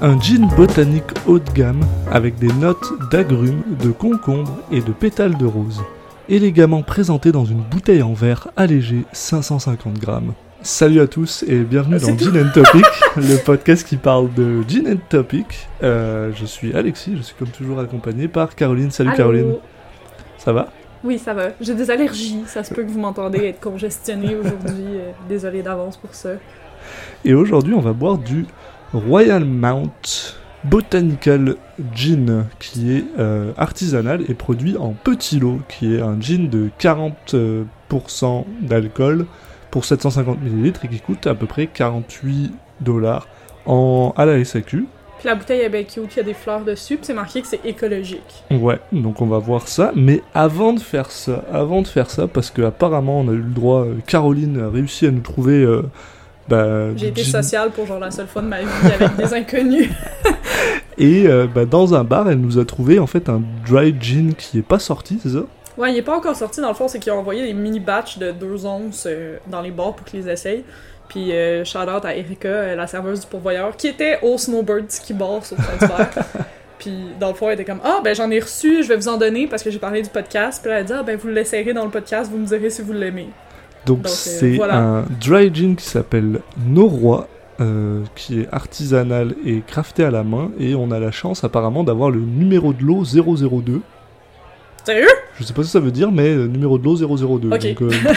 Un gin botanique haut de gamme avec des notes d'agrumes, de concombre et de pétales de rose. Élégamment présenté dans une bouteille en verre allégée 550 grammes. Salut à tous et bienvenue dans Gin and Topic, le podcast qui parle de Gin and Topic. Euh, je suis Alexis, je suis comme toujours accompagné par Caroline. Salut Allô Caroline, ça va Oui, ça va. J'ai des allergies. Ça se peut que vous m'entendez être congestionnée aujourd'hui. Euh, Désolée d'avance pour ça. Et aujourd'hui, on va boire du Royal Mount Botanical Gin, qui est euh, artisanal et produit en petit lot, qui est un gin de 40% d'alcool pour 750 ml et qui coûte à peu près 48 dollars en, à la SAQ. Puis la bouteille est bien cute, il y a des fleurs dessus, puis c'est marqué que c'est écologique. Ouais, donc on va voir ça. Mais avant de faire ça, avant de faire ça, parce que apparemment on a eu le droit, euh, Caroline a réussi à nous trouver. euh, bah, du J'ai été gin. sociale pour genre la seule fois de ma vie avec des inconnus. Et euh, bah, dans un bar, elle nous a trouvé en fait un dry gin qui est pas sorti, c'est ça Ouais, il est pas encore sorti dans le fond, c'est qu'ils ont envoyé des mini batchs de 2 onces euh, dans les bars pour qu'ils les essayent. Puis euh, shout out à Erika, euh, la serveuse du pourvoyeur, qui était au Snowbird Ski Bar sur Transfer. Puis dans le fond, elle était comme Ah, ben j'en ai reçu, je vais vous en donner parce que j'ai parlé du podcast. Puis là, elle a dit Ah, ben vous l'essayerez dans le podcast, vous me direz si vous l'aimez. Donc Donc, euh, c'est voilà. un dry gin qui s'appelle Noroy, euh, qui est artisanal et crafté à la main. Et on a la chance apparemment d'avoir le numéro de l'eau 002. Sérieux? Je sais pas ce que ça veut dire, mais euh, numéro de l'eau 002. Ok. Donc, euh,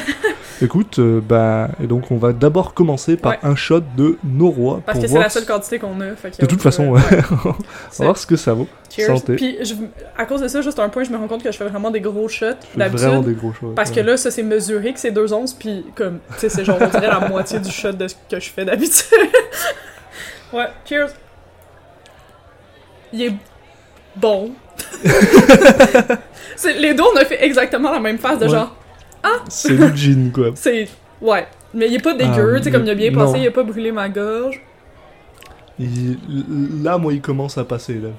écoute, euh, bah, et donc on va d'abord commencer par Ouais. un shot de Noroy. Parce pour que c'est voir la seule si- quantité qu'on a. fait que- De toute façon, ouais. on va C'est- voir ce que ça vaut. Cheers. santé. Puis je- à cause de ça, juste un point, je me rends compte que je fais vraiment des gros shots Vraiment d'habitude. des gros choses. Parce que là, ça c'est mesuré que c'est deux onces, puis comme, tu sais, c'est genre, on dirait la moitié du shot de ce que je fais d'habitude. ouais, cheers. Il est bon. C'est- les deux, on a fait exactement la même phase de Ouais. genre, C'est le gin, quoi. c'est. Ouais. Mais il est pas dégueu, Ah, tu sais, comme il a bien non. passé, il a pas brûlé ma gorge. Il- Là, moi, il commence à passer. Là.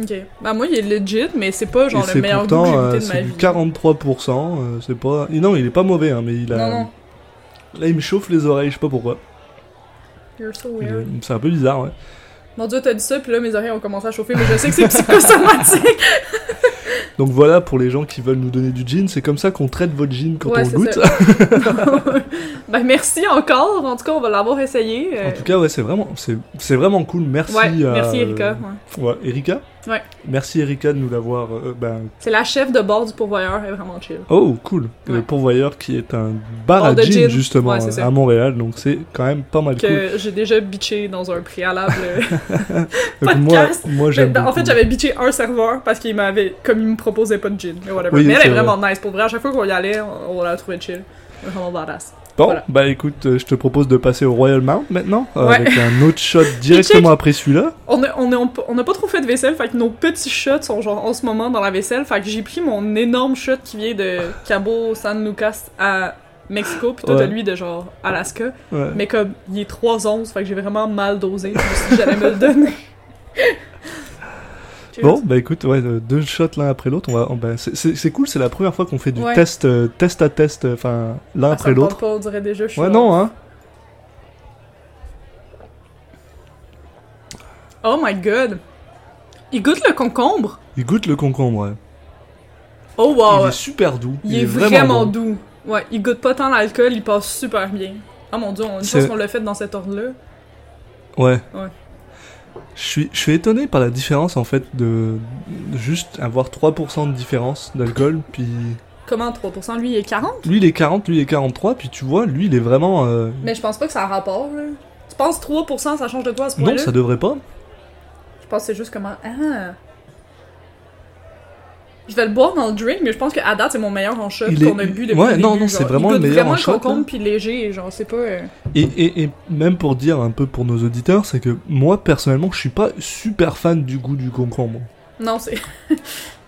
Ok. Bah, moi, il est legit, mais c'est pas Et genre le c'est meilleur pourtant, goût que j'ai euh, goûté de ma c'est du vie. 43%. euh, c'est pas... Et non, il est pas mauvais, hein, mais il a... Non, non. Là, il me chauffe les oreilles, je sais pas pourquoi. You're so Il est- weird. C'est un peu bizarre, ouais. Mon dieu, t'as dit ça, puis là, mes oreilles ont commencé à chauffer, mais je sais que c'est psychosomatique. Donc voilà, pour les gens qui veulent nous donner du gin, c'est comme ça qu'on traite votre gin quand Ouais, on c'est goûte. ben, merci encore. En tout cas, on va l'avoir essayé. euh, en tout cas, ouais, c'est vraiment, c'est, c'est vraiment cool. Merci, euh, ouais, à- merci Erika. ouais. Ouais, Erika Ouais. Merci Erika de nous l'avoir... euh, ben... C'est la chef de bord du pourvoyeur, elle est vraiment chill. Oh, cool. Ouais. Le pourvoyeur qui est un bar Bar à de gin, gin. justement, Ouais, c'est ça. à Montréal. Donc c'est quand même pas mal cool. Que j'ai déjà bitché dans un préalable. Donc, moi, podcast. moi Mais j'aime dans- en fait, beaucoup. j'avais bitché un serveur parce qu'il m'avait, comme il me proposait pas de gin. Mais, whatever. Oui, mais elle c'est est vraiment nice. Pour vrai, à chaque fois qu'on y allait, on, on la trouvait chill. Elle est Vraiment badass. Bon, Voilà. bah écoute, euh, je te propose de passer au Royal Mount maintenant, euh, Ouais. avec un autre shot directement après celui-là. On n'a on, est- on, on a pas trop fait de vaisselle, fait que nos petits shots sont genre en ce moment dans la vaisselle. Fait que j'ai pris mon énorme shot qui vient de Cabo San Lucas à Mexico, plutôt de Ouais. lui de genre Alaska. Ouais. Mais comme il est 3 onces, fait que j'ai vraiment mal dosé. Je me suis dit, j'allais me le donner. Bon, bah écoute, ouais, euh, deux shots l'un après l'autre, on va, on- bah, c'est- c'est c'est cool, c'est la première fois qu'on fait du Ouais. test, euh, test à test, euh, enfin l'un Ah, ça après me tente l'autre. pas, on dirait déjà, je suis Ouais, en- non, hein. Oh my god. Il goûte le concombre. Il goûte le concombre. ouais. Oh wow. il ouais. est super doux. Il, est, vraiment, bon. doux. Ouais, il goûte pas tant l'alcool, il passe super bien. Ah mon dieu, on a une C'est- chance qu'on l'a fait dans cet ordre-là. Ouais. Ouais. Je suis, je suis étonné par la différence en fait de de juste avoir 3% de différence d'alcool, puis Comment 3% Lui, il est 40 lui il est 40, lui il est 43, puis tu vois, lui il est vraiment. euh, Mais je pense pas que ça a un rapport, là. Tu penses 3% ça change de quoi à ce point-là? Non, ça devrait pas. Je pense que c'est juste comment... Ah. Je vais le boire dans le drink, mais je pense qu'à date, c'est mon meilleur en shot Il est- qu'on a bu depuis Ouais, le non, début, non, genre. c'est vraiment Il le goûte meilleur en vraiment shot, le concombre là. puis léger, genre, c'est pas... euh, Et, et- et même pour dire un peu pour nos auditeurs, c'est que moi personnellement, je suis pas super fan du goût du concombre. Non, c'est...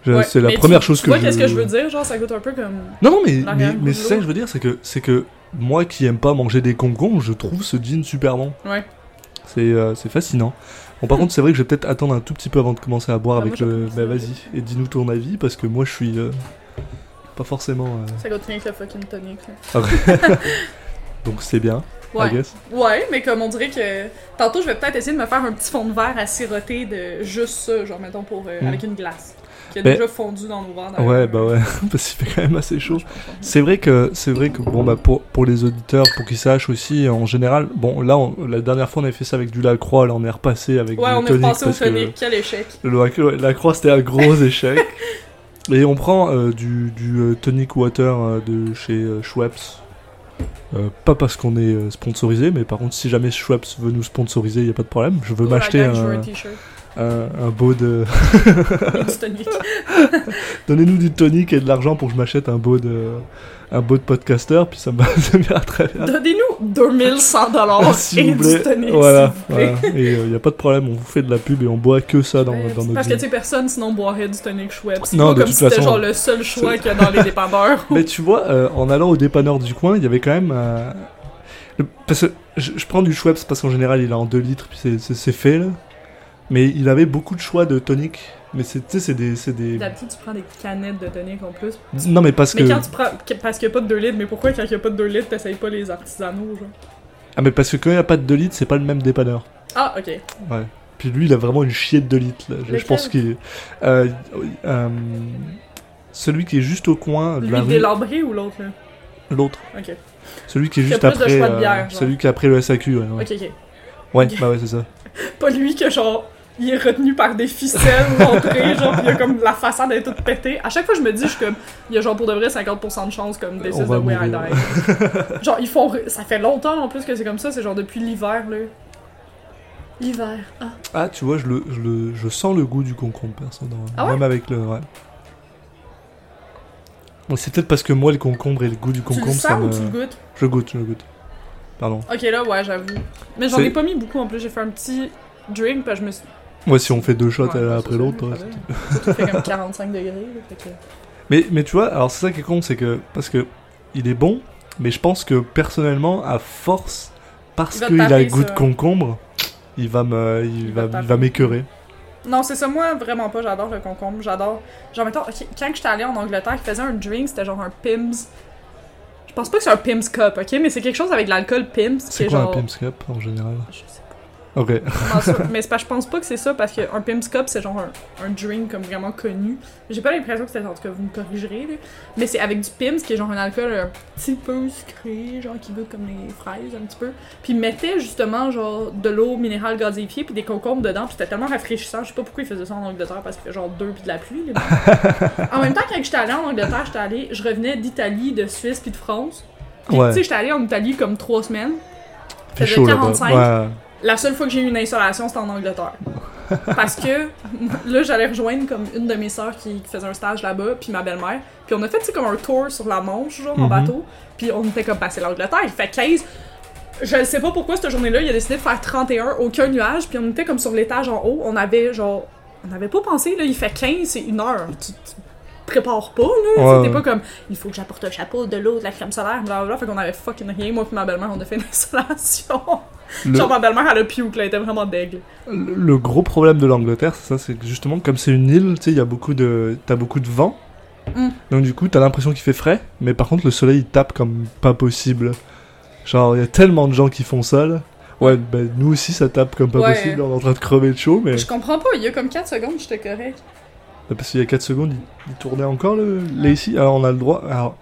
Je- ouais. C'est la Mais tu- première chose tu que vois je. qu'est-ce que je veux dire? Genre, ça goûte un peu comme... Non, non, mais, mais, L'arrière-goût mais de c'est ça que l'eau. je veux dire, c'est que c'est que moi qui aime pas manger des concombres, je trouve ce jean super bon. Ouais. C'est euh, c'est fascinant. Bon, par contre, c'est vrai que je vais peut-être attendre un tout petit peu avant de commencer à boire Ah, avec moi, le. j'ai pas Bah commencé. vas-y, et dis-nous ton avis parce que moi je suis euh, pas forcément. euh, Ça goûte rien que le fucking tonic, là. Donc c'est bien. I Ouais. guess. ouais, mais comme on dirait que. Tantôt, je vais peut-être essayer de me faire un petit fond de verre à siroter de juste ça, genre, mettons, pour, euh, Mm. avec une glace. Qui a Ben- déjà fondu dans nos verres. d'ailleurs. Ouais, bah ouais, parce qu'il fait quand même assez chaud. C'est vrai que, c'est vrai que bon, bah, pour, pour les auditeurs, pour qu'ils sachent aussi, en général, bon, là, on- la dernière fois, on avait fait ça avec du Lacroix, là, on est repassé avec Ouais, du on est tonic repassé au parce que- tonic, quel échec. Le Lac- ouais, la croix, c'était un gros échec. Et on prend euh, du, du euh, tonic water euh, de chez euh, Schweppes. Euh, pas parce qu'on est euh, sponsorisé, mais par contre, si jamais Schweppes veut nous sponsoriser, il a pas de problème. Je veux Oh, la m'acheter gang, je veux un, un t-shirt. un, un beau de. et du tonic. Donnez-nous du tonic et de l'argent pour que je m'achète un beau de. Un beau de podcaster, puis ça me ça m'ira très bien. Donnez-nous 2100 dollars Ah, S'il Oh, et vous plaît. du tonic. Voilà, s'il vous plaît. voilà. Et il n'y a pas de problème, on vous fait de la pub et on boit que ça dans, Ouais, dans notre parce vie. que tu sais, personne sinon boirait du tonic Schweppes. C'est Non, pas de comme toute si c'était façon. genre le seul choix qu'il y a dans les dépanneurs. Mais tu vois, euh, en allant au dépanneur du coin, il y avait quand même. euh, le- Parce que je, je prends du Schweppes parce qu'en général il est en 2 litres, puis c'est- c'est c'est fait là. Mais il avait beaucoup de choix de tonic. Mais c'est- tu sais, c'est des. c'est des... D'habitude, tu prends des canettes de tonic en plus. Non, mais parce Mais que. quand tu prends. que- Parce qu'il n'y a pas de 2 litres, mais pourquoi quand il n'y a pas de 2 litres, t'essayes pas les artisanaux, genre Ah, mais parce que quand il n'y a pas de 2 litres, c'est pas le même dépanneur. Ah, ok. Ouais. Puis lui, il a vraiment une chier de 2 litres là. Je- Je, Lequel pense qu'il. euh, euh, celui qui est juste au coin de la Lui rue. délabré ou l'autre, là L'autre. Ok. Celui qui est a juste plus de après. choix de euh, bière, genre. celui qui est après le SAQ, ouais. Ouais, Ok, ok. Ouais, bah ouais, c'est ça. Pas lui que genre. Il est retenu par des ficelles rentrées, genre, pis il y a comme la façade est toute pétée. À chaque fois, je me dis, je suis comme, il y a genre pour de vrai 50% de chance, comme, this On is the va way I mourir. die. genre, ils font. Ça fait longtemps en plus que c'est comme ça, c'est genre depuis l'hiver, là. L'hiver. Ah. Ah, tu vois, je, le, je, le- je sens le goût du concombre, perso. dans- Ah ouais Même avec le. Ouais. Bon, C'est peut-être parce que moi, le concombre et le goût du Tu concombre, le ça sens me. ou tu le goûtes Je goûte, je goûte. Pardon. Ok, là, ouais, j'avoue. Mais j'en C'est- ai pas mis beaucoup en plus. J'ai fait un petit drink, parce que je me suis. Moi, si on fait deux shots Ouais, euh, ça, après ça, l'autre. ça ouais, va. c'est- Surtout qu'il fait comme 45 degrés. là, fait que- Mais, mais tu vois, alors c'est ça qui est con, c'est que. Parce que. Il est bon, mais je pense que personnellement, à force, parce Il va te qu'il a le taper, goût de ça. concombre, il va me. Il, Il va va, te il va taper. m'écœurer. Non, c'est ça, moi, vraiment pas. J'adore le concombre. J'adore. Genre, mettons, ok, quand j'étais allée en Angleterre, ils faisaient un drink, c'était genre un Pim's. Je pense pas que c'est un Pim's Cup, ok? Mais c'est quelque chose avec de l'alcool Pim's. qui C'est est quoi genre... un Pim's Cup en général Je sais pas Ok. vraiment sûr. Mais c'est pas- je pense pas que c'est ça, parce qu'un Pim's Cup, c'est genre un, un drink comme vraiment connu. J'ai pas l'impression que c'est en tout cas, vous me corrigerez, là. Mais c'est avec du Pim's, qui est genre un alcool un petit peu sucré, genre qui goûte comme les fraises un petit peu. Puis ils mettaient justement genre de l'eau minérale gazéifiée puis des concombres dedans, puis c'était tellement rafraîchissant. Je sais pas pourquoi ils faisaient ça en Angleterre parce qu'il fait genre deux puis de la pluie. les mecs. en même temps, quand j'étais allée en Angleterre, j'étais allée, je revenais d'Italie, de Suisse puis de France. Puis Ouais. tu sais, j'étais allée en Italie comme trois semaines. Fait faisait chaud là-bas. 45. Ouais. La seule fois que j'ai eu une installation, c'était en Angleterre. Parce que là, j'allais rejoindre comme une de mes sœurs qui faisait un stage là-bas, puis ma belle-mère. Puis on a fait tu sais, comme un tour sur la Manche, genre, en Mhm. bateau. Puis on était comme passé l'Angleterre. Il fait 15. Je ne sais pas pourquoi cette journée-là, il a décidé de faire 31, aucun nuage. Puis on était comme sur l'étage en haut. On avait genre. On n'avait pas pensé, là, il fait 15, c'est une heure. Tu, tu prépares pas, là. Ouais, C'était ouais. pas comme il faut que j'apporte un chapeau, de l'eau, de la crème solaire, blablabla. Fait qu'on avait fucking rien. Moi, puis ma belle-mère, on a fait une installation. Le- Genre, ma belle-mère, elle a puke, là, elle était vraiment deg. Le le gros problème de l'Angleterre, c'est ça, c'est que justement, comme c'est une île, tu sais, il y a beaucoup de, t'as beaucoup de vent. Mm. Donc du coup, t'as l'impression qu'il fait frais, mais par contre, le soleil il tape comme pas possible. Genre, il y a tellement de gens qui font ça. là. Ouais, ben nous aussi, ça tape comme pas Ouais. possible. On est en train de crever de chaud, mais Je comprends pas, il y a comme 4 secondes, j'étais correct. parce qu'il y a 4 secondes, il, il tournait encore le Lacey. Alors on a le droit. Alors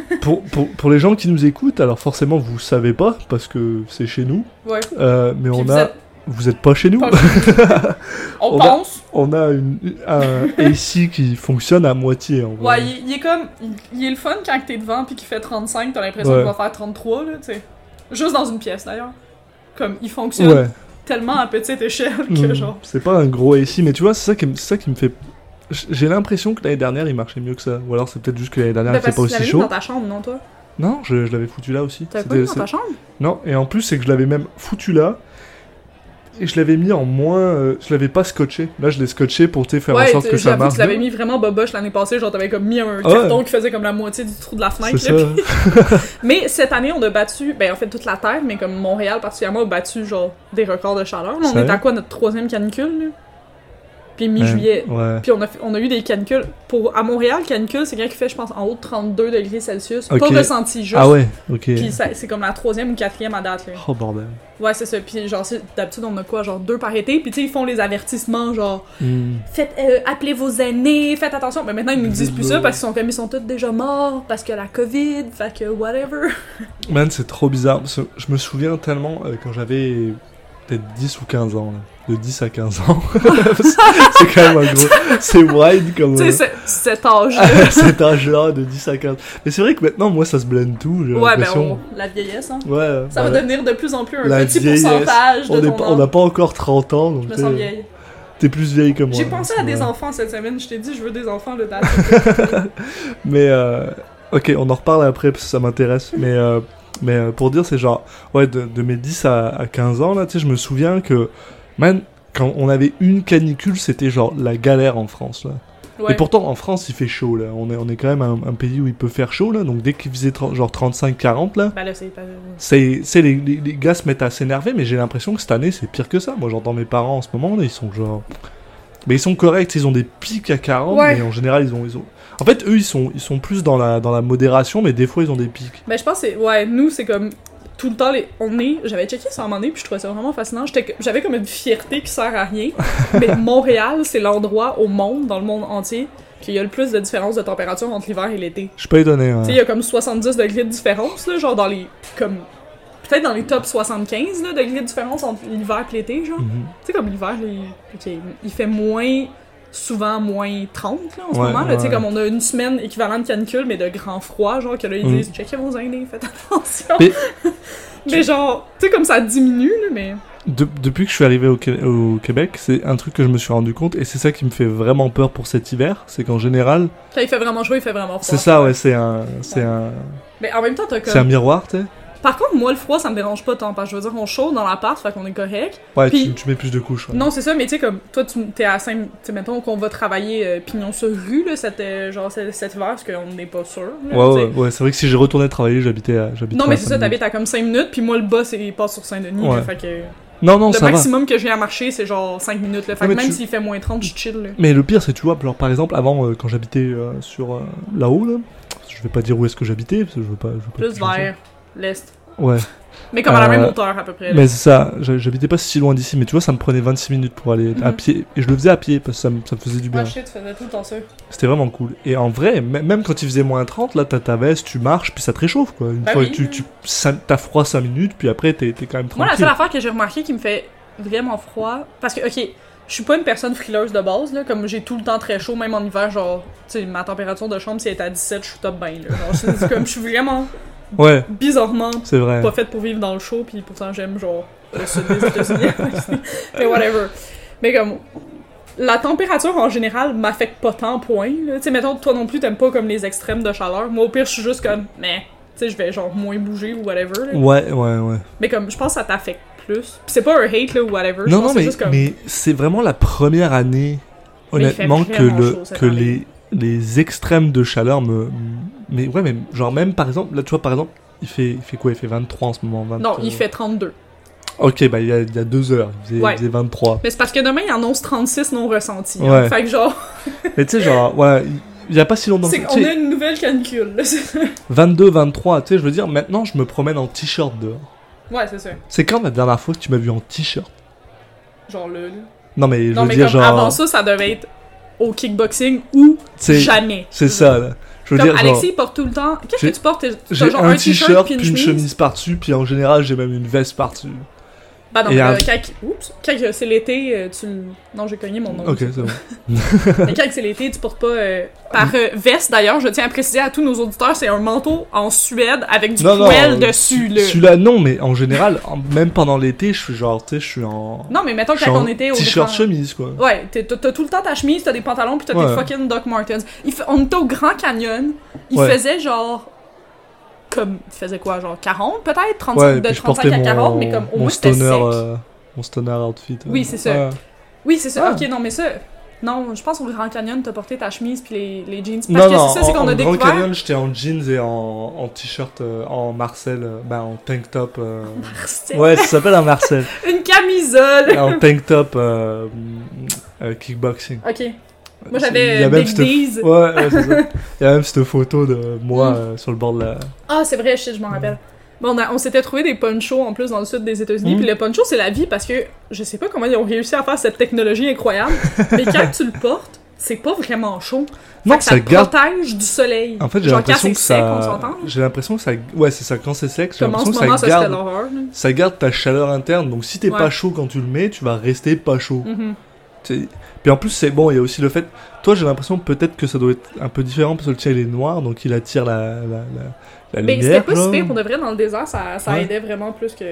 pour, pour pour les gens qui nous écoutent, alors forcément, vous savez pas parce que c'est chez nous, Ouais. Euh, mais Puis on vous a, êtes vous êtes pas chez nous. pas- On, On a- pense. on a une, un AC qui fonctionne à moitié. En vrai. Ouais, il, il est comme. Il, il est le fun quand t'es devant puis qu'il fait 35, t'as l'impression Ouais. qu'il va faire 33, là, tu sais. Juste dans une pièce d'ailleurs. Comme, il fonctionne Ouais. tellement à petite échelle que Mm. genre. C'est pas un gros AC, mais tu vois, c'est ça qui, me- c'est ça qui me fait. J- J'ai l'impression que l'année dernière il marchait mieux que ça. Ou alors c'est peut-être juste que l'année dernière Ben, il parce était pas que tu aussi l'avais mis chaud. dans ta chambre, non, toi Non, je, je l'avais foutu là aussi. T'avais pas C'était- mis dans c'est- ta chambre Non, et en plus c'est que je l'avais même foutu là. Et je l'avais mis en moins. euh, je l'avais pas scotché. Là je l'ai scotché pour tu sais, faire en Ouais, sorte que tu- ça j'avoue, marche. tu l'avais bien. mis vraiment boboche l'année passée, genre t'avais comme mis un Ah ouais. carton qui faisait comme la moitié du trou de la fenêtre, C'est là, ça. Mais cette année, on a battu, ben en fait toute la Terre, mais comme Montréal particulièrement, a battu genre des records de chaleur. Là, on Sérieux? est à quoi notre troisième canicule là? puis mi-juillet. Ouais. Puis on a, fait- on a eu des canicules. Pour, à Montréal, canicule, c'est quand il fait, je pense, en haut de 32 degrés Celsius. Ok. Pas ressenti, juste. Ah ouais, ok. Puis ça- c'est comme la troisième ou quatrième à date. Là. Oh bordel. Ouais, c'est ça. Puis genre, c'est- d'habitude, on a quoi, genre deux par été. Puis tu sais, ils font les avertissements, genre, Hmm. faites, euh, appelez vos aînés, faites attention. Mais maintenant, ils nous disent plus ça parce qu'ils sont comme, ils sont tous déjà morts, parce que la COVID, fait que whatever. Man, c'est trop bizarre. parce que Je me souviens tellement euh, quand j'avais peut-être 10 ou 15 ans, là. De 10 à 15 ans. c'est quand même un gros. C'est wide comme. tu sais, euh, c'est- cet âge. à cet âge-là, de 10 à 15. Mais c'est vrai que maintenant, moi, ça se blende tout. J'ai ouais, ben, l'impression. on, la vieillesse, hein. Ouais. Ça ouais. va devenir de plus en plus un La petit vieillesse. pourcentage de On est ton pas- on n'a âge. pas encore 30 ans, donc Je me t'es- sens vieille. t'es plus vieille que moi. J'ai là, pensé c'est à des vrai. enfants cette semaine, je t'ai dit, je veux des enfants, le date. Mais euh, ok, on en reparle après parce que ça m'intéresse. Mais, euh, mais euh, pour dire, c'est genre, ouais, de, de mes 10 à, à 15 ans, là, tu sais, je me souviens que, man, quand on avait une canicule, c'était genre la galère en France, là. Ouais. Et pourtant, en France, il fait chaud, là. On est, on est quand même un, un pays où il peut faire chaud, là. Donc dès qu'il faisait 30 genre 35-40, là. Ben là, c'est pas. C'est, c'est les, les, les gars se mettent à s'énerver, mais j'ai l'impression que cette année c'est pire que ça. Moi j'entends mes parents en ce moment, là, ils sont genre. Mais ils sont corrects, ils ont des pics à 40, Ouais. mais en général ils ont, ils ont. En fait, eux ils sont, ils sont plus dans la, dans la modération, mais des fois ils ont des pics. Ben je pense que c'est. Ouais, nous, c'est comme. Tout le temps, les... on est. J'avais checké ça à un moment donné, puis je trouvais ça vraiment fascinant. J'étais que- J'avais comme une fierté qui sert à rien. Mais Montréal, c'est l'endroit au monde, dans le monde entier, qu'il y a le plus de différence de température entre l'hiver et l'été. Je suis pas étonné. hein. Tu sais, il y a comme 70 degrés de différence, là, genre dans les. comme. Peut-être dans les top 75 là, degrés de différence entre l'hiver et l'été, genre. Mhm. Tu sais, comme l'hiver, il, ok, il fait moins, souvent moins 30 là, en ce Ouais, moment. là. Tu sais, ouais. comme on a une semaine équivalente de canicule, mais de grand froid, genre que là, ils Mm. disent checkez vos aînés, faites attention. Mais- Mais, genre, tu sais, comme ça diminue, là, mais. De- depuis que je suis arrivé au, Qué- au Québec, c'est un truc que je me suis rendu compte, et c'est ça qui me fait vraiment peur pour cet hiver, c'est qu'en général, Quand il fait vraiment chaud, il fait vraiment froid. c'est ça, ouais, c'est un, c'est un, Mais en même temps, t'as c'est un comme. miroir, tu sais. Par contre, moi, le froid, ça me dérange pas tant, parce que je veux dire, on chauffe dans l'appart, fait qu'on est correct. Ouais, Puis- tu, tu mets plus de couches. ouais. Non, c'est ça, mais tu sais, comme toi, tu t'es à Saint. Tu sais, mettons qu'on va travailler euh, pignon sur rue, là, cet, euh, genre, cet, cet hiver, parce qu'on n'est pas sûr. là, Ouais, tu sais. ouais, ouais, c'est vrai que si j'ai retourné travailler, j'habitais à. j'habitais Non, à mais c'est ça, Saint-Denis. t'habites à comme 5 minutes, puis moi, le boss, il passe sur Saint-Denis. Ouais. là, Fait que Non, non, le ça va. maximum que j'ai à marcher, c'est genre 5 minutes. Là, fait Ouais, que mais même tu- s'il fait moins 30, je chill. Là. Mais le pire, c'est, tu vois, genre, par exemple, avant, euh, quand j'habitais euh, sur euh, là-haut, là, je vais pas dire où est-ce que j'habitais, parce que je veux pas. je veux pas Plus que les gens vers l'est. sachent. Ouais, Mais comme à la Euh, même hauteur, à peu près. là. mais c'est ça, j'a- j'habitais pas si loin d'ici, mais tu vois, ça me prenait 26 minutes pour aller à Mhm. pied, et je le faisais à pied, parce que ça me, ça me faisait du bien. Ah, shit, tu faisais tout le temps ça. C'était vraiment cool. Et en vrai, m- même quand il faisait moins 30, là, t'as ta veste, tu marches, puis ça te réchauffe, quoi. Une Bah fois oui. que tu, tu, ça- t'as froid 5 minutes, puis après, t'es t'es quand même Moi, la tranquille. seule affaire que j'ai remarqué qui me fait vraiment froid. Parce que, ok, je suis pas une personne frileuse de base, là. Comme j'ai tout le temps très chaud, même en hiver, genre, tu sais, ma température de chambre, si elle est à 17, je suis top bain, là. Genre, c'est comme, je suis vraiment Ouais, bizarrement c'est vrai. pas faite pour vivre dans le chaud, puis pourtant j'aime genre le sud des États-Unis. Mais whatever. Mais comme la température en général m'affecte pas tant point. là. Tu sais, mettons toi non plus t'aimes pas comme les extrêmes de chaleur. Moi au pire je suis juste comme mais tu sais je vais genre moins bouger ou whatever. là. Ouais, ouais, ouais. Mais comme je pense que ça t'affecte plus. Puis c'est pas un hate là ou whatever. je Non, non, pense que c'est mais, juste comme mais c'est vraiment la première année, Mais il fait honnêtement, que, vraiment le, chaud cette que les, année. les extrêmes de chaleur me. Mais ouais, mais genre, même par exemple, là, tu vois, par exemple, il fait, il fait quoi Il fait 23 en ce moment 20, non, il fait 32. Ok, bah, il y a, il y a deux heures, il faisait, il Ouais. faisait 23. Mais c'est parce que demain, il annonce 36 non ressentis. hein. Ouais. Fait que genre, mais tu sais, genre, voilà, il- il y a pas si longtemps. c'est tu qu'on sais, a une nouvelle canicule. là. C'est- 22, 23, tu sais, je veux dire, maintenant, je me promène en t-shirt dehors. ouais, c'est ça. C'est quand la dernière fois que tu m'as vu en t-shirt Genre le Non, mais je Non, veux mais dire, comme genre. avant ça, ça devait être au kickboxing ou c'est- jamais. C'est ça, là. Je veux Comme dire, genre. Alexis, il porte tout le temps. Qu'est-ce j'ai- que tu portes T'as- t'as J'ai genre un, t-shirt, puis une chemise par-dessus, puis en général, j'ai même une veste par-dessus. Bah non, et mais, un- euh, quand, oups, quand que c'est l'été, euh, tu. le- Non, j'ai cogné mon nom. Ok, c'est bon. Mais quand que c'est l'été, tu portes pas. euh, par euh, veste d'ailleurs, je tiens à préciser à tous nos auditeurs, c'est un manteau en Suède avec du Non, non, poêle euh, dessus. Là. Celui-là, non, mais en général, en- même pendant l'été, je suis genre, tu sais, je suis en. Non, mais mettons je suis quand en on était au. T-shirt, grand- chemise, quoi. Ouais, t'es- t'as t'as tout le temps ta chemise, t'as des pantalons, puis t'as Ouais. tes fucking Doc Martens. Il fait- on était au Grand Canyon, il Ouais. faisait genre. Comme. Il faisait quoi, genre 40 peut-être 35, ouais, De puis je 35 portais à mon, 40, mais comme au mon moins c'était stoner, sec. euh, mon stoner outfit. ouais. Oui, c'est ça. Ouais. Oui, c'est ça. Ah. Ok, non, mais ça. Non, je pense au Grand Canyon, t'as porté ta chemise puis les, les jeans. Parce Non, que non, c'est ça, c'est en, qu'on a en Grand découvert. Canyon, j'étais en jeans et en, en t-shirt, euh, en Marcel, euh, ben, en tank top. euh, Marcel. Ouais, ça s'appelle un Marcel. Ah, Une camisole! en tank top euh, euh, kickboxing. Ok. Moi, j'avais a euh, même Big cette- D's. Ouais, ouais, c'est ça. Il y a même cette photo de moi Mm. euh, sur le bord de la. Ah, c'est vrai, shit, je m'en rappelle. Bon, on, a- on s'était trouvé des ponchos en plus dans le sud des États-Unis. Mm. Puis le poncho, c'est la vie parce que je sais pas comment ils ont réussi à faire cette technologie incroyable, mais quand tu le portes, c'est pas vraiment chaud. Fait Non, que ça ça te garde. protège du soleil. En fait, j'ai Genre, quand l'impression c'est que sec, on ça. s'entend. J'ai l'impression que ça. Ouais, c'est ça. Quand c'est sec, j'ai Comme en l'impression ce que moment, ça ça, c'était garde. l'horreur. là. ça garde ta chaleur interne. Donc si t'es Ouais. pas chaud quand tu le mets, tu vas rester pas chaud. Mhm. Tu sais. Puis en plus, c'est bon, il y a aussi le fait. Toi, j'ai l'impression peut-être que ça doit être un peu différent parce que le tien il est noir, donc il attire la, la, la, la Mais c'était lumière. pas genre. si pire pour de vrai dans le désert, ça, ça Ouais. aidait vraiment plus que.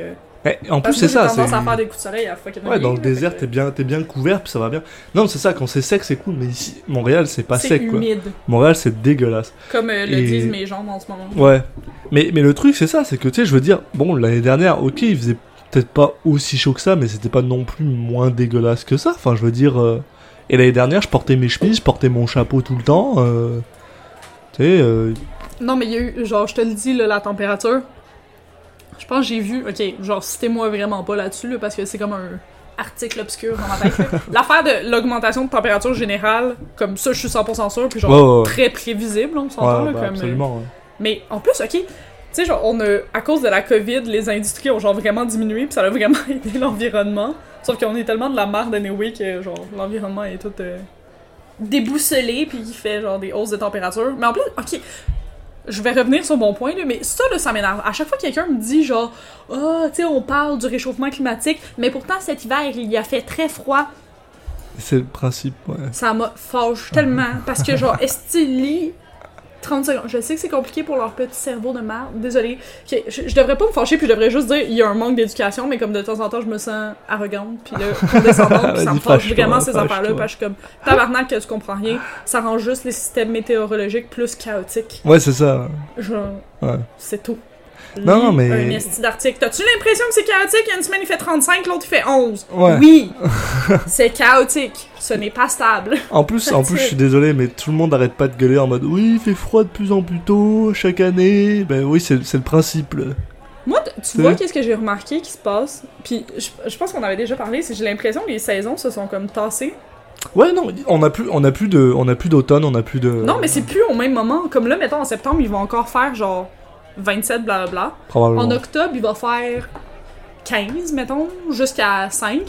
Mais en plus, Parce que c'est ça. moi, J'ai tendance à faire c'est- des euh, coups de soleil à fucking Ouais, dans rien, le là, fait désert, que t'es bien, t'es bien couvert, puis ça va bien. Non, c'est ça, quand c'est sec, c'est cool, mais ici, Montréal, c'est pas C'est sec, quoi. humide, Montréal, c'est dégueulasse. comme euh, le Et- disent mes jambes en ce moment. Ouais. Mais, mais le truc, c'est ça, c'est que, tu sais, je veux dire, bon, l'année dernière, ok, il faisait peut-être pas aussi chaud que ça, mais c'était pas non plus moins dégueulasse que ça. Enfin, je veux dire, euh, et l'année dernière, je portais mes chemises, je portais mon chapeau tout le temps. euh, Tu sais, euh, Non, mais il y a eu, genre, je te le dis, là, la température. Je pense que j'ai vu, ok, genre, citez-moi vraiment pas là-dessus, là, parce que c'est comme un article obscur dans ma tête. là. L'affaire de l'augmentation de température générale, comme ça, je suis 100% sûre, puis genre, Ouais, ouais, ouais. très prévisible, on ouais, s'entend, bah, là, comme. euh, absolument. ouais. Mais en plus, ok, tu sais, genre, on a, à cause de la COVID, les industries ont genre vraiment diminué, puis ça a vraiment aidé l'environnement. Sauf qu'on est tellement de la merde anyway que genre, l'environnement est tout euh, déboussolé, puis il fait genre des hausses de température. Mais en plus, ok. Je vais revenir sur mon point, là, mais ça, là, ça m'énerve. À chaque fois que quelqu'un me dit, genre, ah, tu sais, on parle du réchauffement climatique, mais pourtant cet hiver, il a fait très froid. C'est le principe, ouais. Ça me fâche tellement parce que genre Estili 30 secondes. Je sais que c'est compliqué pour leur petit cerveau de merde. Désolée. Ok, je, je devrais pas me fâcher puis je devrais juste dire il y a un manque d'éducation mais comme de temps en temps je me sens arrogante puis là condescendante puis ça Vas-y, me fâche fâche-toi, vraiment ces fâche-toi. affaires là parce que je suis comme tabarnak que tu comprends rien. Ça rend juste les systèmes météorologiques plus chaotiques. Ouais, c'est ça. Genre Ouais. c'est tout. Non, non, Lis mais- Un esti d'article. T'as-tu l'impression que c'est chaotique? Il y a une semaine, il fait 35, l'autre, il fait 11. Ouais. Oui! c'est chaotique. Ce n'est pas stable. En plus, en plus, je suis désolé, mais tout le monde arrête pas de gueuler en mode oui, il fait froid de plus en plus tôt chaque année. Ben oui, c'est c'est le principe. là. Moi, t- tu Ouais. vois qu'est-ce que j'ai remarqué qui se passe? Puis je, je pense qu'on avait déjà parlé, c'est que j'ai l'impression que les saisons se sont comme tassées. Ouais, non, on a plus, on a plus de, on a plus d'automne, on a plus de. Non, mais c'est plus au même moment. Comme là, mettons, en septembre, ils vont encore faire genre 27, blablabla. probablement. En octobre, il va faire 15, mettons, jusqu'à 5.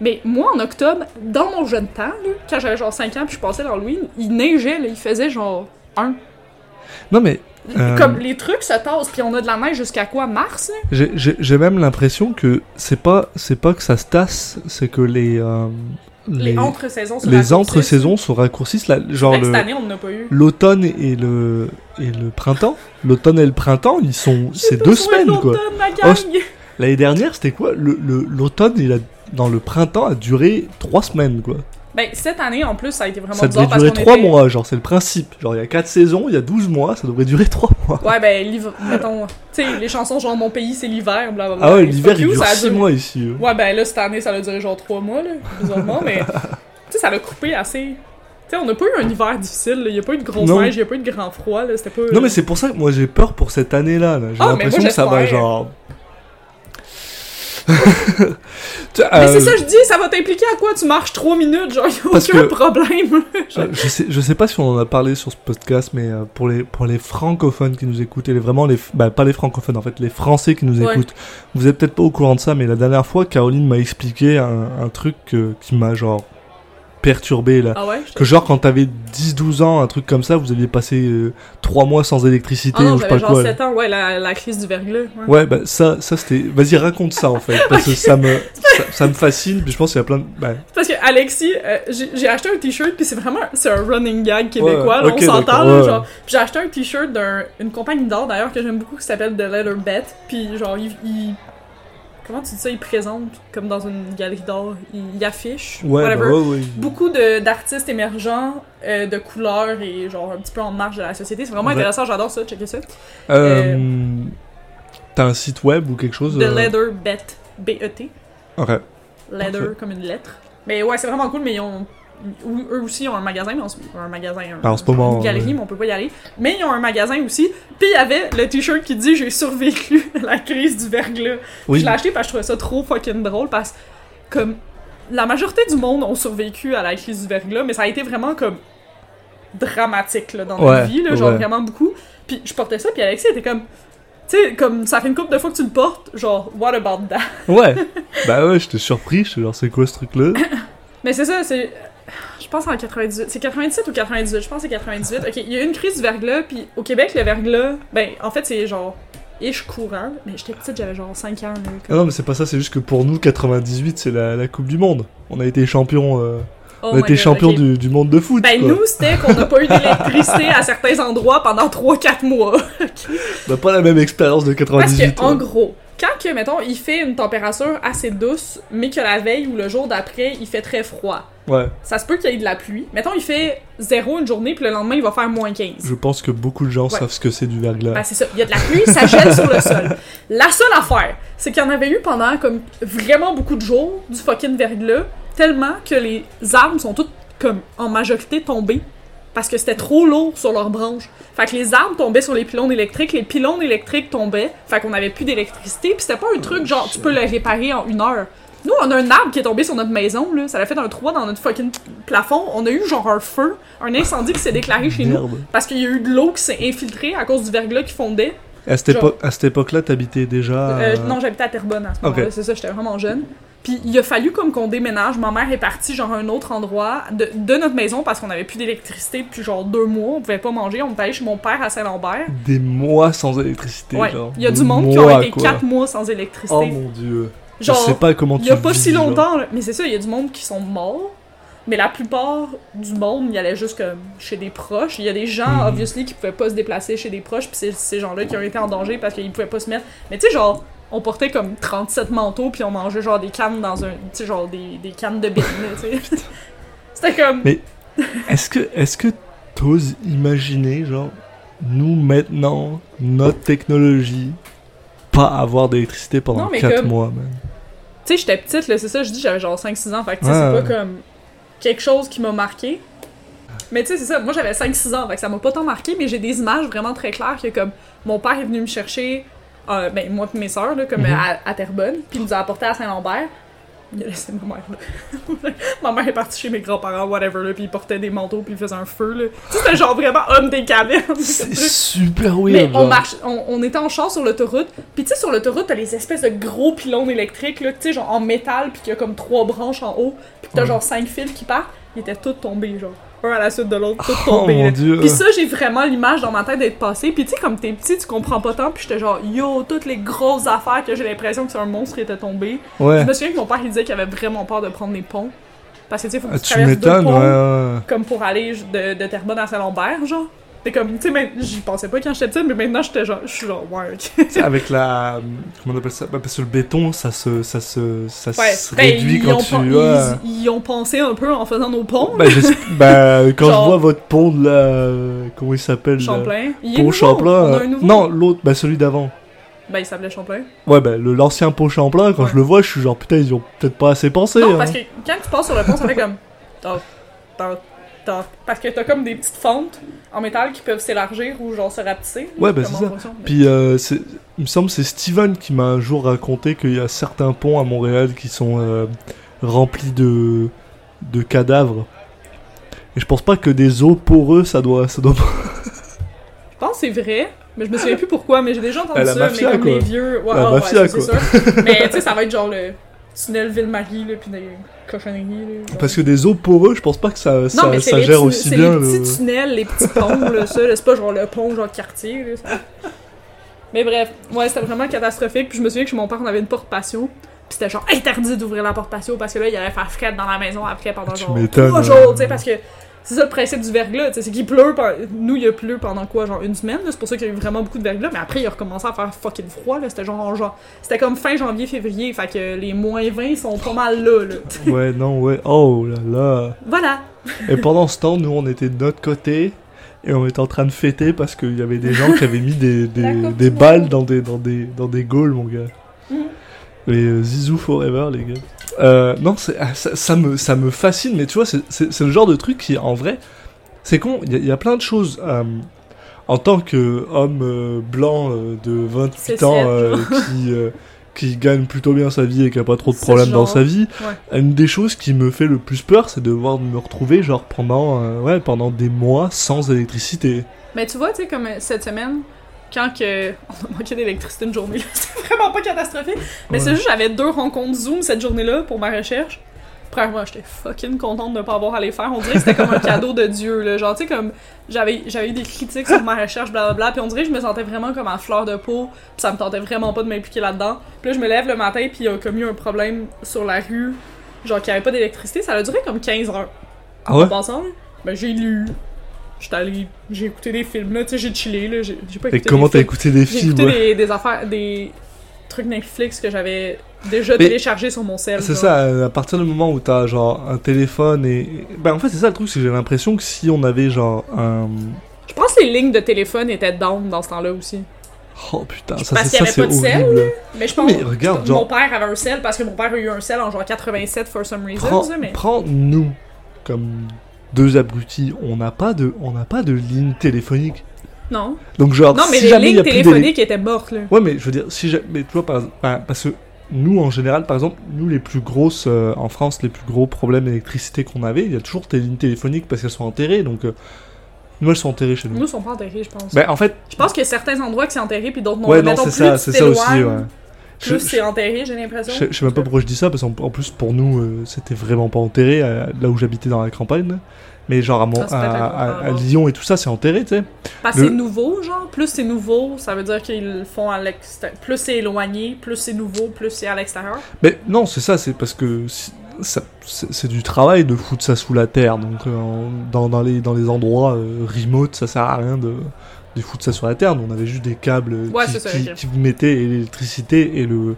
Mais moi, en octobre, dans mon jeune temps, là, quand j'avais genre 5 ans puis je passais l'Halloween, il neigeait, là, il faisait genre 1. Non mais Euh. Comme les trucs se tassent, puis on a de la neige jusqu'à quoi? Mars? là? j'ai- j'ai j'ai même l'impression que c'est pas, c'est pas que ça se tasse, c'est que les euh, Les, les- entre-saisons se les raccourcissent. entre-saisons se raccourcissent. là, genre Hey, Ben, Cette le année, on n'en a pas eu. l'automne et le et le printemps. L'automne et le printemps, ils sont, c'est deux semaines quoi. L'automne, ma Oh, gang! c'est- L'année dernière, c'était quoi Le- le- L'automne, il a, dans le printemps, a duré trois semaines, quoi. Ben, cette année, en plus, ça a été vraiment ça devait bizarre parce durer qu'on trois était- mois, genre, c'est le principe. Genre, il y a quatre saisons, il y a 12 mois, ça devrait durer trois mois. Ouais, ben, l'hiver, mettons, tu sais, les chansons genre Mon pays, c'est l'hiver, blablabla. Ah ouais, Et l'hiver, fuck il you, dure ça a six duré- mois ici. euh. Ouais, ben là, cette année, ça a duré genre trois mois, là, bizarrement, mais tu sais, ça l'a coupé assez. Tu sais, on n'a pas eu un hiver difficile, là. Il n'y a pas eu de grosse Non. neige, il n'y a pas eu de grand froid, là. C'était pas. Non, mais c'est pour ça que moi, j'ai peur pour cette année-là. là. J'ai Ah, mais l'impression moi, que ça va, j'espère. genre... Tu- Mais euh, c'est ça, je dis, ça va t'impliquer à quoi? Tu marches trois minutes, genre, il a Parce aucun que- problème. Euh, je sais, je sais pas si on en a parlé sur ce podcast, mais euh, pour les pour les francophones qui nous écoutent, et les, vraiment les, bah, pas les francophones en fait, les Français qui nous Ouais. écoutent, vous êtes peut-être pas au courant de ça, mais la dernière fois, Caroline m'a expliqué un, un truc que- qui m'a genre perturbé là. Ah ouais? je te- Que genre quand t'avais 10-12 ans, un truc comme ça, vous aviez passé 3 mois sans électricité Ah non, ou je sais j'avais pas genre quoi. là. 7 ans, ouais, la, la crise du verglas. ouais. Ouais, bah ça, ça c'était. Vas-y, raconte ça en fait, parce que ça me, ça, ça me fascine, puis je pense qu'il y a plein de. bah, Parce que Alexis, euh, j'ai j'ai acheté un t-shirt, puis c'est vraiment c'est un running gag québécois, Ouais, là, ok, on s'entend. d'accord, là, ouais. genre. Puis j'ai acheté un t-shirt d'une compagnie d'art d'ailleurs que j'aime beaucoup qui s'appelle The Leather Bet. Puis genre, il, il- Comment tu dis ça Il présente comme dans une galerie d'art, il, il affiche, ouais, bah, whatever. ouais, ouais. Beaucoup de- d'artistes émergents, euh, de couleurs et genre un petit peu en marge de la société. C'est vraiment Ouais. intéressant, j'adore ça, checker ça. Euh, T'as un site web ou quelque chose The euh, Leather Bet, E B-E-T. Ok. Leather Parfait. comme une lettre. Mais ouais, c'est vraiment cool, mais ils ont, ou- eux aussi ont un magasin, mais on se- un magasin, un- Ah, en ce moment, une galerie, ouais. mais on peut pas y aller. Mais ils ont un magasin aussi. Puis il y avait le t-shirt qui dit j'ai survécu à la crise du verglas. Puis Oui, Je l'ai acheté parce que je trouvais ça trop fucking drôle parce que comme la majorité du monde ont survécu à la crise du verglas, mais ça a été vraiment comme dramatique là, dans Ouais, notre vie, là, genre ouais. vraiment beaucoup. Puis je portais ça, puis Alexis était comme tu sais comme ça fait une couple de fois que tu le portes, genre what about that. ouais. bah ouais, j'étais surpris, j'étais genre, c'est quoi ce truc-là Mais c'est ça, c'est je pense en 98, c'est 97 ou 98, je pense que c'est 98. OK, il y a eu une crise du verglas puis au Québec le verglas, ben en fait c'est genre ish courant, mais j'étais petite, j'avais genre 5 ans là, comme- Ah non, mais c'est pas ça, c'est juste que pour nous, 98, c'est la, la Coupe du Monde. On a été champion, euh, Oh on a my été God, champion ok. du, du monde de foot. Ben quoi. nous, c'était qu'on n'a pas eu d'électricité à certains endroits pendant 3-4 mois. On a pas la même expérience de Parce 98. que, en ouais. gros, quand, que, mettons, il fait une température assez douce, mais que la veille ou le jour d'après, il fait très froid, Ouais, ça se peut qu'il y ait de la pluie. Mettons, il fait zéro une journée, puis le lendemain, il va faire moins 15. je pense que beaucoup de gens Ouais. savent ce que c'est du verglas. Ben c'est ça, il y a de la pluie, ça gèle sur le sol. La seule affaire, c'est qu'il y en avait eu pendant comme vraiment beaucoup de jours du fucking verglas, tellement que les arbres sont toutes comme en majorité tombées parce que c'était trop lourd sur leurs branches. Fait que les arbres tombaient sur les pylônes électriques, les pylônes électriques tombaient, fait qu'on avait plus d'électricité, puis c'était pas un truc genre tu peux le réparer en une heure. Nous, on a un arbre qui est tombé sur notre maison, là. Ça l'a fait un trou dans notre fucking plafond. On a eu genre un feu, un incendie qui s'est déclaré chez nous. Merde. Parce qu'il y a eu de l'eau qui s'est infiltrée à cause du verglas qui fondait. À cette, épo- à cette époque-là, t'habitais déjà. Euh, euh, non, j'habitais à Terrebonne à ce moment-là, Ok. c'est ça, j'étais vraiment jeune. Puis il a fallu comme qu'on déménage. Ma mère est partie genre à un autre endroit de, de notre maison parce qu'on avait plus d'électricité depuis genre deux mois. On pouvait pas manger. On est allé chez mon père à Saint-Lambert. Des mois sans électricité. Ouais. genre. Il y a du Des monde qui mois, ont été quoi. quatre mois sans électricité. Oh mon dieu. je sais genre, pas comment tu il y a pas vis, si genre. longtemps. là. Mais c'est ça, il y a du monde qui sont morts. Mais la plupart du monde, il y allait juste comme chez des proches. Il y a des gens, Mhm. obviously, qui pouvaient pas se déplacer chez des proches. Puis c'est ces gens-là qui ont été en danger parce qu'ils pouvaient pas se mettre. Mais tu sais, genre, on portait comme 37 manteaux. Puis on mangeait genre des cannes dans un. Tu sais, genre des, des cannes de bine, là, tu sais. C'était comme. Mais- Est-ce que est-ce que t'oses imaginer genre nous maintenant notre technologie pas avoir d'électricité pendant Non, mais 4 comme- mois man. Tu sais, j'étais petite, là, c'est ça, je dis, j'avais genre 5-6 ans. Fait que tu sais, Ouais. c'est pas comme quelque chose qui m'a marqué. Mais tu sais, c'est ça, moi j'avais 5-6 ans, fait que ça m'a pas tant marqué, mais j'ai des images vraiment très claires que comme mon père est venu me chercher, euh, ben moi et mes sœurs, là, comme Mhm. à, à Terrebonne, puis il nous a apporté à Saint-Lambert. Il a laissé ma mère, là. ma mère est partie chez mes grands-parents, whatever, là, puis ils portaient des manteaux, puis ils faisaient un feu, là. Tu sais, c'était genre vraiment homme des cavernes. C'est super weird. Mais on genre. marche, on, on était en char sur l'autoroute, puis tu sais sur l'autoroute t'as les espèces de gros pylônes électriques là, tu sais genre en métal, puis qu'il y a comme trois branches en haut, puis que t'as Ouais. genre cinq fils qui partent, ils étaient tous tombés genre, un à la suite de l'autre, tous Oh tombés. mon là. dieu. Puis ça j'ai vraiment l'image dans ma tête d'être passé, puis tu sais comme t'es petit tu comprends pas tant, puis j'étais genre yo toutes les grosses affaires que j'ai l'impression que c'est un monstre qui était tombé. ouais. Je me souviens que mon père il disait qu'il avait vraiment peur de prendre les ponts, parce que tu sais faut que Ah, tu tu traverses deux m'étonnes ouais, ponts ouais. comme pour aller de, de Terrebonne à Saint-Lambert, genre. T'es comme, tu sais, mais j'y pensais pas quand j'étais petite, mais maintenant j'étais genre, je suis genre, ouais, ok. Tu sais, avec la comment on appelle ça Bah, parce que le béton ça se ça se ça Ouais, se ben, réduit ils, quand ont tu pen- ouais. ils, ils ont pensé un peu en faisant nos ponts, Bah, j'esp- bah, quand Oh. Genre- je vois votre pont de la euh, comment il s'appelle là Champlain. Il est Pont nouveau, Champlain. on a euh, un nouveau. Non, l'autre, bah celui d'avant. Ben, il s'appelait Champlain. Ouais, bah le- l'ancien pont Champlain, quand Ouais. je le vois, je suis genre putain, ils y ont peut-être pas assez pensé. Non, hein. parce que quand tu passes sur le pont, ça fait comme, toc, toc, toc. Parce que t'as comme des petites fentes en métal qui peuvent s'élargir ou genre se rapetisser. là, Ouais, ben, comme c'est en ça. fonction. Puis euh, c'est- il me semble que c'est Steven qui m'a un jour raconté qu'il y a certains ponts à Montréal qui sont euh, remplis de de cadavres. Et je pense pas que des os poreux, ça doit, ça doit. Je pense que c'est vrai, mais je me souviens plus pourquoi, mais j'ai déjà entendu Ben, la ça, mafia, mais comme quoi. les vieux. Ouais, La ouais, mafia, ouais, ça, c'est sûr. mais tu sais, ça va être genre le tunnel Ville-Marie, là, puis des cochonneries. Là, genre. Parce que des os poreux, je pense pas que ça, non, ça, mais c'est ça les, gère tu- aussi c'est bien. les le- petits tunnels, les petits ponts, là, ça, là, c'est pas genre le pont, genre quartier. Là, ça. Mais bref, ouais, c'était vraiment catastrophique. Puis je me souviens que chez mon père, on avait une porte patio. Puis c'était genre interdit d'ouvrir la porte patio parce que là, il allait faire fret dans la maison après pendant Tu genre m'étonnes, trois hein. jours, tu sais, parce que c'est ça le principe du verglas, tu sais, c'est qu'il pleut. pen- Nous, il a plu pendant quoi, genre une semaine, là, c'est pour ça qu'il y a eu vraiment beaucoup de verglas, mais après, il a recommencé à faire fucking froid, là, c'était genre, en genre, c'était comme fin janvier, février, fait que les moins 20 sont pas mal là, là. Ouais, non, ouais. Oh là là. Voilà! Et pendant ce temps, nous, on était de notre côté et on était en train de fêter parce qu'il y avait des gens qui avaient mis des, des, La Coupe des du balles Monde. dans des, dans, des, dans des gaules, mon gars. Mhm. Mais euh, Zizou Forever, les gars. Euh, non, c'est- ah, ça, ça me, ça me fascine, mais tu vois, c'est- c'est c'est le genre de truc qui, en vrai, c'est con. Il y, a- il y a plein de choses. euh, en tant qu'homme blanc euh, de 28 C'est ans Seb, euh, qui, euh, qui gagne plutôt bien sa vie et qui a pas trop de C'est problèmes dans genre, sa vie, ouais. une des choses qui me fait le plus peur, c'est de voir me retrouver genre pendant, euh, ouais, pendant des mois sans électricité. Mais tu vois, tu sais, comme euh, cette semaine, quand que... on a manqué d'électricité une journée, là, c'est vraiment pas catastrophique. Mais Ouais. c'est juste, j'avais deux rencontres Zoom cette journée-là pour ma recherche. Premièrement, j'étais fucking contente de ne pas avoir à les faire. On dirait que c'était comme un cadeau de Dieu. Là. Genre, tu sais, comme j'avais j'avais eu des critiques sur ma recherche, blablabla. Puis on dirait que je me sentais vraiment comme à fleur de peau. Puis ça me tentait vraiment pas de m'impliquer là-dedans. Puis là, je me lève le matin, puis il y a commis un problème sur la rue. Genre, qu'il n'y avait pas d'électricité. Ça a duré comme 15 heures. Ah ouais? En passant, ben j'ai lu, j'étais allée, j'ai écouté des films, là, tu sais, j'ai chillé, là, j'ai j'ai pas écouté Et comment des t'as films. écouté des J'ai films? écouté ouais. des, des affaires, des trucs Netflix que j'avais déjà Mais- téléchargés sur mon cell. C'est genre. ça, euh, à partir du moment où t'as genre un téléphone et. Ben en fait, c'est ça le truc, c'est que j'ai l'impression que si on avait genre un. Je pense que les lignes de téléphone étaient down dans ce temps-là aussi. Oh putain, Parce ça c'est qu'il y ça, c'est avait pas de sel, horrible. Mais je pense Mais regarde, mon genre, père avait un cell parce que mon père a eu un cell en genre 87 for some reason, prends- ça, mais prends-nous comme deux abrutis, on n'a pas, de... on n'a pas de ligne téléphonique. non. Donc genre, non, mais si les jamais il y lignes a plus d'éle- téléphoniques étaient mortes là. Ouais, mais je veux dire, si j'ai- mais tu vois, par, par- parce que nous, en général, par exemple, nous, les plus grosses, euh, en France, les plus gros problèmes d'électricité qu'on avait, il y a toujours des lignes téléphoniques parce qu'elles sont enterrées, donc euh, nous, elles sont enterrées chez nous. Nous, ils sont pas enterrés, je pense. Ben, en fait, Je pense que certains endroits qui sont enterrés puis d'autres non. ouais, non, Mettons, c'est plus ça, tu c'est ça aussi, t'éloignes, ouais. Je, Plus je, c'est enterré, j'ai l'impression. je- je sais même pas pourquoi je dis ça, parce qu'en en plus, pour nous, euh, c'était vraiment pas enterré, euh, là où j'habitais dans la campagne, mais genre à, mon, Ah, c'est à, peut-être la à- campagne, à alors. Lyon et tout ça, c'est enterré, tu sais. Parce Le- que c'est nouveau, genre. Plus c'est nouveau, ça veut dire qu'ils le font à l'extérieur. Plus c'est éloigné, plus c'est nouveau, plus c'est à l'extérieur. Mais non, c'est ça, c'est parce que si- ça- c'est c'est du travail de foutre ça sous la terre. Donc euh, en- dans, dans les, dans les endroits euh, remote, ça sert à rien de, de foutre ça sur la terre. Nous, on avait juste des câbles euh, Ouais, qui, c'est ça, qui- ok. qui mettaient l'électricité et le.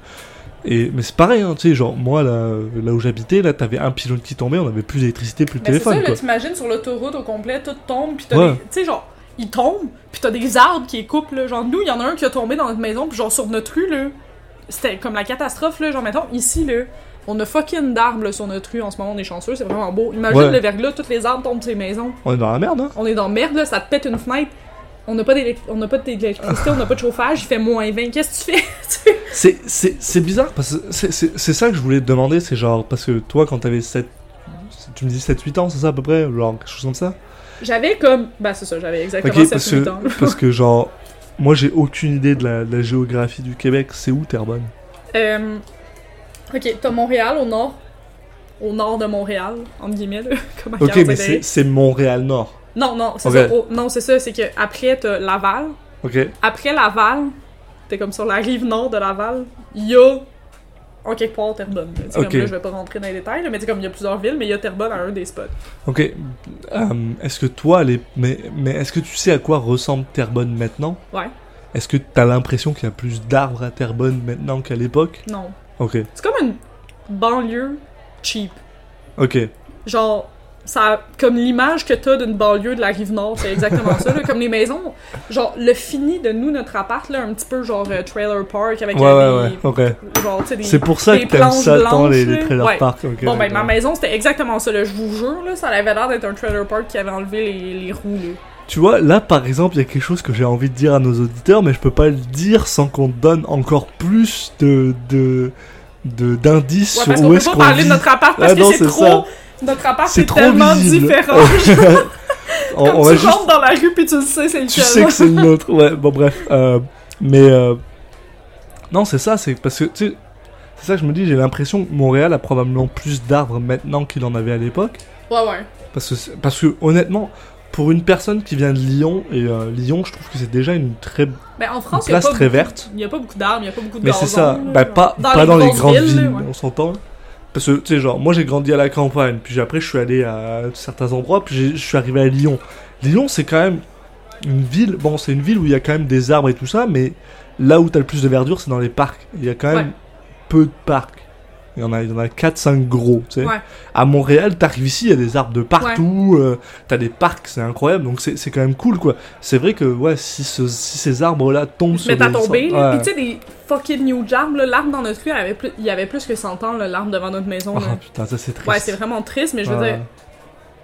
Et, mais c'est pareil, hein, tu sais, genre moi là, euh, là où j'habitais, là t'avais un pylône qui tombait, on avait plus d'électricité, plus de Mais Bah, c'est ça, téléphone là, quoi. t'imagines sur l'autoroute au complet, tout tombe, pis t'as Ouais. des. Tu sais, genre, ils tombent, pis t'as des arbres qui les coupent, là. Genre, nous, il y en a un qui a tombé dans notre maison, pis genre, sur notre rue, là. C'était comme la catastrophe, là. Genre, mettons, ici, là. On a fucking d'arbres là, sur notre rue en ce moment, on est chanceux, c'est vraiment beau. Imagine Ouais. le verglas, toutes les arbres tombent sur les maisons. On est dans la merde, hein. On est dans merde, là, ça te pète une fenêtre. On n'a pas d'élec- on n'a pas d'électricité, on n'a pas de chauffage, il fait moins 20. Qu'est-ce que tu fais? Tu sais? C'est- C'est c'est bizarre parce que c'est- c'est c'est ça que je voulais te demander, c'est genre, parce que toi quand t'avais 7. Tu me dis 7-8 ans, c'est ça à peu près Genre quelque chose comme ça J'avais comme. Bah, c'est ça, j'avais exactement Ok, parce 7 8 ans. que, parce que genre, moi j'ai aucune idée de la, de la géographie du Québec, c'est où Terrebonne Euh, ok, t'as Montréal au nord. Au nord de Montréal, entre guillemets, là, comme à Ok, 45 mais degrés. c'est c'est Montréal-Nord. Non, non, c'est Ok. ça. oh, non, c'est ça, c'est que après, t'as Laval. Ok, Après Laval, t'es comme sur la rive nord de Laval, il y a. En quelque part, Terrebonne. là. Tu sais, Ok. Comme là, je vais pas rentrer dans les détails, là, mais tu sais, comme il y a plusieurs villes, mais il y a Terrebonne à un des spots. ok. Euh, est-ce que toi, les... mais, mais est-ce que tu sais à quoi ressemble Terrebonne maintenant Ouais. Est-ce que t'as l'impression qu'il y a plus d'arbres à Terrebonne maintenant qu'à l'époque Non. Ok, C'est comme une banlieue cheap. ok. Genre, ça, comme l'image que t'as d'une banlieue de la rive nord, c'est exactement ça. là. comme les maisons, genre le fini de nous, notre appart, là, un petit peu genre euh, trailer park avec Ouais, euh, ouais, ouais, des, ok. genre, tu sais, des- C'est pour ça des que t'aimes planches ça tant les, les blanches, là. trailers Ouais. parks. ok, Bon, ben, ma d'accord. maison, c'était exactement ça, là, je vous jure, là, ça avait l'air d'être un trailer park qui avait enlevé les, les roues, là. Tu vois, là par exemple, il y a quelque chose que j'ai envie de dire à nos auditeurs, mais je peux pas le dire sans qu'on te donne encore plus de de de- d'indices Ouais, parce sur qu'on où peut est-ce pas qu'on parler vit. de notre appart parce Ah que non, c'est c'est trop. Notre appart, C'est c'est trop tellement visible. différent. on, Comme on tu va juste, rentres dans la rue puis tu le sais, c'est lequel. tu sais que c'est le nôtre. Ouais, bon bref, Euh, mais euh, non, c'est ça, c'est parce que tu sais, c'est ça que je me dis. J'ai l'impression que Montréal a probablement plus d'arbres maintenant qu'il en avait à l'époque. Ouais, ouais. Parce que, c'est- parce que honnêtement, pour une personne qui vient de Lyon et euh, Lyon, je trouve que c'est déjà une très Ben, en France, il y a place pas très beaucoup- verte. Il n'y a pas beaucoup d'arbres, il n'y a pas beaucoup de Mais c'est gazon, ça, là, bah, genre. pas, pas dans les grosses grandes villes, villes, là, ouais. on s'entend. Parce que, tu sais, genre, moi j'ai grandi à la campagne, puis après je suis allé à certains endroits, puis j'ai- je suis arrivé à Lyon. Lyon, c'est quand même une ville, bon, c'est une ville où il y a quand même des arbres et tout ça, mais là où t'as le plus de verdure, c'est dans les parcs. Il y a quand même Ouais. peu de parcs. Il y en a, il y en a 4-5 gros, tu sais. Ouais. À Montréal, t'arrives ici, il y a des arbres de partout, euh, t'as des parcs, c'est incroyable, donc c'est c'est quand même cool, quoi. C'est vrai que, ouais, si, ce- si ces arbres-là tombent Je sur m'étais à des... tomber, ouais. là. Puis tu sais, des fucking new jam, là, l'arbre dans notre rue, il y avait plus, il y avait plus que 100 ans, là, l'arbre devant notre maison. Oh là. putain, ça c'est triste. Ouais, c'est vraiment triste, mais je veux Ouais.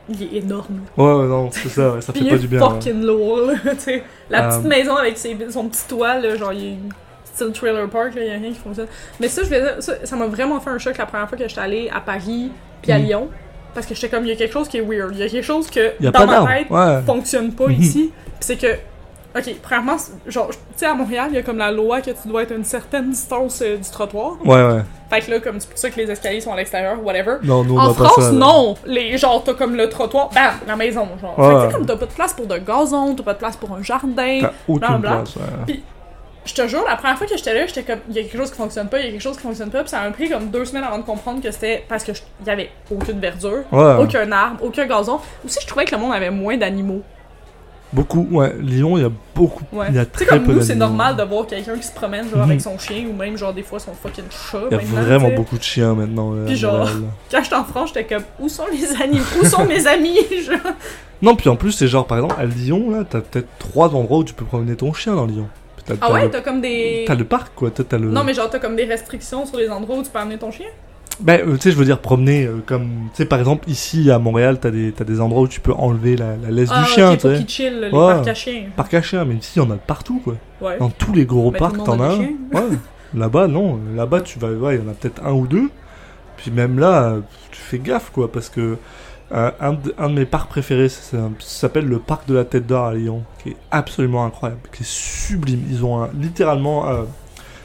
dire, il est énorme. Ouais, ouais, non, c'est ça, ouais, ça Puis fait il pas est du bien. ouais. fucking lourd, là, tu sais. La petite Euh, maison avec ses- son petit toit, là, genre, il est style trailer park, là, il y a rien qui fonctionne. Mais ça, je vais dire, ça ça m'a vraiment fait un choc la première fois que j'étais allée à Paris, puis à Mm. Lyon, parce que j'étais comme, il y a quelque chose qui est weird. Il y a quelque chose que, Y a pas dans ma tête, d'arbre. Ouais. fonctionne pas Mhm. ici. Puis c'est que, ok, premièrement, c'est- genre, tu sais, à Montréal, il y a comme la loi que tu dois être à une certaine distance euh, du trottoir. Ouais, ouais. Fait que là, comme c'est pour ça que les escaliers sont à l'extérieur, whatever. Non, nous on En a pas France, ça, là. non! Les, genre, t'as comme le trottoir, bam, la maison, genre. Fait que Ouais. t'sais, comme t'as pas de place pour de gazon, t'as pas de place pour un jardin. T'as aucune Blablabla. place, ouais. Je te jure, la première fois que j'étais là, j'étais comme, il y a quelque chose qui fonctionne pas, il y a quelque chose qui fonctionne pas, puis ça m'a pris comme deux semaines avant de comprendre que c'était parce que je- il y avait aucune verdure, Ouais, aucun arbre, aucun gazon. Aussi, je trouvais que le monde avait moins d'animaux. beaucoup, ouais. Lyon, il y a beaucoup, il Ouais. y a Tu sais, très comme peu nous, c'est d'animaux. normal de voir quelqu'un qui se promène, genre, Mhm. avec son chien, ou même, genre, des fois, son fucking chat. Il y a maintenant, vraiment t'sais. beaucoup de chiens maintenant. euh, Puis à genre- Montréal, là. Quand j'étais en France, j'étais comme, où sont les animaux? Où sont mes amis? genre? Non, puis en plus, c'est genre, par exemple, à Lyon, là, t'as peut-être trois endroits où tu peux promener ton chien dans Lyon. Puis T'as Ah t'as ouais, le- t'as comme des. t'as le parc, quoi. T'as t'as le. Non, mais genre, t'as comme des restrictions sur les endroits où tu peux amener ton chien? Ben, euh, tu sais, je veux dire, promener euh, comme. Tu sais, par exemple, ici à Montréal, t'as des, t'as des endroits où tu peux enlever la, la laisse Ah, du chien, ok, tu pour sais. qu'ils chill, les Ouais. parcs à chiens. Parc à chien, mais ici, il y en a de partout, quoi. Ouais. Dans tous les gros Mais tout le parcs, monde t'en a as un. des Ouais. Là-bas, non. Là-bas, tu vas, ouais, il y en a peut-être un ou deux. Puis même là, euh, tu fais gaffe, quoi, parce que euh, un, de, un de mes parcs préférés, c'est un- ça s'appelle le parc de la Tête d'Or à Lyon, qui est absolument incroyable, qui est sublime. Ils ont un- littéralement, euh,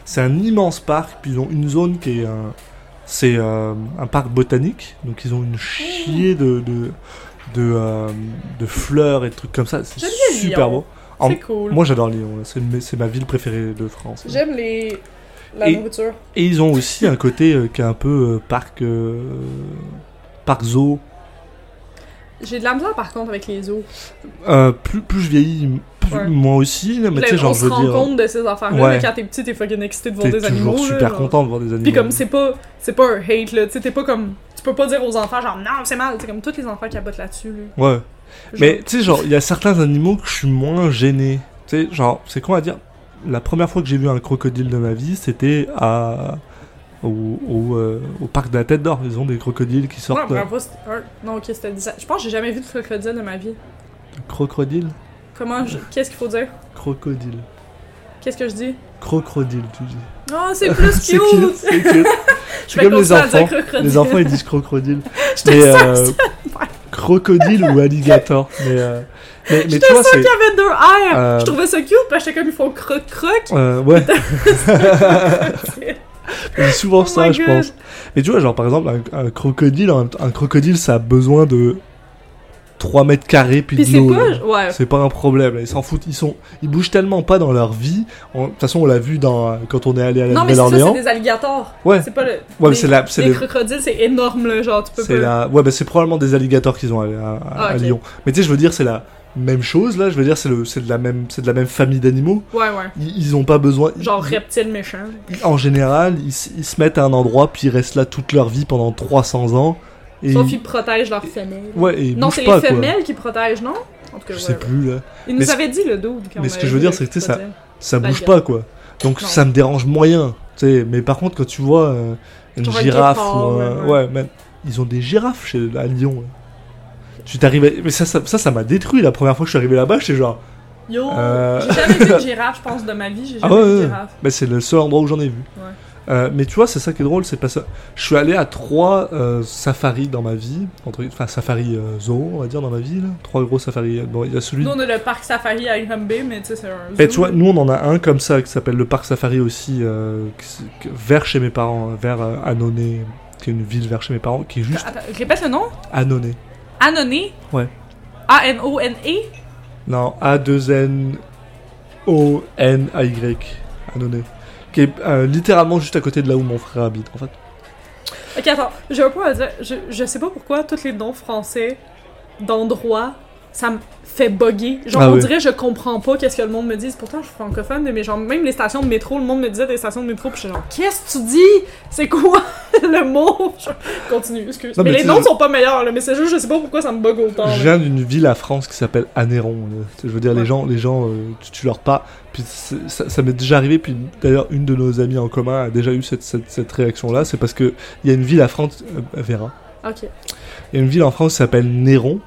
c'est un immense parc, puis ils ont une zone qui est un, c'est euh, un parc botanique, donc ils ont une chier de de, de, euh, de fleurs et de trucs comme ça. C'est J'aime bien super Lyon. beau. En- C'est cool. Moi, j'adore Lyon. là. C'est mes- c'est ma ville préférée de France. J'aime les. La Et- nourriture. Et ils ont aussi un côté euh, qui est un peu euh, parc, euh, parc zoo. J'ai de la misère par contre avec les eaux. Euh, plus, plus je vieillis, plus Ouais. moi aussi. là, Mais Là, tu sais, genre, on je se veux rend dire, compte de ces affaires-là. Ouais. mais Quand t'es petit, t'es fucking excité de voir t'es des toujours animaux. là, super genre. content de voir des animaux. Puis comme c'est pas, c'est pas un hate là, tu sais, t'es pas comme, tu peux pas dire aux enfants genre non c'est mal, c'est comme tous les enfants qui abotent là-dessus. Là. Ouais. Genre, Mais tu sais, genre, il y a certains animaux que je suis moins gêné. Tu sais, genre, c'est con à dire. La première fois que j'ai vu un crocodile de ma vie, c'était à. Au, au, euh, au parc de la Tête d'Or, ils ont des crocodiles qui non, sortent. mais bravo, c'était un- non ok c'était dix- Je pense que j'ai jamais vu de crocodile de ma vie. euh, Crocodile Comment, je- qu'est-ce qu'il faut dire Crocodile. Qu'est-ce que je dis Crocodile, tu dis. Oh c'est plus C'est cute. cute, c'est cute. Je C'est vais comme les continuer à dire enfants. crocodile. Les enfants ils disent crocodile. J'étais Mais, sûre euh, ouais. crocodile ou alligator. Mais, euh, mais, mais J'étais tu vois, sûre c'est. qu'il y avait deux R. Euh, Je trouvais ça cute parce que j'étais comme ils font croc croc. euh, ouais, c'est souvent Oh ça, my je God. pense. Mais tu vois, genre par exemple, un, un crocodile, en même temps- un crocodile ça a besoin de 3 mètres carrés puis, Puis de c'est l'eau. pas, là. ouais. C'est pas un problème, là, ils s'en foutent, ils sont, ils bougent tellement pas dans leur vie. On- De toute façon, on l'a vu dans euh, quand on est allé à la Non mais c'est ça, c'est Nouvelle-Orléans. des alligators. Ouais. C'est pas le. mais les- c'est la- c'est les les- crocodiles, c'est énorme là, genre tu peux C'est pas. la... Ouais, bah, c'est probablement des alligators qu'ils ont à, à- à- Ah, à ok. Lyon. Mais tu sais, je veux dire, c'est la même chose là. Je veux dire, c'est le, c'est de la même, c'est de la même famille d'animaux. Ouais ouais. Ils, ils ont pas besoin. Genre ils- reptile méchant. ils- en général, ils, s- ils se mettent à un endroit puis ils restent là toute leur vie pendant 300 ans. Et Sauf ils- qu'ils protègent leurs femelles. ouais, et ils non, bougent c'est pas, les quoi. femelles qui protègent, non En tout cas, Je ouais, sais ouais. plus. Là. Il Mais nous c'est- avait dit le dude mais quand on ce avait que je veux vu dire, le c'est que, tu sais, ça- crocodile. Ça La bouge gueule. pas quoi. Donc Non. ça me dérange moyen. Tu sais, mais par contre, quand tu vois euh, une Genre un girafe guépard, ou un- ouais, ouais. ouais, même ils ont des girafes chez à Lyon. là. Tu t'arrives, à- mais ça, ça, ça, ça m'a détruit la première fois que je suis arrivé là-bas. J'étais genre. Yo Euh. J'ai jamais vu de girafe, je pense, de ma vie. J'ai Ah jamais ouais, vu ouais. de girafe. Mais c'est le seul endroit où j'en ai vu. Ouais. Euh, mais tu vois, c'est ça qui est drôle, c'est pas ça. Je suis allé à trois euh, safaris dans ma vie, entre, enfin safari euh, zoo, on va dire dans ma vie, là. trois gros safaris. euh, Bon, il y a celui. Nous, on a le parc safari à Granby, mais tu sais, c'est un. Mais zoo. Ben, tu vois, nous on en a un comme ça qui s'appelle le parc safari aussi, euh, qui s- que- vers chez mes parents, hein, vers euh, Annonay, qui est une ville vers chez mes parents, qui est juste Attends, répète le nom Annonay. Anoné Ouais. A-N-O-N-E Non, A 2 N O N A Y, Annonay, qui est euh, littéralement juste à côté de là où mon frère habite, en fait. Ok, attends, j'ai un point à dire. Je, je sais pas pourquoi tous les noms français d'endroits ça me fait bugger. Genre, Ah on oui. dirait, je comprends pas qu'est-ce que le monde me dise. Pourtant, je suis francophone, mais genre, même les stations de métro, le monde me disait des stations de métro, puis j'étais genre, qu'est-ce que tu dis? C'est quoi le mot? Je continue, excuse. Non, mais, mais les tu- noms sont pas meilleurs, là, mais c'est juste, je sais pas pourquoi ça me bug autant. là. Je viens d'une ville à France qui s'appelle Anneyron. là. Je veux dire, les gens, les gens euh, tu, tu leur pas. Puis c'est- ça, ça m'est déjà arrivé. Puis d'ailleurs, une de nos amies en commun a déjà eu cette, cette- cette réaction-là. C'est parce que il y a une ville à France, euh, Vera. Ok. Il y a une ville en France qui s'appelle Néron.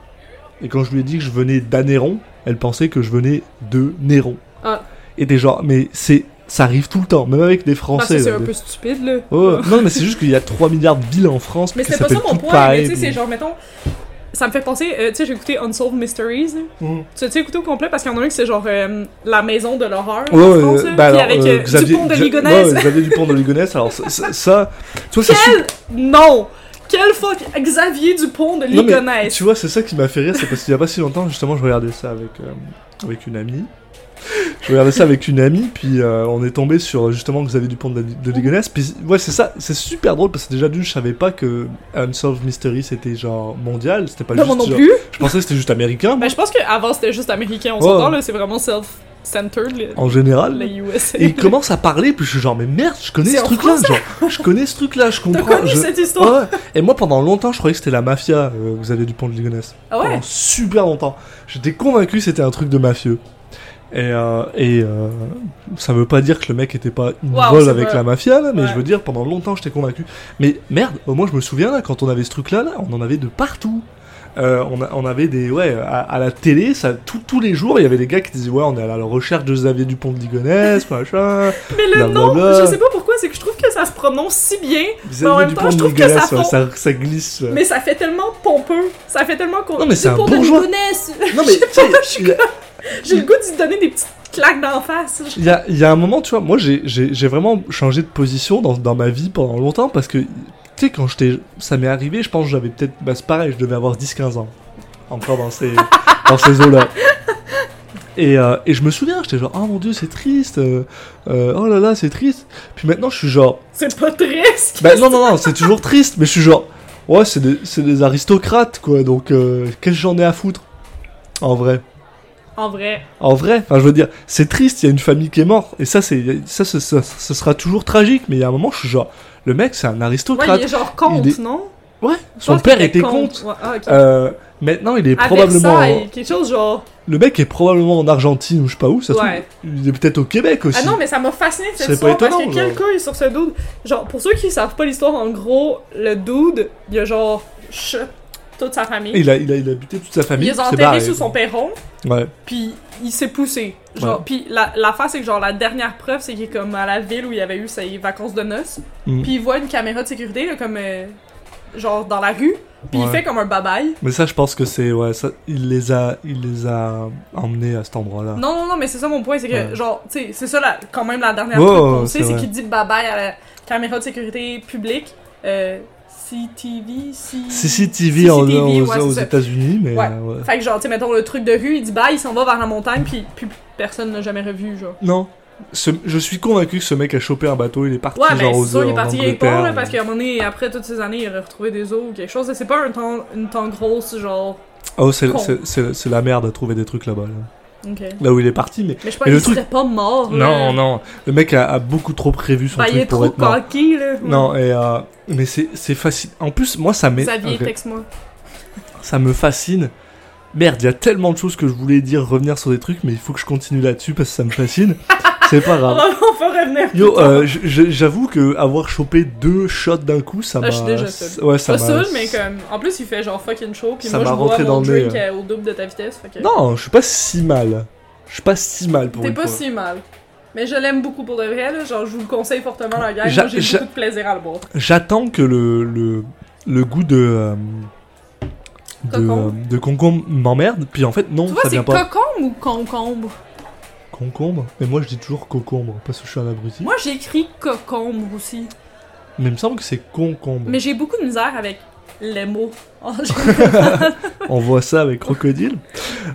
Et quand je lui ai dit que je venais d'Annéron, elle pensait que je venais de Néron. Ah. Et des gens, mais c'est, ça arrive tout le temps, même avec des Parce Français. que c'est là, un des- peu stupide, là. Oh, non, mais c'est juste qu'il y a 3 milliards de villes en France. Mais qui c'était pas ça s'appellent mon toutes point, mais pareilles, tu sais, c'est puis- genre, mettons, ça me fait penser, euh, tu sais, j'ai écouté Unsolved Mysteries, là. Mhm. Tu l'as-tu écouté au complet? Parce qu'il y en a un qui c'est genre euh, La Maison de l'horreur, Ouais, en ouais, France, euh, là, bah puis alors, avec euh, euh, Xavier- Dupont de Xa- Ligonnès. Ouais, Xavier Dupont de Ligonnès, alors ça, ça, ça- tu vois, c'est Quel nom! Quel fuck Xavier Dupont de Non, mais Ligonnès! Tu vois, c'est ça qui m'a fait rire, c'est parce qu'il y a pas si longtemps, justement, je regardais ça avec, euh, avec une amie. Je regardais ça avec une amie, puis euh, on est tombé sur justement Xavier Dupont de, de Ligonnès. Puis ouais, c'est ça, c'est super drôle parce que déjà d'une, je savais pas que Unsolved Mystery c'était genre mondial, c'était pas Non, moi juste. non genre- plus! Je pensais que c'était juste américain. moi, Ben, je pense qu'avant c'était juste américain, Ouais. on s'entend, là, c'est vraiment self-centered, le- en général. la USA. Et il commence à parler, puis je suis genre, mais merde, je connais C'est ce en truc-là, genre, je connais ce truc-là, je T'as comprends. connu je- cette histoire? Ouais, ouais. Et moi, pendant longtemps, je croyais que c'était la mafia, euh, Xavier Dupont de Ligonnès. Ah ouais? Pendant super longtemps. J'étais convaincu que c'était un truc de mafieux. Et, euh, et euh, ça veut pas dire que le mec était pas une Waouh, vol c'est avec vrai. la mafia, là, mais Ouais. je veux dire, pendant longtemps, j'étais convaincu. Mais merde, au moins, je me souviens, là, quand on avait ce truc-là, là, on en avait de partout. Euh, on, a- on avait des. Ouais, à, à la télé, ça, tout- tous les jours, il y avait des gars qui disaient Ouais, on est à la recherche de Xavier Dupont de Ligonnès, machin. Mais le Blablabla. nom, je sais pas pourquoi, c'est que je trouve que ça se prononce si bien, Xavier même temps, Dupont je de trouve que Ligonnès, ça ouais, fond. ça, ça glisse. ouais. mais ça fait tellement pompeux, ça fait tellement qu'on. Non, mais c'est un Dupont de bourgeois. Ligonnès! Non, mais tu sais, il a- J'ai le goût d'y donner des petites claques d'en face. Il y a, il y a un moment, tu vois, moi j'ai- j'ai j'ai vraiment changé de position dans, dans ma vie pendant longtemps parce que, tu sais, quand j'étais. Ça m'est arrivé, je pense que j'avais peut-être. Bah, c'est pareil, je devais avoir 10-15 ans. Encore dans ces, dans ces eaux-là. Et, euh, et je me souviens, j'étais genre, oh mon dieu, c'est triste. euh, euh, oh là là, c'est triste. Puis maintenant, je suis genre. C'est pas triste! Bah, non, non, non, c'est toujours triste, mais je suis genre. Ouais, c'est des, c'est des aristocrates, quoi, donc euh, qu'est-ce que j'en ai à foutre En vrai. En vrai, En vrai, enfin, je veux dire, c'est triste, il y a une famille qui est morte, et ça, c'est, ça, ce- ce- ce sera toujours tragique, mais il y a un moment, je suis genre, le mec, c'est un ouais, aristocrate. il est genre comte, il est- non? Ouais, Je son pense père qu'il était comte. comte. Ouais, ah, ok. Euh, maintenant, il est À probablement. hein. Versailles, quelque chose genre. Ah Le mec est probablement en Argentine, ou je sais pas où, ça se Ouais. trouve, Il est peut-être au Québec aussi. Ah non, mais ça m'a fasciné cette C'est histoire pas parce étonnant, que quel genre. cas est sur ce dude. Genre, pour ceux qui savent pas l'histoire, en gros, le dude, il a genre shot toute sa famille. Il a, il a, il a buté toute sa Il, famille. les a c'est enterrés barré. sous son perron, Ouais. puis il s'est poussé. Genre, Ouais. puis la, la face, c'est que genre la dernière preuve, c'est qu'il est comme à la ville où il avait eu ses vacances de noces. Mm. Puis il voit une caméra de sécurité, là, comme euh, genre dans la rue, puis il Ouais. fait comme un bye-bye. Mais ça, je pense que c'est. Ouais, ça, il les a, il les a emmenés à cet endroit-là. Non, non, non, mais c'est ça mon point, c'est que, Ouais. genre, tu sais, c'est ça la- quand même la dernière Ouais, truc ouais, qu'on sait, c'est c'est vrai. qu'il dit bye-bye à la caméra de sécurité publique, euh, CTV, C- CCTV, en- CCTV, aux, ouais, aux c'est ça. États-Unis, mais. Ouais. euh, ouais. Fait que, genre, tu sais, mettons le truc de rue, il dit bye, il s'en va vers la montagne, puis plus personne l'a jamais revu, genre. Non. Ce- je suis convaincu que ce mec a chopé un bateau, il est parti Ouais, genre mais aux c'est sûr, il est en parti quelque Angleterre, part, là, euh. parce qu'à un moment donné, après toutes ces années, il aurait retrouvé des os ou quelque chose, et c'est pas un temps, une temps grosse, genre. Oh, c'est, Con. c'est- c'est- c'est la merde à trouver des trucs là-bas, là. Ok. Mais là où il est parti, mais... je pense Mais qu'il le truc- serait pas mort, là. Non, non, le mec a, a beaucoup trop prévu son Bah, truc il est pour trop être mort. coquille, là. Non, et, euh, mais c'est, c'est facile. En plus, moi, ça, m'est- Xavier, Ok. texte-moi. ça me fascine. Merde, il y a tellement de choses que je voulais dire, revenir sur des trucs, mais il faut que je continue là-dessus parce que ça me fascine. c'est pas On grave. va on va revenir. plus Yo, tard. euh, j- j- j'avoue que avoir chopé deux shots d'un coup, ça Ah, m'a. je suis déjà seule. Ouais, ça pas m'a- seul, mais comme. En plus, il fait genre fucking chaud, puis Ça moi m'a je bois rentré mon dans le nez, drink hein. euh, au double de ta vitesse. Fait que Non, je suis pas si mal. Je suis pas si mal pour t'es une pas fois. si mal. Mais je l'aime beaucoup pour de vrai, là. Genre, je vous le conseille fortement, la gang. J'a- Moi, j'ai j'a- beaucoup de plaisir à le boire. J'attends que le, le, le goût de. euh, de, Concombre. euh, de concombre m'emmerde, puis en fait, non, Tu vois, ça c'est vient pas. cocombe ou concombre Concombre Mais moi, je dis toujours cocombre, parce que je suis un abruti. Moi, j'écris cocombre aussi. Mais il me semble que c'est concombre. Mais j'ai beaucoup de misère avec les mots. Oh, j'ai- On voit ça avec crocodile.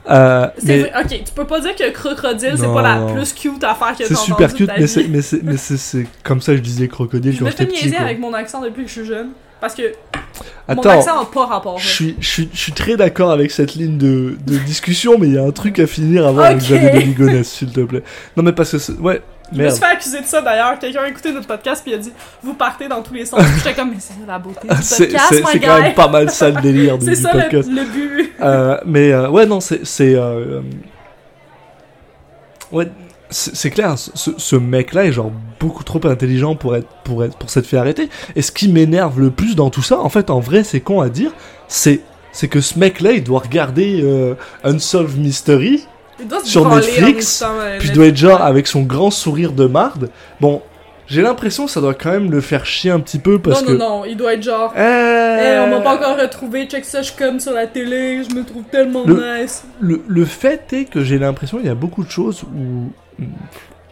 Euh, c'est mais vrai- Ok, tu peux pas dire que crocodile, c'est Non, pas la non. plus cute affaire que c'est t'as super entendue de cute, ta mais vie. c'est- mais c'est mais c'est- c'est comme ça que je disais crocodile Je quand me fais j'étais petit. niaiser quoi. avec mon accent depuis que je suis jeune. Parce que Mon Attends, accent n'a pas rapport. là. je suis, je suis- je suis très d'accord avec cette ligne de, de discussion, mais il y a un truc à finir avant avec Ok. Xavier Domingones, s'il te plaît. Non, mais parce que. c'est- Ouais, Je me suis merde. fait accuser de ça d'ailleurs. Quelqu'un a écouté notre podcast puis il a dit Vous partez dans tous les sens. J'étais comme Mais c'est ça la beauté du Ah, C'est podcast, c'est- my c'est quand guy. même pas mal ça le délire du, C'est du ça le, podcast. le but. Euh, mais euh, ouais, non, c'est. c'est, euh, euh, ouais, c'est c'est clair, ce, ce mec-là est genre beaucoup trop intelligent pour être pour être pour s'être fait arrêter. Et ce qui m'énerve le plus dans tout ça, en fait, en vrai, c'est con à dire, c'est c'est que ce mec-là, il doit regarder euh, Unsolved Mystery, Il doit se Sur branler en Netflix, écoutant, euh, puis il Netflix. doit être genre avec son grand sourire de marde. Bon, j'ai l'impression que ça doit quand même le faire chier un petit peu parce non, que. Euh. non, non, il doit être genre. Eh, Eh, on m'a pas encore retrouvé, check ça, je suis comme sur la télé, je me trouve tellement Le- nice. le, le fait est que j'ai l'impression qu'il y a beaucoup de choses où. hmm,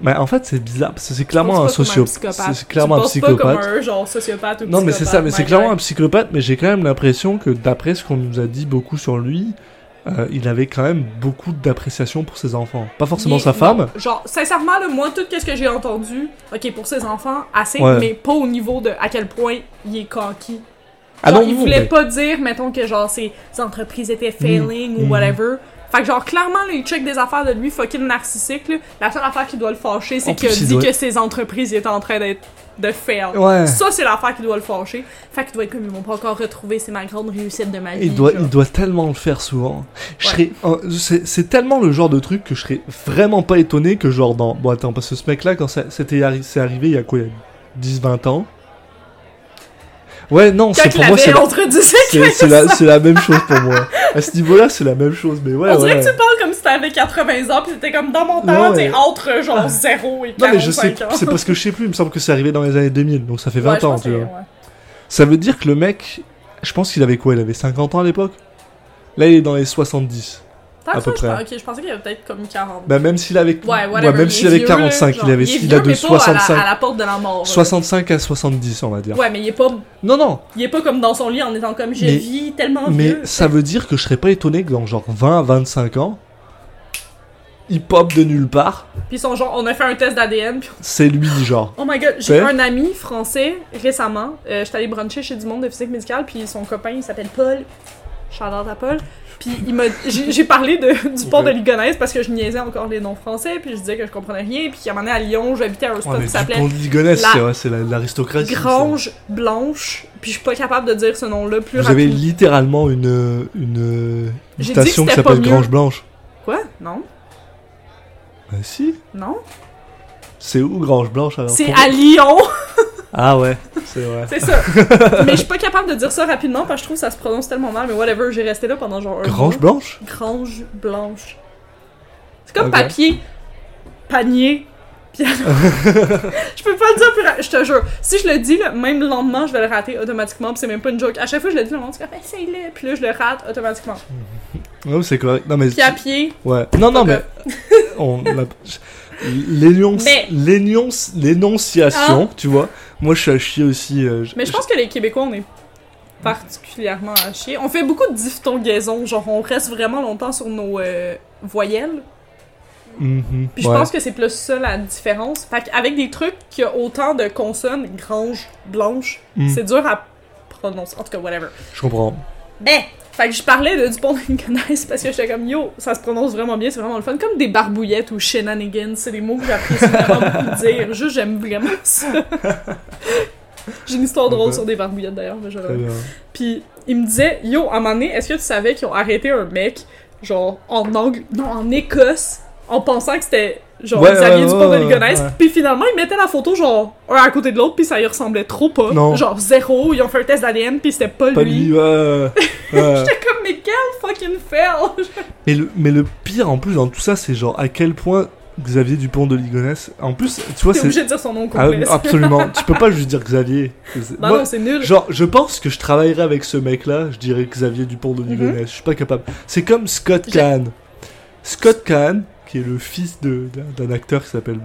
Mais en fait, c'est bizarre parce que c'est clairement un Je pense pas comme sociopathe. psychopathe. C'est c'est clairement un Tu penses pas comme psychopathe. un genre sociopathe ou Non, mais c'est ça, psychopathe, mais c'est my clairement guy. un psychopathe. Mais j'ai quand même l'impression que d'après ce qu'on nous a dit beaucoup sur lui, euh, il avait quand même beaucoup d'appréciation pour ses enfants. Pas forcément Il- sa non, femme. genre, sincèrement, là, moi, tout ce que j'ai entendu, ok, pour ses enfants, assez, Ouais. mais pas au niveau de à quel point il est conquis. Ah non, il non, voulait mais- pas dire, mettons, que genre ses entreprises étaient failing ou mm. whatever. Fait que genre, clairement, là, il check des affaires de lui, fucking narcissique, là. La seule affaire qui doit le fâcher, c'est En qu'il a plus, il dit doit- que ses entreprises étaient en train d'être de fail. Ouais. Ça, c'est l'affaire qui doit le fâcher. Fait qu'il doit être comme, ils m'ont pas encore retrouvé, c'est ma grande réussite de ma vie. Il doit, genre. il doit tellement le faire souvent. Je Ah, euh, Ouais. serais, un- c'est, c'est tellement le genre de truc que je serais vraiment pas étonné que genre dans... Bon attends, parce que ce mec-là, quand ça- c'était arri- c'est arrivé il y a quoi, il y a 10-20 ans Ouais, non, Quand c'est il pour moi, c'est avait la, entre 10 et c'est, c'est la, c'est la même chose pour moi. À ce niveau-là, c'est la même chose, mais ouais, On dirait ouais. que tu parles comme si t'avais 80 ans, pis c'était comme dans mon Non, temps, mais- t'es entre genre 0 et 45 Ah. Non mais je sais, ans. c'est parce que je sais plus, il me semble que c'est arrivé dans les années 2000, donc ça fait 20 Ouais, je ans, pense tu que- vois. ouais. Ça veut dire que le mec, je pense qu'il avait quoi, il avait 50 ans à l'époque Là, il est dans les 70. Tant À que peu ça, je près. pense- ok, je pensais qu'il y avait peut-être comme 40. Bah même s'il avait ouais, ouais, whatever. même il s'il est avait vieux, 45, genre, il avait est il vieux, a de mais pas à la- 65 À la, porte de la mort. là. 65 à 70 on va dire. Ouais, mais il est pas, Non non, il est pas comme dans son lit en étant comme j'ai Mais- vie tellement mais vieux. ça veut dire que je serais pas étonné que dans genre 20 25 ans il pop de nulle part, Puis son genre, on a fait un test d'ADN, puis c'est lui genre. Oh my god, j'ai Ouais. un ami français récemment. Euh, J'étais allée bruncher chez du monde de physique médicale, puis son copain, il s'appelle Paul. Shout-out à Paul. Puis il m'a, j'ai j'ai parlé de- du port de Ouais. Ligonnès parce que je niaisais encore les noms français, puis je disais que je comprenais rien, puis qu'à un moment donné, à Lyon, j'habitais un Ouais, spot mais qui du s'appelait pont de Ligonnès, la- c'est ouais, c'est la- l'aristocratie. ça. Grange Blanche, puis je suis pas capable de dire ce nom-là plus Vous avez rapidement. littéralement une une, une J'ai dit que station qui c'était pas s'appelle mieux. Grange Blanche. Quoi? Non? Bah si, Non? c'est où Grange Blanche alors C'est pour- à Lyon! Ah ouais, c'est vrai. C'est ça. mais je suis pas capable de dire ça rapidement parce que je trouve que ça se prononce tellement mal, mais whatever, j'ai resté là pendant genre un mois. Grange Blanche Grange blanche. C'est comme Ok. papier, panier, piano. je peux pas le dire plus ra- Je te jure. Si je le dis, là, même le lendemain, je vais le rater automatiquement. Puis c'est même pas une joke. À chaque fois que je le dis, le monde se dit Ah, essaye-le. Puis là, je le rate automatiquement. Ouais, c'est correct. Non mais Puis à pied. Ouais. Non, non, mais. Pourquoi on a- L'énonce- Mais- l'énonce- L'énonciation, Hein tu vois. Moi, je suis à chier aussi. euh, je- Mais je pense que les Québécois, on est particulièrement à chier. On fait beaucoup de diphtongaisons. Genre, on reste vraiment longtemps sur nos euh, voyelles. Mhm, Puis je ouais. pense que c'est plus ça la différence. Fait qu'avec des trucs qui a autant de consonnes, grange, blanche, Mm. c'est dur à prononcer. En tout cas, whatever. Je comprends. Ben! Fait que je parlais de Dupont Lincolnize parce que j'étais comme yo, ça se prononce vraiment bien, c'est vraiment le fun. Comme des barbouillettes ou shenanigans, c'est des mots que j'apprécie vraiment beaucoup dire. Juste, j'aime vraiment ça. J'ai une histoire drôle Ok. sur des barbouillettes d'ailleurs, mais je Très bien. puis il me disait, yo, à un moment donné, est-ce que tu savais qu'ils ont arrêté un mec, genre, en Ang- non, en Écosse, en pensant que c'était, genre, Ouais, ouais, Xavier Dupont ouais, de Ligonnès, ouais. puis finalement, ils mettaient la photo, genre, un à côté de l'autre, puis ça y ressemblait trop pas. Non. Genre, zéro, ils ont fait un test d'ADN, puis c'était pas, Pas lui. lui, ouais, ouais, ouais. J'étais comme, mais quel fucking fail! mais, le, mais le pire en plus dans tout ça, c'est genre à quel point Xavier Dupont de Ligonnès. En plus, tu vois, T'es c'est. obligé de dire son nom Ah, complet. absolument. tu peux pas juste dire Xavier. C'est- Bah moi, non, c'est nul. Genre, je pense que je travaillerais avec ce mec-là, je dirais Xavier Dupont de Ligonnès, je suis pas capable. C'est comme Scott Mhm. J'ai- Kahn. Scott Kahn, qui est le fils de- d'un- d'un acteur qui s'appelle...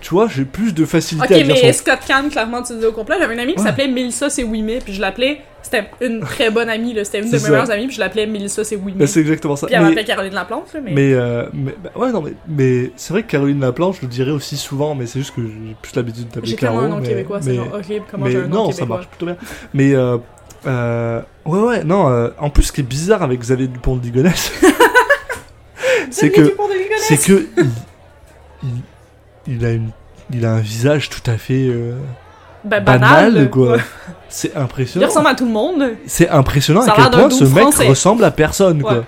Tu vois, j'ai plus de facilité Ok, à dire mais son... Scott Kahn, clairement, tu le dis au complet. J'avais une amie qui Ouais. s'appelait Melissa C'est Wimé, puis je l'appelais. C'était une très bonne amie, là. C'était une de C'est mes ça. meilleures amies, puis je l'appelais Melissa C'est Wimé. Mais Ben, c'est exactement ça. Puis elle Mais, m'appelait Caroline Laplante, là, mais. mais, euh, mais- bah, ouais, non, mais, mais c'est vrai que Caroline Laplanche, je le dirais aussi souvent, mais c'est juste que j'ai plus l'habitude de J'ai t'appeler tellement Caro. un nom mais- québécois, c'est mais- genre horrible comment mais j'ai un nom non, ça québécois. marche plutôt bien. Mais euh, Euh, ouais, ouais, non. euh, en plus, ce qui est bizarre avec Xavier Dupont de Ligonnès, c'est que, c'est que, il, il- il a une, il a un visage tout à fait euh, Ben, banal, banal, quoi. ouais. C'est Il impressionnant. ressemble à tout le monde. C'est impressionnant à Ça a quel l'air d'un point ce doux mec Français. ressemble à personne, quoi. Ouais.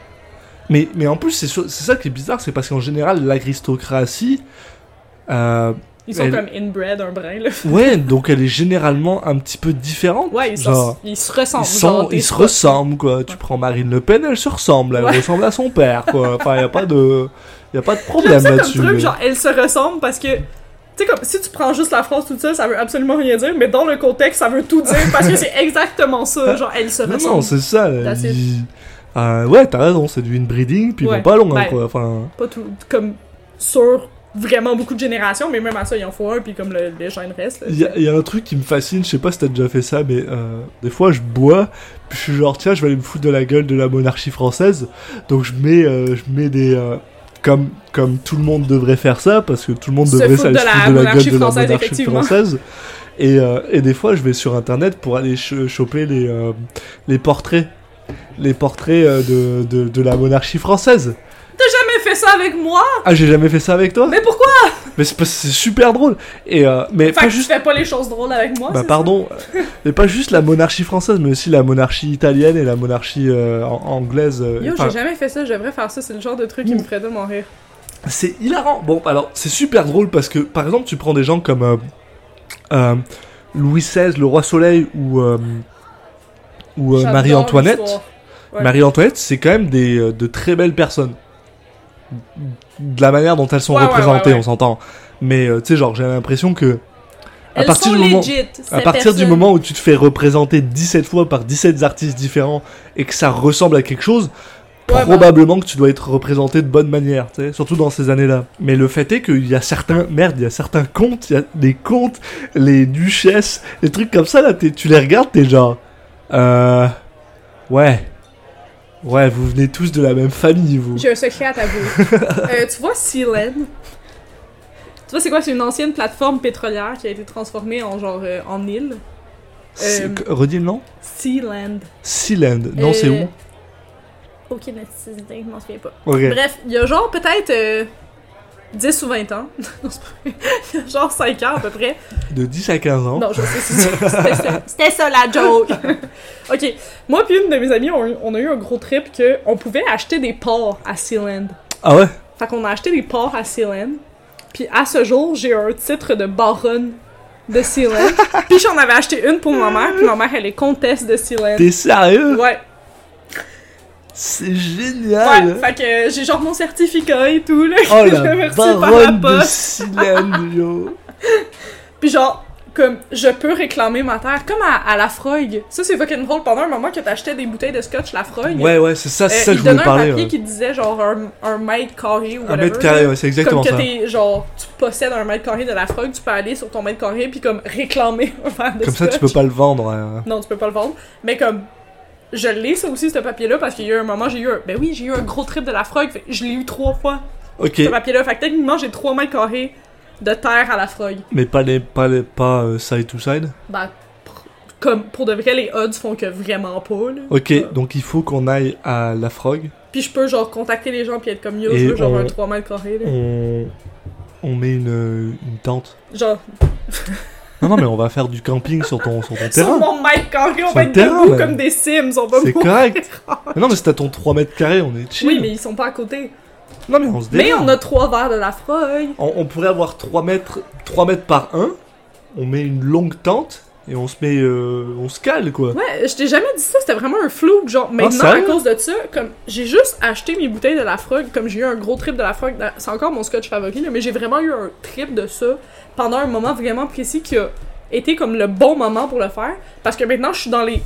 Mais, mais en plus, c'est sur- c'est ça qui est bizarre, c'est parce qu'en général, l'aristocratie, euh, Ils sont Elle- comme inbred, un brin, là. ouais, donc elle est généralement un petit peu différente. Ouais, ils, sont- Genre, ils se ressemblent. ils, sont- genre, t'es ils se pas- ressemblent, quoi. Tu prends Marine Le Pen, elle se ressemble, elle Ouais. ressemble à son père, quoi. Enfin, y a pas de, y a pas de J'aime problème ça comme là-dessus. truc, mais- genre, elles se ressemblent parce que. Tu sais, comme si tu prends juste la phrase toute seule, ça veut absolument rien dire, mais dans le contexte, ça veut tout dire parce que c'est exactement ça. Genre, elles se Non, ressemblent. non, c'est ça. là, That's it. il- Euh, ouais, t'as raison, c'est du inbreeding, puis ils Ouais, vont pas loin, ben, quoi. Enfin, pas tout. Comme sur vraiment beaucoup de générations, mais même à ça, ils en font un, puis comme le, les gens restent. là, Il y, a- y a un truc qui me fascine, je sais pas si t'as déjà fait ça, mais euh, des fois je bois, puis je suis genre tiens, je vais aller me foutre de la gueule de la monarchie française, donc je mets, euh, je mets des euh, comme comme tout le monde devrait faire ça parce que tout le monde Se devrait foutre de se foutre la de la gueule monarchie de la française, monarchie effectivement. française. Et, euh, et des fois, je vais sur internet pour aller ch- choper les euh, les portraits, les portraits euh, de, de de la monarchie française. T'as jamais fait ça avec moi Ah, j'ai jamais fait ça avec toi, Mais pourquoi mais c'est parce que c'est super drôle. Et euh, mais Fait pas que tu juste fais pas les choses drôles avec moi bah c'est pardon, euh, mais pas juste la monarchie française, mais aussi la monarchie italienne et la monarchie euh, an- anglaise. euh, ça? Yo, enfin, j'ai jamais fait ça, je devrais faire ça, c'est le genre de truc qui me ferait de mon rire. c'est hilarant. Bon, alors c'est super drôle parce que par exemple tu prends des gens comme euh, euh, Louis XVI, le roi Soleil ou euh, ou euh, J'adore Marie-Antoinette. l'histoire. Ouais. Marie-Antoinette, c'est quand même des euh, de très belles personnes. De la manière dont elles sont Ouais, ouais, représentées, ouais, ouais. on s'entend. Mais euh, tu sais, genre j'ai l'impression que à Elles partir sont du moment legit, À ces partir du personnes. moment où tu te fais représenter 17 fois par 17 artistes différents et que ça ressemble à quelque chose, Ouais, bah. probablement que tu dois être représenté de bonne manière, tu sais, surtout dans ces années-là. Mais le fait est qu'il y a certains, merde, il y a certains contes, il y a des contes, les duchesses, des trucs comme ça, là, t'es- tu les regardes, t'es genre, euh, ouais, ouais, vous venez tous de la même famille, vous. J'ai un secret à t'avouer. Euh, tu vois Sealand? Tu vois c'est quoi? C'est une ancienne plateforme pétrolière qui a été transformée en genre euh, en île. C'est- euh, Redis le nom Sealand. Sealand, non, c'est Euh, où Ok, mais c'est je m'en souviens pas. Ok. Bref, il y a genre peut-être euh, 10 ou 20 ans. non, c'est pas vrai. Il y a genre 5 ans à peu près. De 10 à 15 ans. Non, je sais, c'est sûr. C'était ça- C'était ça la joke. ok, moi puis une de mes amies, on, eu- on a eu un gros trip que on pouvait acheter des ports à Sealand. Ah ouais Fait qu'on a acheté des ports à Sealand. Puis à ce jour, j'ai un titre de baronne de Sealand. puis j'en avais acheté une pour ma mère, puis ma mère, elle est comtesse de Sealand. T'es sérieux Ouais, C'est ouais. génial Fait que euh, j'ai genre mon certificat et tout, là. Oh que j'avais la reçu par la baronne de poste. Silène, yo Puis genre, comme, je peux réclamer ma terre, comme à, à la Freud. Ça, c'est fucking drôle. Pendant un moment que t'achetais des bouteilles de scotch, la Freud, Ouais, ouais, c'est ça, euh, c'est ça que il je donnait voulais un parler. papier ouais. qui disait genre un, un mètre carré ou Un whatever, mètre carré, là. ouais, c'est exactement comme que ça. t'es genre, tu possèdes un mètre carré de la Freud, tu peux aller sur ton mètre carré puis comme réclamer un verre de Comme ça, scotch. tu peux pas le vendre. euh. Non, tu peux pas le vendre. Mais comme, je l'ai ça aussi, ce papier-là, parce qu'il y a eu un moment, j'ai eu un. Ben oui, j'ai eu un gros trip de la Freud, fait que je l'ai eu trois fois, Ok, ce papier-là. Fait que techniquement, j'ai trois mètres carrés de terre à la Freud. mais pas les, pas les, pas euh, side to side. Ben, pr- comme pour de vrai, les odds font que vraiment pas, là. Ok, Ouais. donc il faut qu'on aille à la frog. Puis je peux, genre, contacter les gens puis être comme yo, Et je veux, genre, on- un 3 mètres carrés, là. On, on met une, euh, une tente. Genre, Non, non, mais on va faire du camping sur ton, sur ton sur terrain. mon mètre carré, on Sur va le être terrain, debout là. comme des Sims, on va C'est mourir. correct. Mais non, mais c'est à ton 3 mètres carrés, on est chill. Oui, mais ils sont pas à côté. Non, mais on se Mais démerde. on a trois verres de la Freud. On, on pourrait avoir 3 mètres, 3 mètres par 1. On met une longue tente et on se met. euh, on se cale, quoi. Ouais, je t'ai jamais dit ça, c'était vraiment un flou. Genre, maintenant, à Ah, sérieux? cause de ça, comme j'ai juste acheté mes bouteilles de la Frog, comme j'ai eu un gros trip de la Frog, c'est encore mon scotch favori, là, mais j'ai vraiment eu un trip de ça pendant un moment vraiment précis qui a été comme le bon moment pour le faire. Parce que maintenant, je suis dans les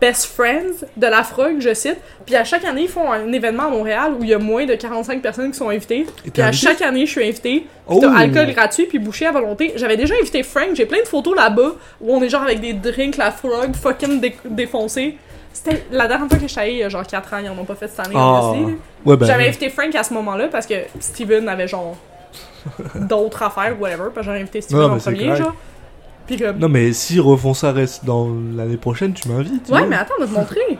best friends de la Frog, je cite. Puis à chaque année, ils font un événement à Montréal où il y a moins de 45 personnes qui sont invitées. Et t'es Puis à invité? chaque année, je suis invitée. Oh. Puis t'as alcool gratuit, puis boucher à volonté. J'avais déjà invité Frank, j'ai plein de photos là-bas où on est genre avec des drinks, la frog fucking dé- défoncée. C'était la dernière fois que je suis allée, il y a genre 4 ans, ils en ont pas fait cette année, Ah. obviously. Ouais, bah. J'avais invité Frank à ce moment-là parce que Steven avait genre d'autres affaires, whatever, parce que j'avais invité Steven Non, mais en c'est premier, correct. genre. Puis comme. Non, mais si refont ça reste dans l'année prochaine, tu m'invites. ouais, yo. mais attends, on va te montrer.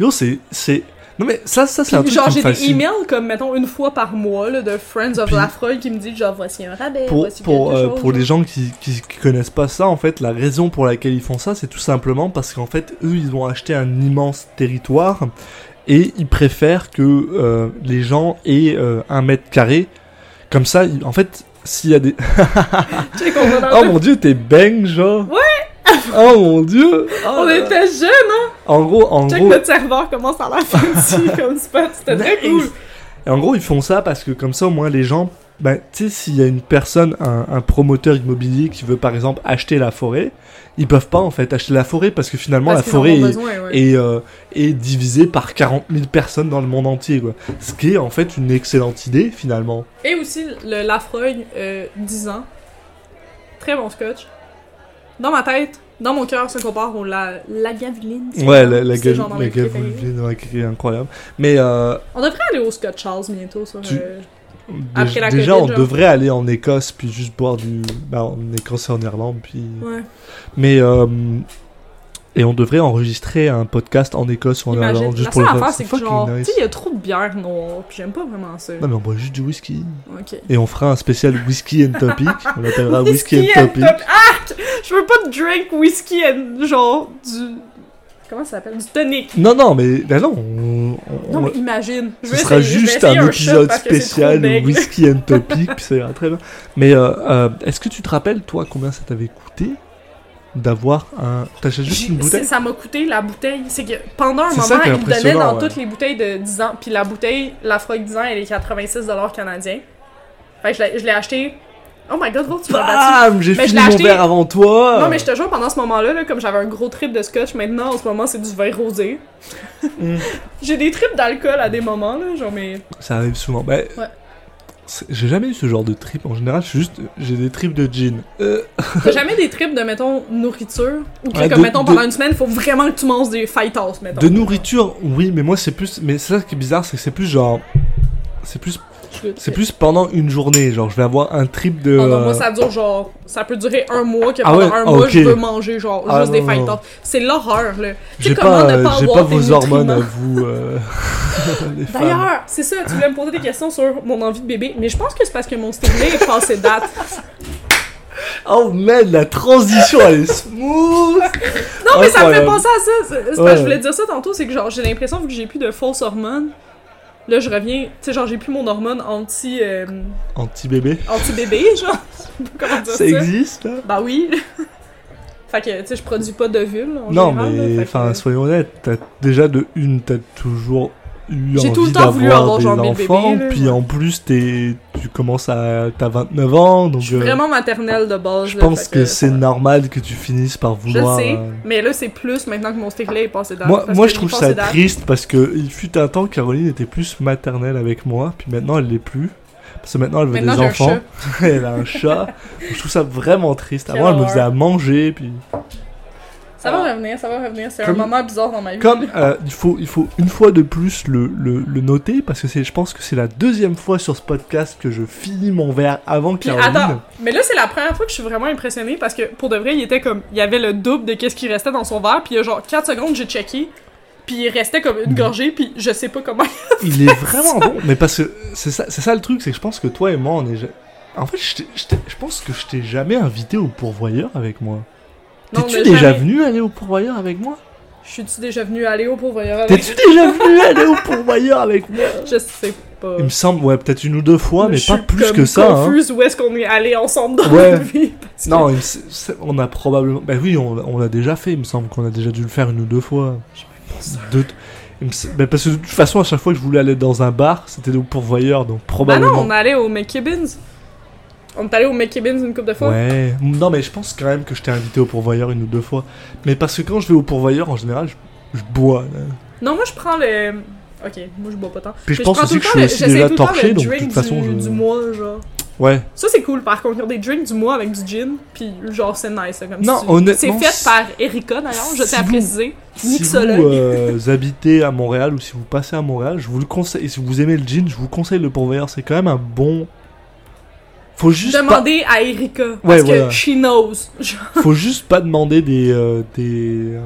Yo, c'est. c'est- Non, mais ça, ça c'est un Puis truc genre, qui me j'ai des fascine. emails comme, mettons, une fois par mois là, de Friends of Puis- Lafroy qui me dit genre, voici un rabais. pour, voici pour, quelque euh, chose, pour les genre. gens qui, qui, qui connaissent pas ça, en fait, la raison pour laquelle ils font ça, c'est tout simplement parce qu'en fait, eux, ils ont acheté un immense territoire et ils préfèrent que euh, les gens aient euh, un mètre carré. Comme ça, ils- en fait, s'il y a des... Tu sais qu'on va dans Oh le- mon dieu, t'es bang, genre Ouais Oh mon dieu Ah On euh, était jeunes, hein! En gros, en Check gros... notre serveur commence à la fancy comme spot, c'était très Nice. cool! Et en gros, ils font ça parce que comme ça, au moins, les gens, ben, tu sais, s'il y a une personne, un, un promoteur immobilier qui veut, par exemple, acheter la forêt, ils peuvent pas, en fait, acheter la forêt parce que finalement, Parce la qu'ils en ont forêt est, besoin, ouais. est, euh, est divisée par 40 000 personnes dans le monde entier, quoi. Ce qui est, en fait, une excellente idée, finalement. Et aussi le Lafroy euh, 10 ans. Très bon scotch. Dans ma tête, dans mon cœur, se compare au la, la Gaveline. c'est Ouais, genre- la, la c'est gueule, genre dans la mes gueule, préférés. vous- la gueule est incroyable. Mais euh, On devrait aller au Scotch House bientôt sur Tu- euh, déjà, Après la déjà, Covid, on genre. devrait aller en Écosse, puis juste boire du... Ben, en Écosse et en Irlande, puis... Ouais. Mais euh, et on devrait enregistrer un podcast en Écosse ou en Imagine. Irlande La juste pour seule le affaire, fun. c'est que fucking genre, tu nice. sais, il y a trop de bière noire, puis j'aime pas vraiment ça. Non mais on boit juste du whisky Ok. et on fera un spécial whisky and topic. On l'appellera whisky and topic. top- Ah! Je veux pas de drink whisky and genre du. Comment ça s'appelle? Du tonic. Non non mais ben non. on- on- Non, on- mais imagine. Je ce vais sera essayer- je vais juste essayer un shot épisode parce que c'est trop spécial deg. whisky and topic puis ça ira très bien. Mais euh, euh, est-ce que tu te rappelles toi combien ça t'avait coûté d'avoir un t'achètes juste une J'ai- c'est- bouteille Ça m'a coûté la bouteille. C'est que pendant un C'est moment, ça qui est ils me donnaient impressionnant, dans ouais. toutes les bouteilles de 10 ans. Puis la bouteille, la Freud 10 ans, elle est 86 canadiens. Fait que je l'ai- je l'ai acheté. Oh my god, gros, tu m'as battu. Bam j'ai Mais je fini l'ai mon acheté- verre avant toi. Non, mais je te jure, pendant ce moment-là, là, comme j'avais un gros trip de scotch, maintenant, en ce moment, c'est du vin rosé. Mm. J'ai des trips d'alcool à des moments, là, genre, mais. Ça arrive souvent. Bah, Ouais. c'est- J'ai jamais eu ce genre de trip. En général, je suis juste, j'ai des trips de jean. Euh, T'as jamais des trips de, mettons, nourriture? Ou que, Ouais, comme, de- mettons, de- pendant une semaine, faut vraiment que tu manges des fajitas, mettons. de nourriture, oui, mais moi c'est plus, mais c'est ça qui est bizarre, c'est que c'est plus genre, c'est plus, c'est plus pendant une journée. Genre, je vais avoir un trip de. Ah non, moi ça dure genre. Ça peut durer un mois, que euh, Ah pendant ouais? un Ah, mois ok. je veux manger genre Ah juste des non, non. fajitas. C'est l'horreur là. Tu j'ai sais pas, comment ne euh, pas j'ai avoir pas tes vos hormones à nutriments. vous. euh, les femmes. D'ailleurs, c'est ça, tu voulais me poser des questions sur mon envie de bébé, mais je pense que c'est parce que mon stérilet est passé date. Oh man, la transition elle est smooth. Non, mais ça me fait Incroyable. penser à ça. C'est- c'est parce que Ah, Ouais. je voulais dire ça tantôt, c'est que genre j'ai l'impression vu que j'ai plus de fausses hormones. Là, je reviens, tu sais, genre, j'ai plus mon hormone anti, euh, Anti bébé, anti-bébé, genre. Je sais pas comment dire ça ça. existe là. Bah oui. fait que, tu sais, je produis pas d'ovules. en Non, général, là, mais fait que- enfin, soyons honnêtes, t'as déjà de une, t'as toujours eu J'ai envie tout le temps voulu d'avoir avoir des genre mille enfants, bébés, là. puis en plus t'es, tu commences à, t'as 29 ans, donc Je suis euh, vraiment maternelle de base. je là, pense fait que, c'est normal que tu finisses par Je le vouloir. sais, euh, mais là c'est plus maintenant que mon stérilet est passé d'âge. Moi, parce moi que je trouve il est ça passé d'âge. triste parce que il fut un temps Caroline était plus maternelle avec moi, puis maintenant elle l'est plus. Parce que maintenant elle veut Maintenant des j'ai un enfants, chat. elle a un chat. Je trouve ça vraiment triste. Quelle Avant elle me horreur. faisait à manger, puis. Ça va revenir, ça va revenir. C'est Comme- un moment bizarre dans ma vie. Comme euh, il, faut, il faut une fois de plus le, le, le noter, parce que c'est, je pense que c'est la deuxième fois sur ce podcast que je finis mon verre avant Puis Caroline. attends, mais là c'est la première fois que je suis vraiment impressionnée parce que pour de vrai il était comme, il y avait le double de qu'est-ce qui restait dans son verre, puis il y a genre 4 secondes j'ai checké, puis il restait comme Mm. une gorgée, puis je sais pas comment. Il est vraiment bon, mais parce que c'est ça, c'est ça le truc, c'est que je pense que toi et moi, on est. ja- En fait, je, t'ai- je t'ai- je pense que je t'ai jamais invité au pourvoyeur avec moi. Non, T'es-tu mais déjà jamais- Ah venu aller au pourvoyeur avec moi Je suis-tu déjà venue aller au pauvre avec- T'es-tu déjà venu aller au pourvoyeur avec moi Je sais pas. Il me semble, ouais, peut-être une ou deux fois, mais Je pas suis plus comme que ça. hein. confuse où est-ce qu'on est allé ensemble dans Ouais. la vie. parce que- Non, il me- c'est- c'est- on a probablement. Ben oui, on, on l'a déjà fait, il me semble qu'on a déjà dû le faire une ou deux fois. Deux- il me se- ben parce que de toute façon, à chaque fois que je voulais aller dans un bar, c'était au pourvoyeur, donc Bah non, probablement. on allait au McKibbins. On est allé au McKibbins une couple de fois. ouais. Non, mais je pense quand même que je t'ai invité au pourvoyeur une ou deux fois. Mais parce que quand je vais au pourvoyeur, en général, je, je bois. là. Non, moi je prends le. Ok, moi je bois pas tant. Puis je Mais pense prends aussi tout le que je temps suis le- aussi j'essaie déjà tout le temps torché, le donc de drink toute façon, du, je. du mois, genre. Ouais. Ça c'est cool par contre, ils ont des drinks du mois avec du gin, puis genre c'est nice. là, Comme Non, si- honnêtement, C'est fait si- par Erika d'ailleurs, je si t'ai vous- précisé. Si vous Mixologue. euh, habitez à Montréal ou si vous passez à Montréal, je vous le conseille. Et si vous aimez le gin, je vous conseille le pourvoyeur. C'est quand même un bon Faut juste pas, Demandez à Erika. Parce Ouais, que voilà. she knows. Genre, faut juste pas demander des euh, des euh,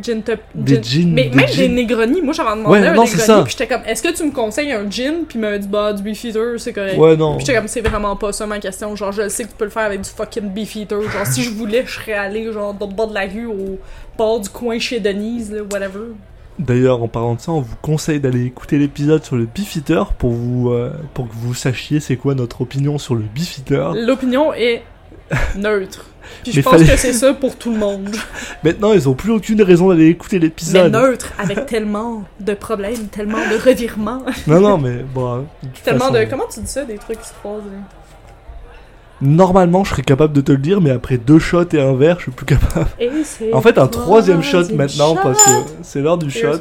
gin top. Des gin- gins, Mais des même des gins. Negroni. Moi, j'avais demandé Ouais, un non, c'est ça. Negroni. Puis j'étais comme, est-ce que tu me conseilles un gin? Puis il m'a dit, bah, du Beefeater, c'est correct. ouais non. Puis j'étais comme, c'est vraiment pas ça ma question. Genre, je sais que tu peux le faire avec du fucking Beefeater. Genre, si je voulais, je serais allé, genre, dans le bord de la rue, au bord du coin chez Denise, là, whatever. D'ailleurs, en parlant de ça, on vous conseille d'aller écouter l'épisode sur le Beefeater pour vous euh, pour que vous sachiez c'est quoi notre opinion sur le Beefeater. Euh. L'opinion est neutre. Puis je Oh. Mais pense fallait- que c'est ça pour tout le monde. Maintenant, ils ont plus aucune raison d'aller écouter Mais l'épisode. neutre, avec tellement de problèmes, tellement de revirements, Non, non, mais bon. euh, de toute tellement façon, de. Comment tu dis ça, des trucs qui se hein? croisent là? Normalement, je serais capable de te le dire, mais après deux shots et un verre, je suis plus capable. Et c'est En fait, un le troisième shot troisième maintenant, shot. parce que c'est l'heure du Cheers. shot.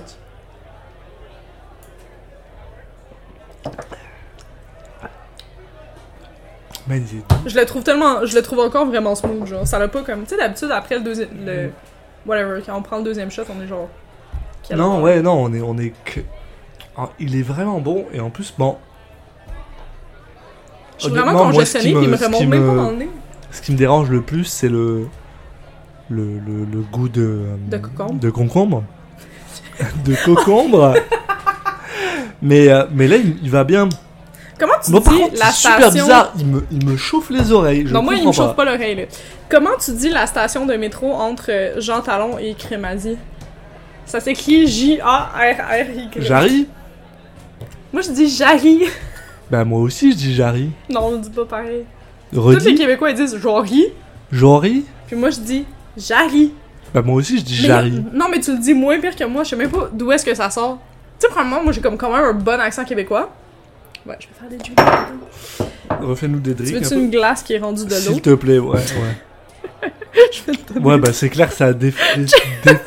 Man, il est- Je le trouve tellement. Je le trouve encore vraiment smooth, genre. Ça l'a pas comme. Tu sais, d'habitude, après le deuxième. Mm. Le... Whatever, quand on prend le deuxième shot, on est genre. Quel Non, horreur. ouais, non, on est, on est que... Ah, Il est vraiment bon, et en plus, bon, Je suis vraiment Honnêtement, moi, ce congestionnée, qui puis il me- me ce remonte qui même me- pas dans le nez. ce qui me dérange le plus, c'est le... Le, le, le goût de... euh, De concombre. De concombre. de concombre. mais, euh, mais là, il, il va bien. Comment tu Moi, dis par contre, la c'est super station. bizarre, il me, il me chauffe les oreilles, je non, moi, il me comprends chauffe pas l'oreille, là. Comment tu dis la station de métro entre euh, Jean Talon et Crémazie Ça s'écrit J-A-R-R-Y. Jarry Moi, je dis Jarry. Bah moi aussi je dis Jarry. Non, on dit pas pareil. Tous les Redis Québécois, ils disent Jory. Jory Puis moi, je dis Jarry. Bah moi aussi je dis Mais Jarry. Non, mais tu le dis moins pire que moi. Je sais même pas d'où est-ce que ça sort. Tu sais, premièrement, moi, j'ai comme quand même un bon accent québécois. Ouais, je vais faire des drinks. Refais-nous des Tu drinks veux-tu un une glace qui est rendue peu. de l'eau? S'il te plaît, ouais, ouais. Je vais te donner- Ouais bah c'est clair ça a déf... déf- déf-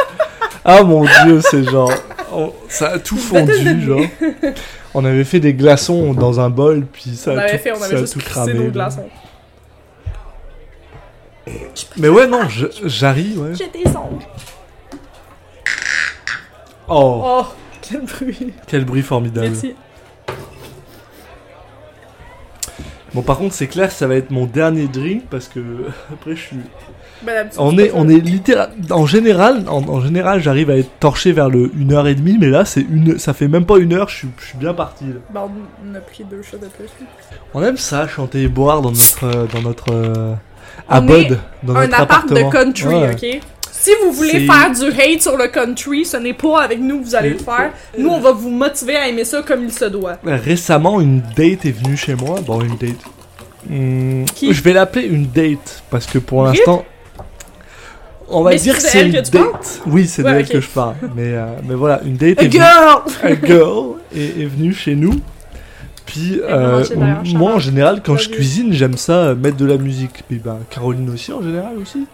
Ah mon dieu, c'est genre... on- Ça a tout Je vais te fondu, donner. genre. On avait fait des glaçons dans un bol, puis ça On a avait tout, fait, on ça avait a juste tout crissé cramé. nos là. glaçons. Mais ouais, non, je- Jarry, ouais. J'ai des songes. Oh, Oh, quel bruit. quel bruit formidable. Merci. Bon par contre c'est clair ça va être mon dernier drink, parce que après je suis... Ben, d'habitude, On je est, fais on ça. est littéral. En général, en, en général, j'arrive à être torché vers le 1h30, mais là, c'est une, ça fait même pas une heure. Je suis, je suis bien parti. là. Ben, on a pris deux shots de plus. On aime ça, chanter et boire dans notre, euh, dans notre euh, On abode, dans un notre appart de appartement. country, Ouais. ok? Si vous voulez C'est- faire du hate sur le country, ce n'est pas avec nous que vous allez le Euh, faire. Nous, on va vous motiver à aimer ça comme il se doit. Récemment, une date est venue chez moi. Bon, une date. Hmm, Qui je vais l'appeler une date parce que pour Rip. l'instant, on va Mais dire c'est que de c'est elle une que tu date. Oui, c'est de Ouais, elle ok. que je parle. Mais, euh, mais voilà, une date est A venue. girl! a girl est, est venue chez nous. Puis Elle m'a euh, mangé d'ailleurs, Charlotte. moi en général quand je Salut. cuisine j'aime ça euh, mettre de la musique. Et ben Caroline aussi en général aussi.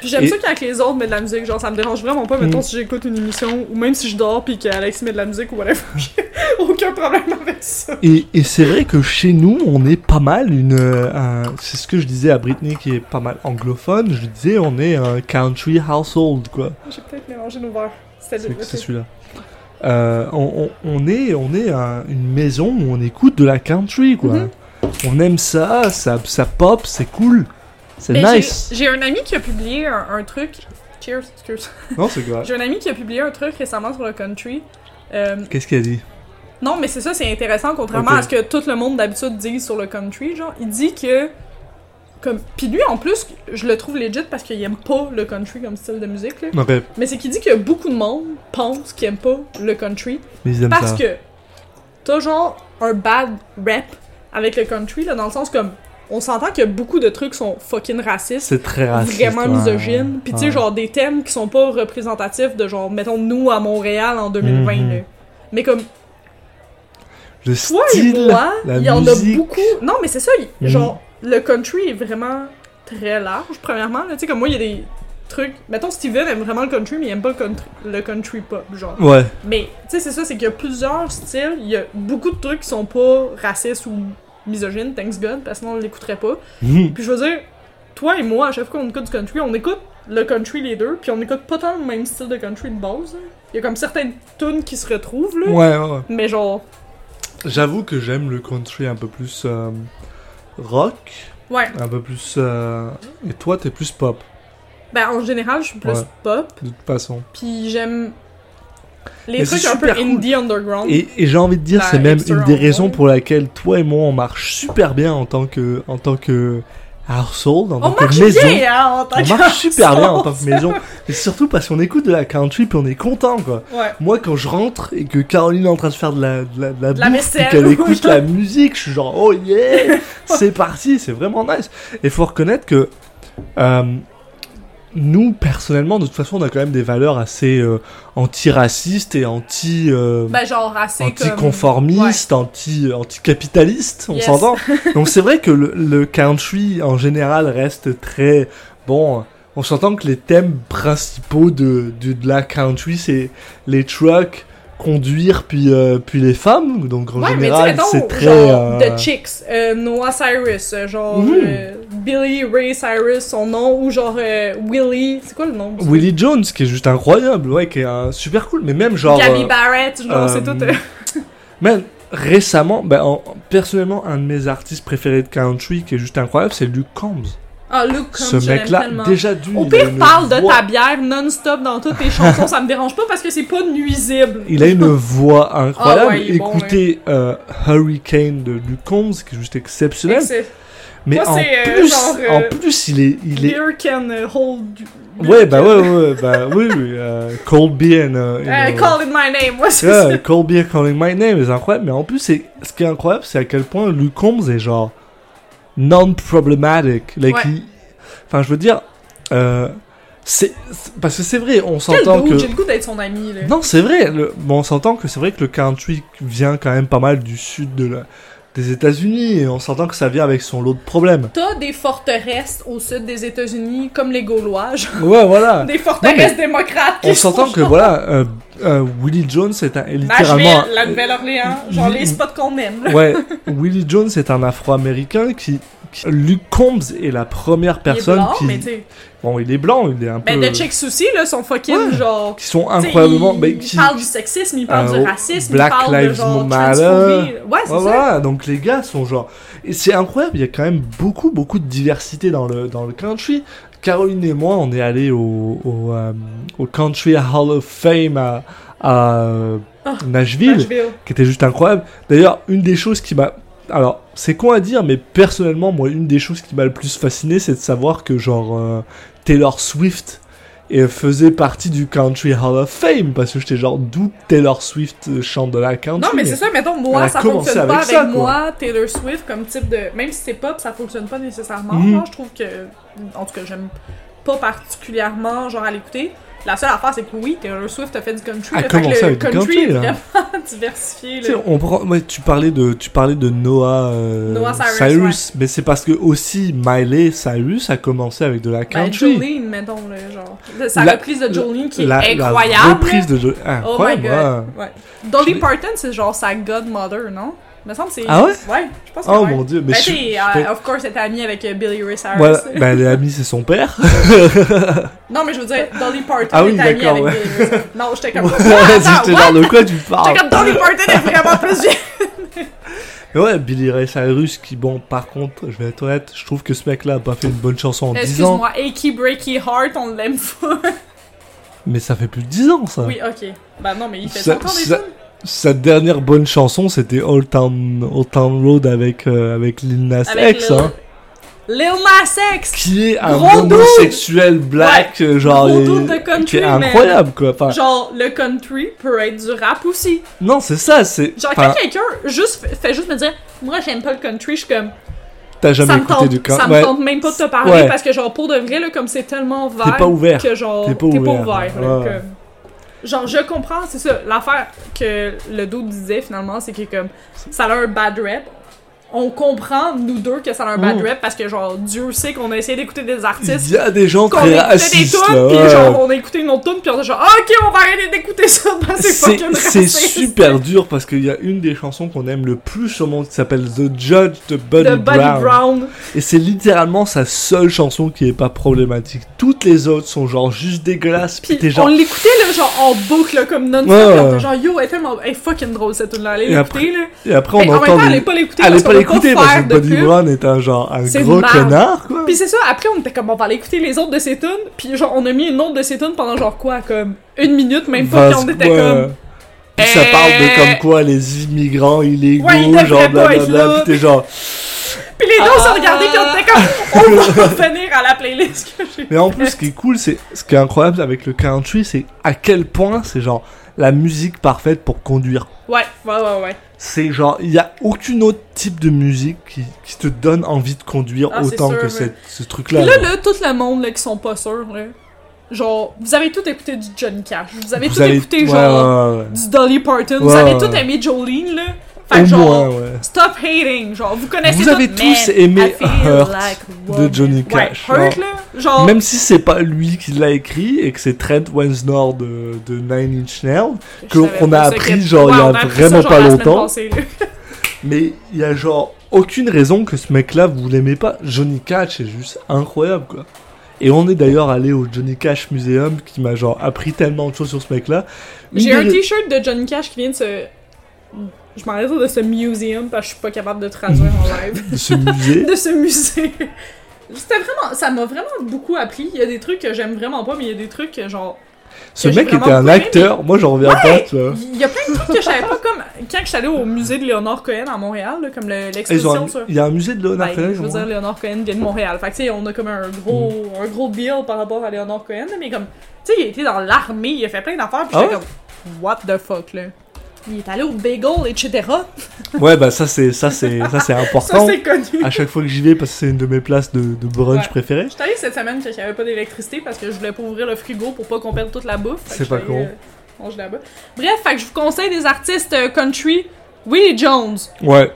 Puis j'aime Et- ça quand les autres mettent de la musique, genre ça me dérange vraiment pas, mettons Mm. si j'écoute une émission, ou même si je dors pis qu'Alex met de la musique ou whatever, j'ai aucun problème avec ça. Et, et c'est vrai que chez nous on est pas mal une. euh, un- c'est ce que je disais à Britney qui est pas mal anglophone. Je disais on est un country household quoi. J'ai peut-être mélangé nos verres. C'était C'est le- c'est celui-là. Euh, on, on- on est, on est un- une maison où on écoute de la country quoi. Mhm. On aime ça, ça, ça pop, c'est cool, c'est Mais Ben, j'ai- nice. J'ai un ami qui a publié un, un truc. Cheers, excuse. Non c'est quoi J'ai un ami qui a publié un truc récemment sur le country. Euh, Qu'est-ce qu'il a dit non, mais c'est ça, c'est intéressant, contrairement Ok. à ce que tout le monde d'habitude dit sur le country, genre, il dit que. Comme... Puis lui, en plus, je le trouve legit parce qu'il aime pas le country comme style de musique, là. Non, mais Mais c'est qu'il dit que beaucoup de monde pense qu'ils aiment pas le country mais ils aiment parce ça. que t'as genre un bad rap avec le country, là, dans le sens comme on s'entend que beaucoup de trucs sont fucking racistes, C'est très raciste. vraiment ouais. misogynes, puis tu sais, Ouais. genre des thèmes qui sont pas représentatifs de genre, mettons, nous à Montréal en 2020, Mhm. là. Mais comme Le toi style, et moi, la il y en a musique. beaucoup. Non, mais c'est ça, il- Mhm. genre, le country est vraiment très large, premièrement. là. Tu sais, comme moi, il y a des trucs. Mettons, Steven aime vraiment le country, mais il aime pas le country, le country pop, genre. Ouais, Mais, tu sais, c'est ça, c'est qu'il y a plusieurs styles, il y a beaucoup de trucs qui sont pas racistes ou misogynes, thanks God, parce que sinon on l'écouterait pas. Mhm. Puis je veux dire, toi et moi, à chaque fois qu'on écoute du country, on écoute le country les deux, puis on écoute pas tant le même style de country de base. là. Il y a comme certaines tunes qui se retrouvent, là. ouais, ouais. Mais genre, J'avoue que j'aime le country un peu plus euh, rock, Ouais. un peu plus. euh, Et toi, t'es plus pop, Ben, en général, je suis plus Ouais. pop, de toute façon. puis j'aime les Mais trucs c'est un peu super cool. indie underground. Et, et j'ai envie de dire, Bah, c'est même hipster une des en raisons gros. pour laquelle toi et moi on marche super bien en tant que, en tant que household, en On tant que marche maison. bien, hein, en tant On que marche super bien en household. tant que maison. Et surtout parce qu'on écoute de la country puis on est content quoi. Ouais. Moi quand je rentre et que Caroline est en train de faire de la, de la, de la De la bouffe, vaisselle. puis qu'elle écoute la musique, je suis genre oh yeah, c'est parti, c'est vraiment nice. Et faut reconnaître que euh, nous personnellement de toute façon on a quand même des valeurs assez euh, anti-racistes et anti... euh, Ben, genre assez anti-conformiste, anti, anti-capitaliste, on Yes. s'entend. Donc c'est vrai que le, le country en général reste très bon. On s'entend que les thèmes principaux de, de, de la country c'est les trucks, conduire puis euh, puis les femmes. Donc en Ouais, mais tu sais, général mettons, c'est très genre, euh, The Chicks, euh, Noah Cyrus, euh, genre Mhm. euh, Billy Ray Cyrus, son nom, ou genre euh, Willie, c'est quoi le nom? Willie Jones qui est juste incroyable, ouais, qui est un super cool. Mais même genre Gabby euh, Barrett, genre, c'est tout. euh, Euh, Même récemment, ben, en- personnellement un de mes artistes préférés de country qui est juste incroyable, c'est Luke Combs. Ah, Luke Combs, Ce je l'aime mec-là, tellement. déjà du. Au il a pire, une parle de voix- ta bière non-stop dans toutes tes chansons, ça me dérange pas parce que c'est pas nuisible. Il a une voix incroyable. Ah ouais, il est bon, Écoutez euh, Hurricane de Luke Combs, qui est juste exceptionnel. Excellent. Mais Moi, en, c'est, euh, plus, genre, euh, en plus, il est. Il est... Beer can euh, hold. you- Ouais, bah ouais, ouais, ouais, bah oui, oui. euh, cold Beer and. euh, Euh, and, euh, call it my name, ouais, c'est ça. yeah, Cold Beer Calling My Name, c'est incroyable. Mais en plus, c'est... ce qui est incroyable, c'est à quel point Luke Combs est genre. Non-problematic. Like, Ouais. il- Enfin, je veux dire. euh, c'est... c'est- Parce que c'est vrai, on Quel s'entend dude, que. j'ai le goût d'être son ami, là. Non, c'est vrai. le- Bon, on s'entend que c'est vrai que le country vient quand même pas mal du sud de la- des États-Unis et on s'entend que ça vient avec son lot de problèmes. T'as des forteresses au sud des États-Unis, comme les Gaulois, genre. Ouais, voilà. Des forteresses démocrates. qui On s'entend sont que voilà, euh, euh, Willie Jones est, un, est littéralement. euh, Nashville, la Nouvelle-Orléans, genre les spots qu'on aime. là. ouais, Willie Jones est un Afro-américain qui, qui- Luke Combs est la première personne il est blanc, qui. mais t'sais. Bon, il est blanc, il est un Ben, peu. The Chicks aussi, là, sont fucking, Ouais. genre. Qui sont t'sais, incroyablement. ils- mais ils qui- parlent du sexisme, ils parlent Euh, du racisme, Black ils parlent de Lives genre Matter. transphobie. Ouais, c'est Ouais, ça. voilà, donc les gars sont genre. Et c'est incroyable, il y a quand même beaucoup, beaucoup de diversité dans le, dans le country. Caroline et moi, on est allés au, au, euh, au Country Hall of Fame à, à, euh, Ah, Nashville, Nashville. qui était juste incroyable. D'ailleurs, une des choses qui m'a. Alors, c'est con à dire, mais personnellement, moi, une des choses qui m'a le plus fasciné, c'est de savoir que genre euh, Taylor Swift euh, faisait partie du Country Hall of Fame parce que j'étais genre d'où Taylor Swift euh, chante de la country Non, mais mais- c'est ça, mettons, elle moi, a ça commencé fonctionne pas avec avec, ça, quoi. moi, Taylor Swift, comme type de. Même si c'est pop, ça fonctionne pas nécessairement. Mhm. Genre, je trouve que. En tout cas, j'aime pas particulièrement, genre, à l'écouter. La seule affaire, c'est que oui, Taylor Swift a fait du country. Elle là, fait que commence le avec du country country, est là. vraiment diversifié. Tu sais, Là. on prend, ouais, tu parlais de, tu parlais de Noah, euh, Noah Cyrus, mais c'est parce que aussi Miley Cyrus a commencé avec de la Ben, country. Jolene, mettons, là, genre. Sa La- reprise de Jolene qui est la, la incroyable. reprise de Jo- Oh my incroyable. hein. god. ouais. Ouais. Dolly Je- Parton, c'est genre sa godmother, non? Il me semble que c'est. Ah ouais? Ouais, je pense que Oh ouais. mon dieu, mais Ben, je- tu sais, je- euh, of course, elle était amie avec euh, Billy Ray Cyrus. voilà, ben, l'ami c'est son père. Non, mais je veux dire, Dolly Parton Ah oui, est amie d'accord, avec ouais. Billy Ray Cyrus. Non, j'étais comme. Ah, Juste Attends, genre what? de quoi tu parles. J'étais comme Dolly Parton est vraiment plus vieille. Mais ouais, Billy Ray Cyrus qui bon, par contre, je vais être honnête, je trouve que ce mec-là a pas fait une bonne chanson en 10 ans, Excuse-moi, Achy Breaky Heart, on l'aime fou. mais ça fait plus de 10 ans ça. Oui, ok. Bah non, mais il fait Ça- encore des ça- tunes. Sa dernière bonne chanson, c'était Old Town, Old Town Road avec euh, avec Lil Nas Avec X. Lil- hein. Lil Nas X! qui est un Gros dude. homosexuel black, euh, genre, Gros et- dude de country, qui est man. incroyable, quoi. Enfin, Genre, le country peut être du rap aussi. non, c'est ça, c'est. Genre, enfin, quand quelqu'un juste fait, fait juste me dire, moi j'aime pas le country, je suis comme, t'as jamais ça me écouté tente, du country. ça me tente même pas de te parler Ouais. parce que genre pour de vrai là comme c'est tellement vert T'es pas ouvert. que genre T'es t'es pas pas ouvert. ouvert, là, Ouais. comme- genre je comprends c'est ça l'affaire que le dos disait finalement c'est que comme ça a un bad rep on comprend nous deux que ça a un bad Mm. rep parce que genre Dieu sait qu'on a essayé d'écouter des Il artistes y a des gens qu'on très écoutait des racistes. tunes là, puis ouais. genre on a écouté une autre tune puis on a genre Ah, ok on va arrêter d'écouter ça parce que oh, c'est C'est fucking c'est raciste. super dur parce qu'il y a une des chansons qu'on aime le plus au monde qui s'appelle The Judge de Buddy, de Buddy Brown. Brown Et c'est littéralement sa seule chanson qui est pas problématique. Toutes les autres sont genre juste dégueulasses. Puis Puis t'es on genre. l'écoutait là, genre en boucle là, comme non-stop. Ouais, puis on ouais. était Genre yo, elle est tellement elle est fucking drôle cette tune là. Allez Et après, l'écouter là. Et après on Mais en entend. même temps, des- allez pas l'écouter Allez parce pas qu'on va veux écouté pas parce faire que de Bonnie pub. Brown est un genre un C'est gros une marque. connard, quoi. Puis c'est ça, après on était comme on va aller écouter les autres de ces tunes, puis genre on a mis une autre de ces tunes pendant genre quoi, comme une minute même pas, puis Parce on que, était comme. euh, puis ça Eh. parle de comme quoi les immigrants illégaux, Ouais, ils devraient genre pas être blablabla, là. pis t'es genre. Puis les deux se regardaient, puis on était comme on va revenir à la playlist que j'ai. Mais en plus, ce qui est cool, c'est ce qui est incroyable avec le country, c'est à quel point c'est genre la musique parfaite pour conduire. Ouais, ouais, ouais, ouais. C'est genre, il n'y a aucune autre type de musique qui, qui te donne envie de conduire Ah, c'est autant sûr, que ouais. cette- ce truc-là. Puis là, genre. là, tout le monde là, qui sont pas sûrs, là, genre, vous avez tout écouté du Johnny Cash, vous avez Vous tout avez- écouté ouais, genre ouais, ouais, ouais. du Dolly Parton, vous Ouais, avez ouais, tout ouais. aimé Jolene, là. Fait que Au genre, moins, ouais. stop hating, genre, vous connaissez Vous tout, avez Man, tous aimé I feel Hurt a de woman. Johnny Cash, Ouais, Hurt, là, genre, Même si c'est pas lui qui l'a écrit et que c'est Trent Reznor de, de Nine Inch Nails, je qu'on savais a pas ça, appris, que- genre, il y Ouais, a on appris ça, vraiment genre, pas la semaine longtemps. passée, là. mais il y a genre aucune raison que ce mec-là vous l'aimez pas. Johnny Cash est juste incroyable quoi. Et on est d'ailleurs allé au Johnny Cash Museum qui m'a genre appris tellement de choses sur ce mec-là. Une J'ai des un ra- t-shirt de Johnny Cash qui vient de ce. Je m'en de ce museum parce que je suis pas capable de traduire en live. de ce musée. De ce musée. C'était vraiment. Ça m'a vraiment beaucoup appris. Il y a des trucs que j'aime vraiment pas, mais il y a des trucs que genre. ce j'ai mec vraiment était un beaucoup aimé, acteur. Moi j'en reviens pas, tu vois. Il y a plein de trucs que je savais pas, comme quand je suis allée au musée de Léonard Cohen à Montréal, là, comme le- Ils ont un- l'exposition sur. Il y a un musée de Leonard Ben, Cohen, je veux au moins. dire, Léonard Cohen vient de Montréal. Fait que, tu sais, on a comme un gros, Hmm. un gros deal par rapport à Léonard Cohen, là, mais comme, tu sais, il a été dans l'armée, il a fait plein d'affaires, pis Ah j'étais ouais? comme, what the fuck, là. Il est allé au bagel, etc. Ouais, bah ça c'est ça c'est ça c'est Ça, important. c'est connu. à chaque fois que j'y vais parce que c'est une de mes places de, de brunch Ouais. préférées. J'étais allée cette semaine quand il n'y avait pas d'électricité parce que je voulais pas ouvrir le frigo pour pas qu'on perde toute la bouffe. Fait que C'est pas j'étais con. allée, euh, manger là-bas. Bref, fait que je vous conseille des artistes euh, country. Willie Jones, Ouais,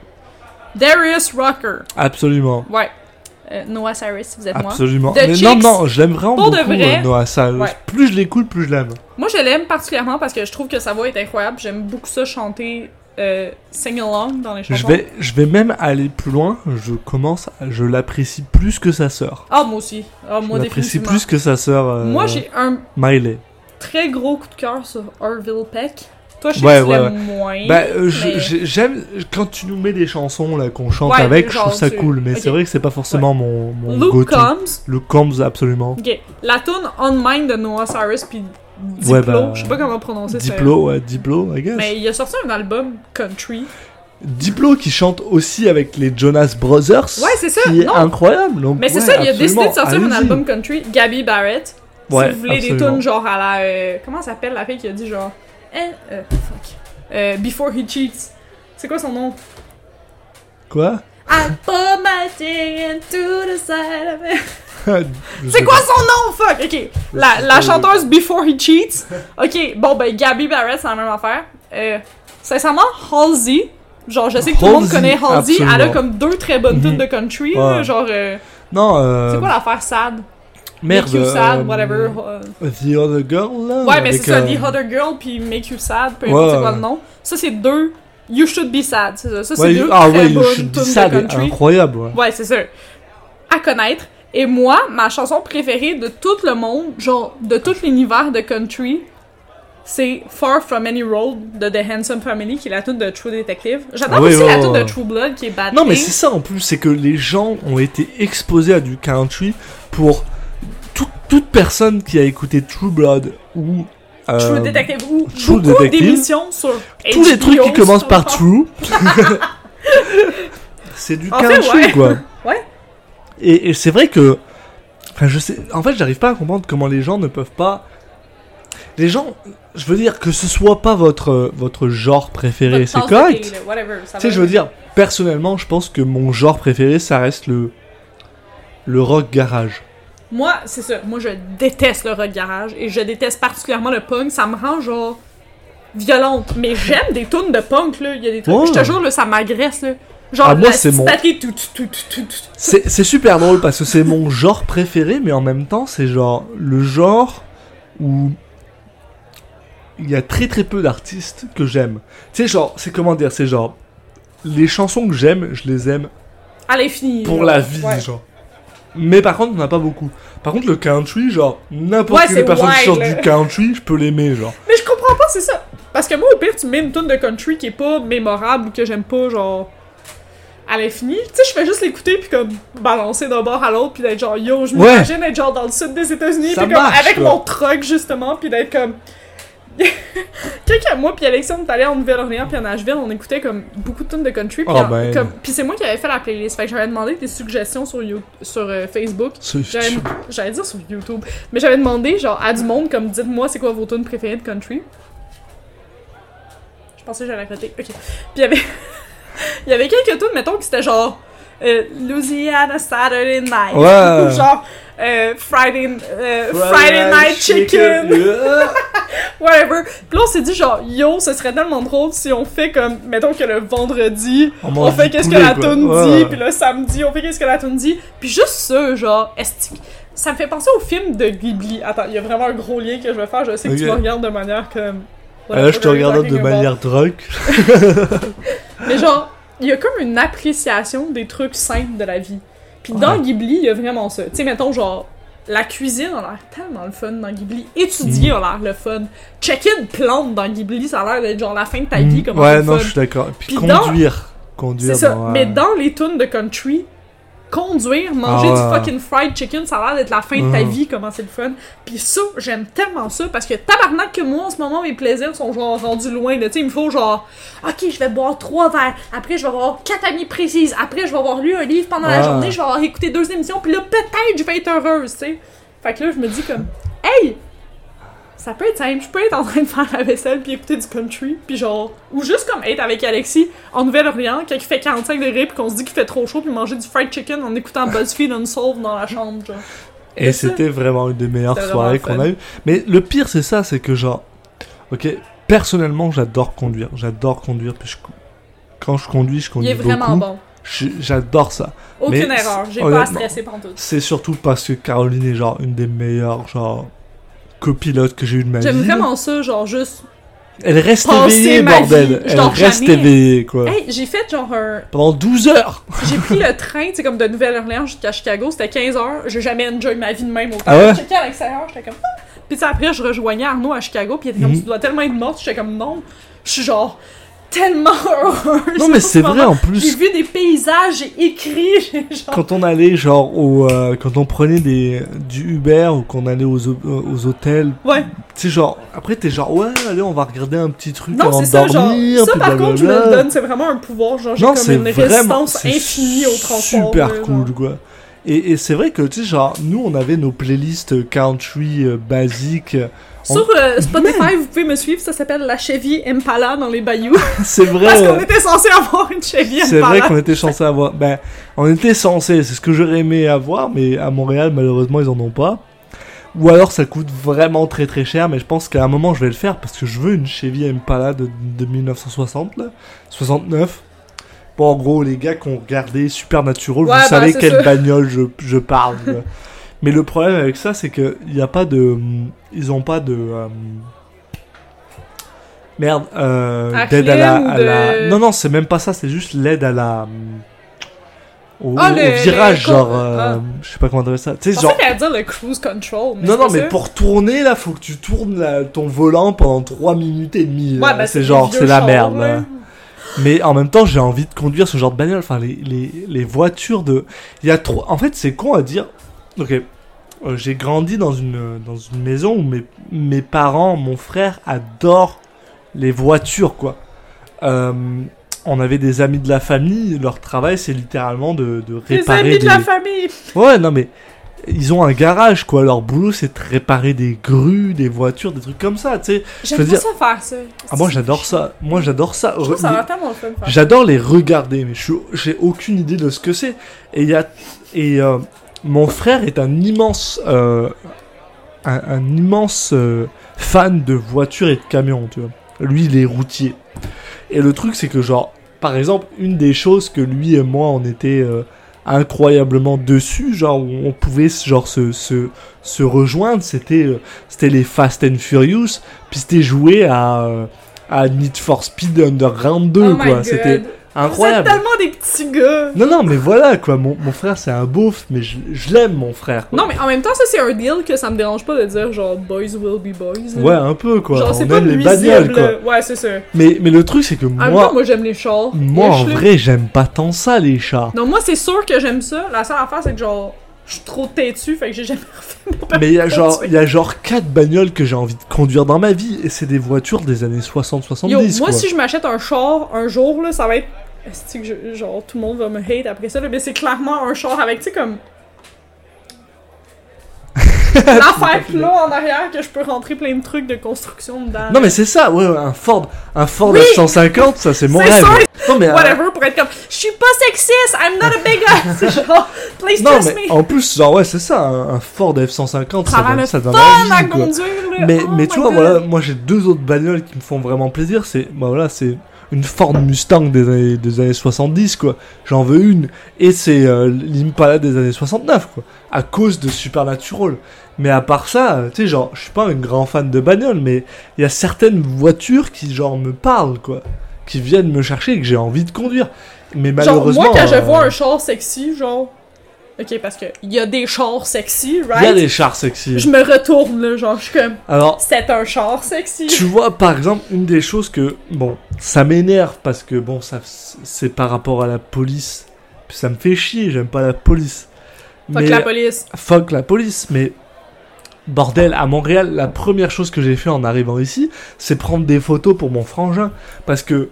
Darius Rucker, absolument. ouais, Euh, Noah Cyrus si vous êtes moi. Absolument. Mais The non, Chicks, non, je l'aime vraiment pour de beaucoup, vrai. euh, Noah Cyrus. Ouais. Plus je l'écoute, plus je l'aime. Moi, je l'aime particulièrement parce que je trouve que sa voix est incroyable. J'aime beaucoup ça chanter euh, sing along dans les Je chansons. vais, je vais même aller plus loin. Je commence, à- je l'apprécie plus que sa sœur. Ah, moi aussi. Ah, moi, Je l'apprécie définitivement. plus que sa sœur euh, Moi, j'ai un Miley. très gros coup de cœur sur Orville Peck. Toi, je sais Ouais, que tu ouais, l'aimes moins. Bah, euh, je- mais- j'ai- j'aime quand tu nous mets des chansons là qu'on chante Ouais, avec, je genre, trouve ça tu- cool. Mais ok. c'est vrai que c'est pas forcément mon mon Luke go-to. Combs. Le Combs absolument. Ok. La tune On Mine de Noah Cyrus puis Diplo. Ouais, bah, je sais pas comment prononcer ça. Diplo, ouais, Diplo, I guess. Mais il a sorti un album country. Diplo qui chante aussi avec les Jonas Brothers. Ouais, c'est ça. Qui est non. incroyable. donc, Mais c'est ouais, ça, il a décidé absolument, de sortir un allez-y. album country. Gabby Barrett. Ouais, si vous voulez des absolument. tunes genre à la. euh, comment s'appelle la fille qui a dit genre. Elle, euh, fuck. Euh, Before He Cheats. C'est quoi son nom? Quoi I put my thing into the side of it. Je sais C'est quoi son nom? Fuck! Ok. La, la Je sais pas. chanteuse Before He Cheats. Ok, bon ben Gabby Barrett, c'est la même affaire. Euh, sincèrement, Halsey. Genre, je sais que tout le monde Halsey, connaît Halsey. Elle a absolument. comme deux très bonnes tunes Mhm. de country. Ouais. là, genre, euh, Non, euh, c'est quoi l'affaire sad? merde, Make you sad, euh, whatever. euh, The Other Girl, là Ouais, mais avec, c'est ça, euh, The Other Girl puis Make You Sad, peu Ouais. importe c'est quoi le nom. Ça, c'est deux. You Should Be Sad, c'est ça. Ça, c'est ouais, deux Ah très ouais, You bonnes Should Be tunes de Sad est country. incroyable, ouais. Ouais, c'est ça. À connaître. Et moi, ma chanson préférée de tout le monde, genre de tout l'univers de country, c'est Far From Any Road de The Handsome Family, qui est la tune de True Detective. J'adore Ah oui, aussi ouais, la ouais, tune ouais. de True Blood qui est Bad Non, mais Thing. c'est ça en plus, c'est que les gens ont été exposés à du country pour tout- toute personne qui a écouté True Blood ou. euh, True Detective ou True beaucoup Detective. d'émissions sur tous les trucs qui commencent par True true. c'est du En fait, country, ouais. quoi. Ouais. Et, et c'est vrai que. Enfin, je sais. En fait, j'arrive pas à comprendre comment les gens ne peuvent pas. Les gens. Je veux dire, que ce soit pas votre, euh, votre genre préféré, c'est correct. Tu sais, je veux dire, personnellement, je pense que mon genre préféré, ça reste le. Le rock garage. Moi, c'est ça. Moi, je déteste le rock garage et je déteste particulièrement le punk. Ça me rend genre violente. Mais j'aime des tunes de punk là. Il y a des trucs. Ouais. Je te jure là, ça m'agresse là. Genre Ah, moi, la c'est petite mon- batterie tout tout tout tout tout. tout. C'est c'est super drôle parce que c'est mon genre préféré, mais en même temps, c'est genre le genre où il y a très très peu d'artistes que j'aime. Tu sais, genre, c'est comment dire, c'est genre les chansons que j'aime, je les aime Allez fini. pour genre. la vie, Ouais. genre. Mais par contre, on n'a pas beaucoup. Par contre, le country, genre, n'importe Ouais, quelle c'est personne qui chante wild. du country, je peux l'aimer, genre. Mais je comprends pas, c'est ça. Parce que moi, au pire, tu mets une tune de country qui est pas mémorable ou que j'aime pas, genre. à l'infini. Tu sais, je fais juste l'écouter puis comme balancer d'un bord à l'autre puis d'être genre yo, je m'imagine être genre dans le sud des États-Unis puis Ça comme marche, avec quoi. mon truck justement puis d'être comme Quelqu'un, moi puis Alexandre, on est allé en Nouvelle-Orléans puis à Nashville, on écoutait comme beaucoup de tunes de country puis Ah en- ben. comme- puis c'est moi qui avais fait la playlist. Fait que j'avais demandé des suggestions sur You- sur euh, Facebook. C'est- J'avais- J'allais dire sur YouTube, mais j'avais demandé genre à du monde comme dites-moi c'est quoi vos tunes préférées de country. Je pensais que j'allais côté. Ok. Puis il y avait il y avait quelques tunes mettons qui c'était genre euh, Louisiana Saturday Night Ouais. ou genre euh, Friday euh, Friday Night Chicken whatever. Puis là on s'est dit genre yo ce serait tellement drôle si on fait comme mettons que le vendredi On on, mange fait du qu'est-ce que poulet, la quoi. toune Ouais. dit, puis le samedi, on fait qu'est-ce que la toune dit. Puis juste ça, genre, est ça me fait penser au film de Ghibli. Attends, il y a vraiment un gros lien que je vais faire, je sais que tu Ok. me regardes de manière comme... Ah, Là, je te Whatever you're regarde de talking about. manière drunk. Mais genre, il y a comme une appréciation des trucs simples de la vie. Puis dans Ghibli, il y a vraiment ça. Tu sais, mettons, genre, la cuisine a l'air tellement le fun dans Ghibli. Étudier Mm. a l'air le fun. Checker une plante dans Ghibli, ça a l'air d'être genre la fin de ta vie. Comme Mm. Mmh. ouais, le non, fun. je suis d'accord. Puis, Puis conduire. Conduire. C'est ça. bon, ouais. Mais dans les tunes de country, conduire, manger Ah ouais. du fucking fried chicken, ça a l'air d'être la fin de ta Mhm. vie, comment c'est le fun. Puis ça, j'aime tellement ça parce que tabarnak que moi en ce moment, mes plaisirs sont genre rendus loin. là. Tu sais, il me faut genre, ok, je vais boire trois verres, après je vais avoir quatre amis précises, après je vais avoir lu un livre pendant la Ouais. journée, je vais avoir écouté deux émissions, puis là peut-être je vais être heureuse, tu sais. Fait que là, je me dis comme, hey! Ça peut être simple, je peux être en train de faire la vaisselle puis écouter du country, puis genre, ou juste comme être avec Alexis en Nouvelle-Orléans quand il fait 45 degrés puis qu'on se dit qu'il fait trop chaud puis manger du fried chicken en écoutant BuzzFeed Unsolved dans la chambre, genre. Et C'est ça. c'était vraiment une des meilleures C'était soirées vraiment qu'on a eues. Mais le pire, c'est ça, c'est que genre, ok, personnellement, j'adore conduire. J'adore conduire. Puis je- quand je conduis, je Il conduis est vraiment beaucoup. bon. Je- J'adore ça. Aucune Mais erreur, j'ai pas à honnêtement- stresser pantoute. C'est surtout parce que Caroline est genre une des meilleures genre copilotes que j'ai eu de ma vie. J'aime vraiment ça, genre juste. Elle reste penser éveillée, ma vie. bordel. Je Elle dors reste jamais. éveillée, quoi. Hey, j'ai fait genre un. Pendant 12 heures. J'ai pris le train, tu sais, comme de Nouvelle-Orléans jusqu'à Chicago, c'était 15 heures, j'ai jamais enjoy ma vie de même autant. Ah ouais? J'étais à l'extérieur, j'étais comme. Ah! Puis tu sais, après, je rejoignais Arnaud à Chicago, puis il était comme, Mhm. tu dois tellement être morte, j'étais comme, non, je suis genre tellement heureuse. Non, mais en c'est ce vrai moment. en J'ai plus. vu des paysages, j'ai écrit, j'ai genre. Quand on allait genre au, euh, quand on prenait des du Uber ou qu'on allait aux, o- euh, aux hôtels, Ouais. tu sais genre après t'es genre ouais allez on va regarder un petit truc Non, avant c'est de ça, dormir. genre. Ça, puis par contre, je me le blablabla. donne, c'est vraiment un pouvoir. Genre, j'ai Non, comme c'est une vraiment résistance c'est infinie au transport. Super là, genre. cool, quoi. Et, et c'est vrai que, tu sais, genre, nous, on avait nos playlists country euh, basiques. Sur euh, Spotify, vous pouvez me suivre, ça s'appelle La Chevy Impala dans les bayous. C'est vrai. Parce qu'on euh, était censé avoir une Chevy Oh, C'est vrai Impala. qu'on était censé avoir. Ben, on était censé, c'est ce que j'aurais aimé avoir, mais à Montréal, malheureusement, ils en ont pas. Ou alors ça coûte vraiment très très cher, mais je pense qu'à un moment je vais le faire parce que je veux une Chevy Impala de, de 1960, là, 69. Bon, en gros, les gars qui ont regardé Supernatural, Ouais, vous bah, savez c'est quelle ça. bagnole je, je parle. là. mais le problème avec ça, c'est que il n'y a pas de. hum, Ils ont pas de. hum, Merde, euh, À d'aide à la, clé ou à la- de- Non, non, c'est même pas ça, c'est juste l'aide à la. hum, Au, Ah, au le- virage, le- genre. euh, ah. Je sais pas comment dire ça. Tu sais, Je pensais genre. qu'elle allait dire le cruise control. Mais Non, c'est non, pas mais ça. pour tourner, là, faut que tu tournes la- ton volant pendant 3 minutes et demie. là. Ouais, bah, c'est des genre, vieux c'est la chars, merde. ouais. là. Mais en même temps, j'ai envie de conduire ce genre de bagnole. Enfin, les, les, les voitures de. Il y a trop. En fait, c'est con à dire. Ok. Euh, j'ai grandi dans une, dans une maison où mes, mes parents, mon frère adore les voitures, quoi. Euh, on avait des amis de la famille. Leur travail, c'est littéralement de, de Les réparer amis de la des- famille. Ouais, non, mais ils ont un garage, quoi. Leur boulot, c'est de réparer des grues, des voitures, des trucs comme ça, tu sais. J'aime veux pas dire- ça faire ça. Ah, moi, j'adore ça. Moi, j'adore ça. Je trouve ça a Les- l'air tellement le fun de faire ça. J'adore les regarder, mais je suis- j'ai aucune idée de ce que c'est. Et il y a et euh, mon frère est un immense euh, un, un immense euh, fan de voitures et de camions, tu vois. Lui, il est routier. Et le truc, c'est que genre, par exemple, une des choses que lui et moi, on était euh, incroyablement dessus, genre où on pouvait genre se se, se rejoindre, c'était euh, c'était les Fast and Furious, puis c'était joué à euh, à Need for Speed Underground 2 Oh my quoi, c'était God. C'est Incroyable. tellement des petits gars. Non, non, mais voilà, quoi. Mon, mon frère, c'est un beauf, mais je, je l'aime, mon frère. quoi. Non, mais en même temps, ça, c'est un deal que ça me dérange pas de dire genre boys will be boys. là. Ouais, un peu, quoi. Genre, On c'est pas aime les nuisible. bagnoles, quoi. là. Ouais, c'est ça. Mais, mais le truc, c'est que En même temps, moi, moi, j'aime les chars. moi, Les en cheveux- vrai, j'aime pas tant ça, les chats. Non, moi, c'est sûr que j'aime ça. La seule affaire, c'est que genre, je suis trop têtu, fait que j'ai jamais refait mon permis. Mais il y a genre, il y a genre 4 bagnoles que j'ai envie de conduire dans ma vie, et c'est des voitures des années 60-70, Yo, quoi. moi, si je m'achète un char un jour, là, ça va être. Est-ce que je- genre, tout le monde va me hate après ça, là, mais c'est clairement un char avec, tu sais, comme. L'affaire plat en arrière que je peux rentrer plein de trucs de construction dedans. Non, mais c'est ça, ouais, ouais, un Ford, un Ford Oui. F-150, ça, c'est mon C'est rêve. ça, Non, mais, euh, Whatever, pour être comme. Je suis pas sexiste, I'm not a big ass. C'est genre, please non, trust mais me. en plus, genre, ouais, c'est ça, un, un Ford F-150, ça Travers donne, le ça fun donne envie, à quoi. conduire, là. Mais, Oh mais my tu vois, God. voilà, moi j'ai deux autres bagnoles qui me font vraiment plaisir. C'est bah voilà, c'est une Ford Mustang des années, des années 70, quoi. J'en veux une. Et c'est euh, l'Impala des années 69, quoi. À cause de Supernatural. Mais à part ça, euh, tu sais, genre, je suis pas un grand fan de bagnoles, mais il y a certaines voitures qui, genre, me parlent, quoi. Qui viennent me chercher et que j'ai envie de conduire. Mais Genre, malheureusement. moi, quand je euh, vois un char sexy, genre. Ok, parce que il y a des chars sexy, Il y a right? des chars sexy. Je me retourne, là, genre, je suis comme. Alors, C'est un char sexy. Tu vois, par exemple, une des choses que, bon, ça m'énerve parce que, bon, ça, c'est par rapport à la police. Puis ça me fait chier, j'aime pas la police. Fuck mais, la police. fuck la police, mais bordel, à Montréal, la première chose que j'ai fait en arrivant ici, c'est prendre des photos pour mon frangin. Parce que,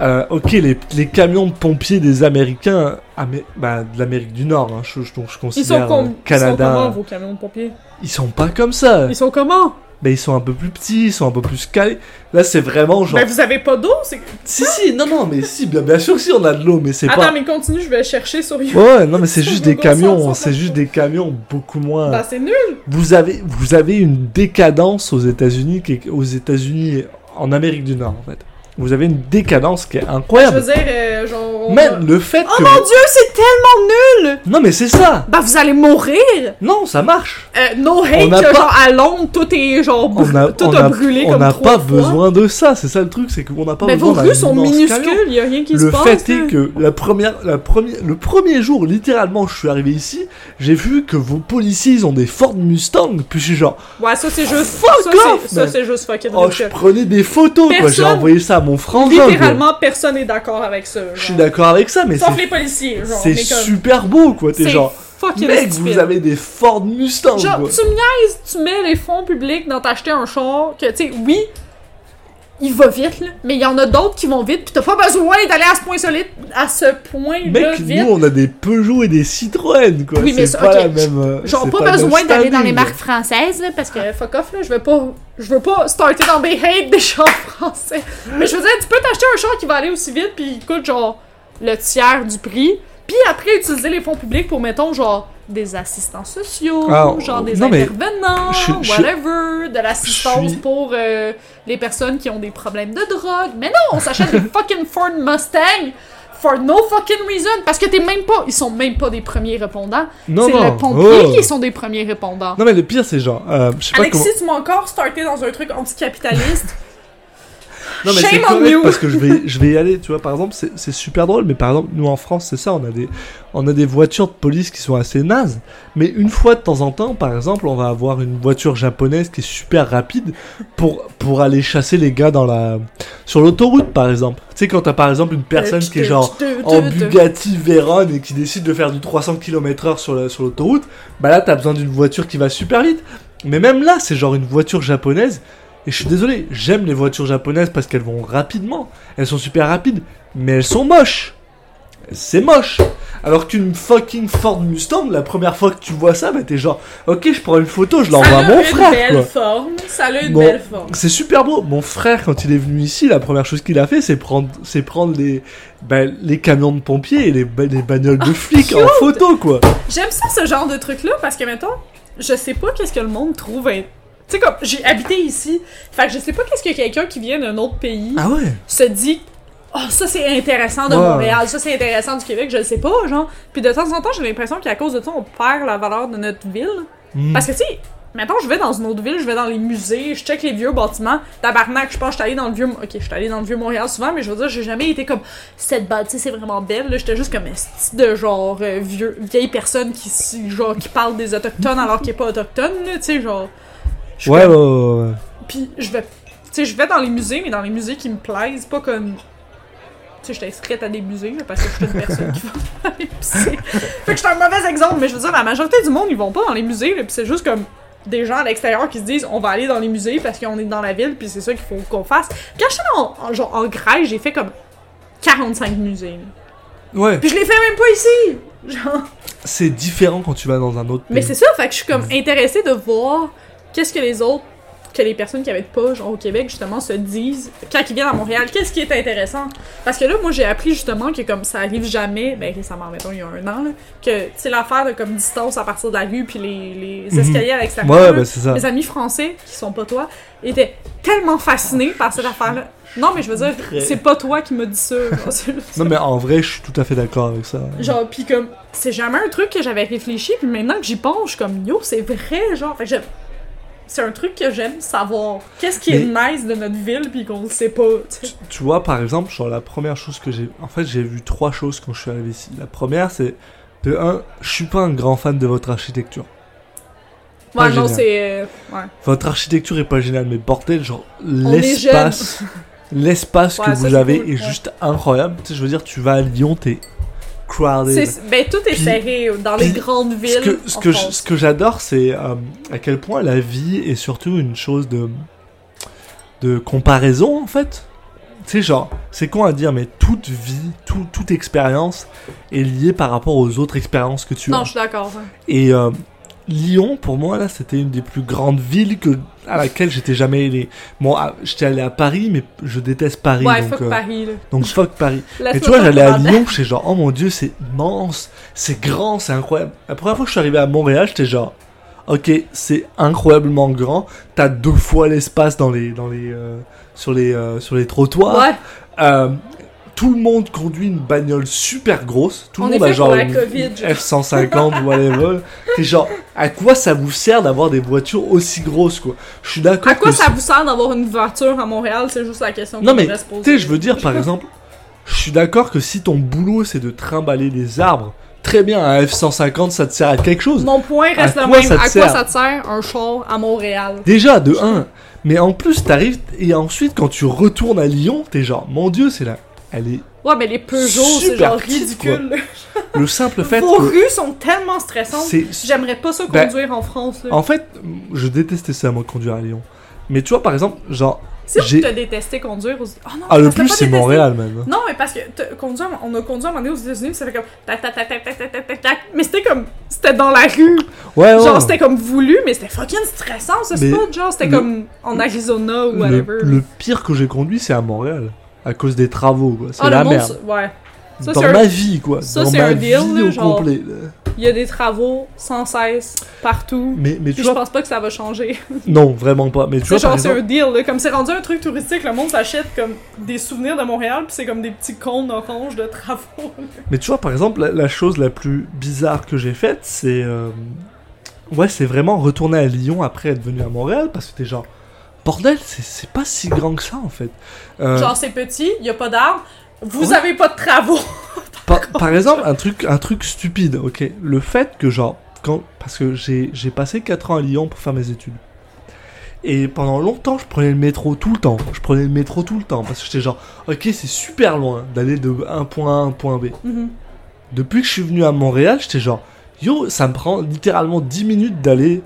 euh, ok, les, les camions de pompiers des Américains, Amé- bah, de l'Amérique du Nord, hein, je, je- donc je Ils sont, considère euh, com- ils sont comment, Canada, vos camions de pompiers? ils sont pas comme ça. Ils sont comment? Mais ils sont un peu plus petits, ils sont un peu plus calés. Là, c'est vraiment genre. Ben, vous avez pas d'eau? c'est- Si, si, non, non, mais si, bien, bien sûr, si, on a de l'eau, mais c'est Attends, pas. mais continue, je vais chercher sur YouTube. Ouais, ouais, non, mais c'est Ça juste me des camions, ressemble, ça c'est me juste ressemble. des camions beaucoup moins. Ben, c'est nul. Vous avez, vous avez une décadence aux États-Unis, qui est- aux États-Unis, en Amérique du Nord, en fait. Vous avez une décadence qui est Je veux incroyable. dire, euh, genre. on Même le fait Oh que. mon dieu, c'est tellement nul! Non, mais c'est ça. Bah vous allez mourir! Non, ça marche. Euh, no On hate, n'a que, pas- genre à Londres, tout est genre br- On a, tout on a, a- brûlé on comme n'a trois pas fois. besoin de ça. C'est ça le truc, c'est qu'on n'a pas Mais vos besoin. d'un rues sont immense camion. minuscules, y a rien qui se le passe. fait là. est que la première, la première, le premier jour, littéralement, je suis arrivé ici, j'ai vu que vos policiers ils ont des Ford Mustang, puis je suis genre, Ouais, ça c'est juste. Fuck ça, off, c'est- ça man. c'est juste fucking oh, je ridicule. prenais des photos, quoi. J'ai Personne- envoyé ça à mon frangin. quoi. Littéralement, personne n'est d'accord avec ça. genre. Je suis d'accord avec ça, mais Sauf c'est, les policiers, genre. c'est mais comme- super beau, quoi. T'es c'est genre, fucking mec, stupide. vous avez des Ford Mustang, Genre, quoi. tu me niaises, tu mets les fonds publics dans t'acheter un char, que tu sais, oui, il va vite, là, mais il y en a d'autres qui vont vite, pis t'as pas besoin d'aller à ce point solide, à ce point-là Mec, vite. nous on a des Peugeot et des Citroën, quoi. Oui, mais c'est ça, pas ok, la même. euh, Genre, c'est pas, le même besoin d'aller dans les standing. marques françaises, là, parce que fuck off, là, je veux pas, je veux pas starter dans mes hates des chars français. Mais je veux dire, tu peux t'acheter un char qui va aller aussi vite, puis il coûte genre le tiers du prix, puis après utiliser les fonds publics pour, mettons, genre des assistants sociaux, Ah, genre des non, mais intervenants, je suis- je suis- whatever, de l'assistance je suis- pour euh, les personnes qui ont des problèmes de drogue. Mais non, on s'achète des fucking Ford Mustang! For no fucking reason! Parce que t'es même pas. Ils sont même pas des premiers répondants Non, c'est non. les pompiers oh. qui sont des premiers répondants. Non, mais le pire, c'est genre, euh, je sais pas Alexis, comment. tu m'as encore starté dans un truc anticapitaliste. Non mais Shame c'est on correct you. parce que je vais, je vais y aller, tu vois, par exemple, c'est c'est super drôle, mais par exemple, nous en France, c'est ça, on a, des, on a des voitures de police qui sont assez nazes, mais une fois de temps en temps, par exemple, on va avoir une voiture japonaise qui est super rapide pour, pour aller chasser les gars dans la, sur l'autoroute, par exemple. Tu sais, quand t'as par exemple une Euh, personne qui est genre en Bugatti Veyron et qui décide de faire du 300 km/h sur la- sur l'autoroute, bah là t'as besoin d'une voiture qui va super vite. Mais même là, c'est genre une voiture japonaise. Et je suis désolé, j'aime les voitures japonaises parce qu'elles vont rapidement. Elles sont super rapides, mais elles sont moches. C'est moche. Alors qu'une fucking Ford Mustang, la première fois que tu vois ça, bah t'es genre, ok, je prends une photo, je l'envoie à mon Ça a une frère. belle quoi. forme. Ça a une Bon. belle forme. C'est super beau. Mon frère, quand il est venu ici, la première chose qu'il a fait, c'est prendre, c'est prendre les, bah, les camions de pompiers et les, ba- les bagnoles Ah, de flics en photo, quoi. J'aime ça, ce genre de truc-là, parce que, mettons, je sais pas qu'est-ce que le monde trouve. in- Tu sais, comme, j'ai habité ici. Fait que je sais pas qu'est-ce que quelqu'un qui vient d'un autre pays Ah ouais. se dit. Oh, ça c'est intéressant de Ouais. Montréal, ça c'est intéressant du Québec, je le sais pas, genre. Puis de temps en temps, j'ai l'impression qu'à cause de ça, on perd la valeur de notre ville. Hmm. Parce que, tu sais, Mettons, je vais dans une autre ville, je vais dans les musées, je check les vieux bâtiments. Tabarnak, je pense que je suis allée dans le vieux. Ok, je suis allée dans le vieux Montréal souvent, mais je veux dire, j'ai jamais été comme cette bâtisse c'est vraiment belle. là. J'étais juste comme un style de genre euh, vieux, vieille personne qui, s- genre, qui parle des autochtones alors qu'il est pas autochtone, là, tu sais, genre. je suis Ouais, ouais, comme- ouais, ouais. Puis je vais. Tu sais, je vais dans les musées, mais dans les musées qui me plaisent, pas comme. Tu sais, j'étais inscrite à des musées là, parce que je suis une personne qui va aller pisser. Fait que je suis un mauvais exemple, mais je veux dire, la majorité du monde, ils vont pas dans les musées, là, puis c'est juste comme des gens à l'extérieur qui se disent on va aller dans les musées parce qu'on est dans la ville, puis c'est ça qu'il faut qu'on fasse. Quand j'étais en, en, genre, en Grèce, j'ai fait comme 45 musées. là. Ouais, Puis je les fais même pas ici! Genre. c'est différent quand tu vas dans un autre pays. Mais c'est ça, fait que je suis comme intéressée de voir qu'est-ce que les autres, que les personnes qui habitent pas genre, au Québec justement se disent quand ils viennent à Montréal, qu'est-ce qui est intéressant. Parce que là, moi j'ai appris justement que comme ça arrive jamais, ben récemment, mettons il y a un an, là, que tu sais l'affaire de comme distance à partir de la rue puis les, les escaliers à l'extérieur. Mhm. Ouais, là, ben c'est ça. Mes amis français, qui sont pas toi, étaient tellement fascinés par cette affaire-là. Non, mais je veux dire, c'est pas toi qui me dis ça. genre, c'est- Non, mais en vrai, je suis tout à fait d'accord avec ça. Genre, pis comme, c'est jamais un truc que j'avais réfléchi, puis maintenant que j'y pense, je suis comme, yo, c'est vrai, genre, fait que j'aime. C'est un truc que j'aime savoir. Qu'est-ce qui est nice de notre ville, puis qu'on le sait pas, tu sais. Tu vois, par exemple, genre la première chose que j'ai. En fait, j'ai vu trois choses quand je suis arrivé ici. La première, c'est. De un, je suis pas un grand fan de votre architecture. Pas Ouais, non, génial. c'est. euh, ouais. Votre architecture est pas géniale, mais bordel, genre, est l'espace. L'espace Ouais, que ça, vous c'est avez cool, est ouais. juste incroyable. Tu sais, je veux dire, tu vas à Lyon, t'es crowded. C'est- Ben, tout est Puis- serré dans les puis, grandes Ce villes. que, ce en que, je- France. ce que j'adore, c'est euh, à quel point la vie est surtout une chose de, de comparaison, en fait. Tu sais, genre, c'est con à dire, mais toute vie, tout- toute expérience est liée par rapport aux autres expériences que tu Non, as. je suis d'accord. hein. ouais. Et euh, Lyon, pour moi, là, c'était une des plus grandes villes que, à laquelle j'étais jamais allé. Bon, à- j'étais allé à Paris, mais je déteste Paris. Ouais, donc, fuck euh, Paris, là. donc fuck Paris. Laisse-moi Et tu vois, pas j'allais à parler. Lyon, j'étais genre, oh mon dieu, c'est immense, c'est grand, c'est incroyable. La première fois que je suis arrivé à Montréal, j'étais genre, ok, c'est incroyablement grand, t'as deux fois l'espace dans les, dans les, euh, sur, les, euh, sur les trottoirs. Ouais, Euh, tout le monde conduit une bagnole super grosse. Tout On le est monde a fait genre pour la une Covid. F-150 ou whatever. T'es genre, à quoi ça vous sert d'avoir des voitures aussi grosses, quoi Je suis d'accord à quoi que ça vous sert d'avoir une voiture à Montréal? C'est juste la question non qu'on mais devrait se poser. tu sais, je veux dire par exemple, je suis d'accord que si ton boulot c'est de trimballer des arbres, très bien, un F150 ça te sert à quelque chose. Mon point reste À le quoi même. ça À te quoi sert? ça te sert un char à Montréal? Déjà de 1, mais en plus t'arrives et ensuite quand tu retournes à Lyon, t'es genre mon dieu, c'est là. Elle est Ouais, mais les Peugeot, c'est Super genre petite, quoi. ridicule. le simple fait Vos que rues sont tellement stressantes. c'est J'aimerais pas ça Ben, conduire en France. là. en fait, je détestais ça moi conduire à Lyon. Mais tu vois par exemple, genre si j'ai- tu te détesté conduire aux... Oh non, ah ça le se fait plus pas c'est détester. Montréal même. Non, mais parce que te- conduire, on a conduit à un moment donné aux États-Unis, ça fait comme tac tac tac tac tac tac tac tac tac. Mais c'était comme c'était dans la rue, Ouais ouais. genre c'était comme voulu, mais c'était fucking stressant ce Oh. Mais spot, genre c'était le- comme en Arizona ou le, whatever. le pire que j'ai conduit c'est à Montréal à cause des travaux quoi, c'est Ah, le la monde merde. se- Ouais, Ça, dans c'est un- ma vie, quoi. ça, dans c'est ma un deal, vie là, au genre. complet. là. il y a des travaux sans cesse partout. Mais, mais Puis tu je vois, pense pas que ça va changer. non, vraiment pas. Mais tu C'est vois, par genre, c'est un exemple, deal, là. Comme c'est rendu un truc touristique, le monde s'achète comme des souvenirs de Montréal, puis c'est comme des petits cônes orange de travaux. là. mais tu vois, par exemple, la, la chose la plus bizarre que j'ai faite, c'est, euh, ouais, c'est vraiment retourner à Lyon après être venu à Montréal parce que t'es genre, bordel, c'est- c'est pas si grand que ça en fait. Euh, Genre, c'est petit, y a pas d'arbres, vous Ouais. avez pas de travaux. Par, par exemple, un truc, un truc stupide, ok. Le fait que, genre, quand, parce que j'ai j'ai passé 4 ans à Lyon pour faire mes études. Et pendant longtemps, je prenais le métro tout le temps. Je prenais le métro tout le temps parce que j'étais genre, ok, c'est super loin d'aller de un point A à un point B. Mm-hmm. Depuis que je suis venu à Montréal, j'étais genre, yo, ça me prend littéralement 10 minutes d'aller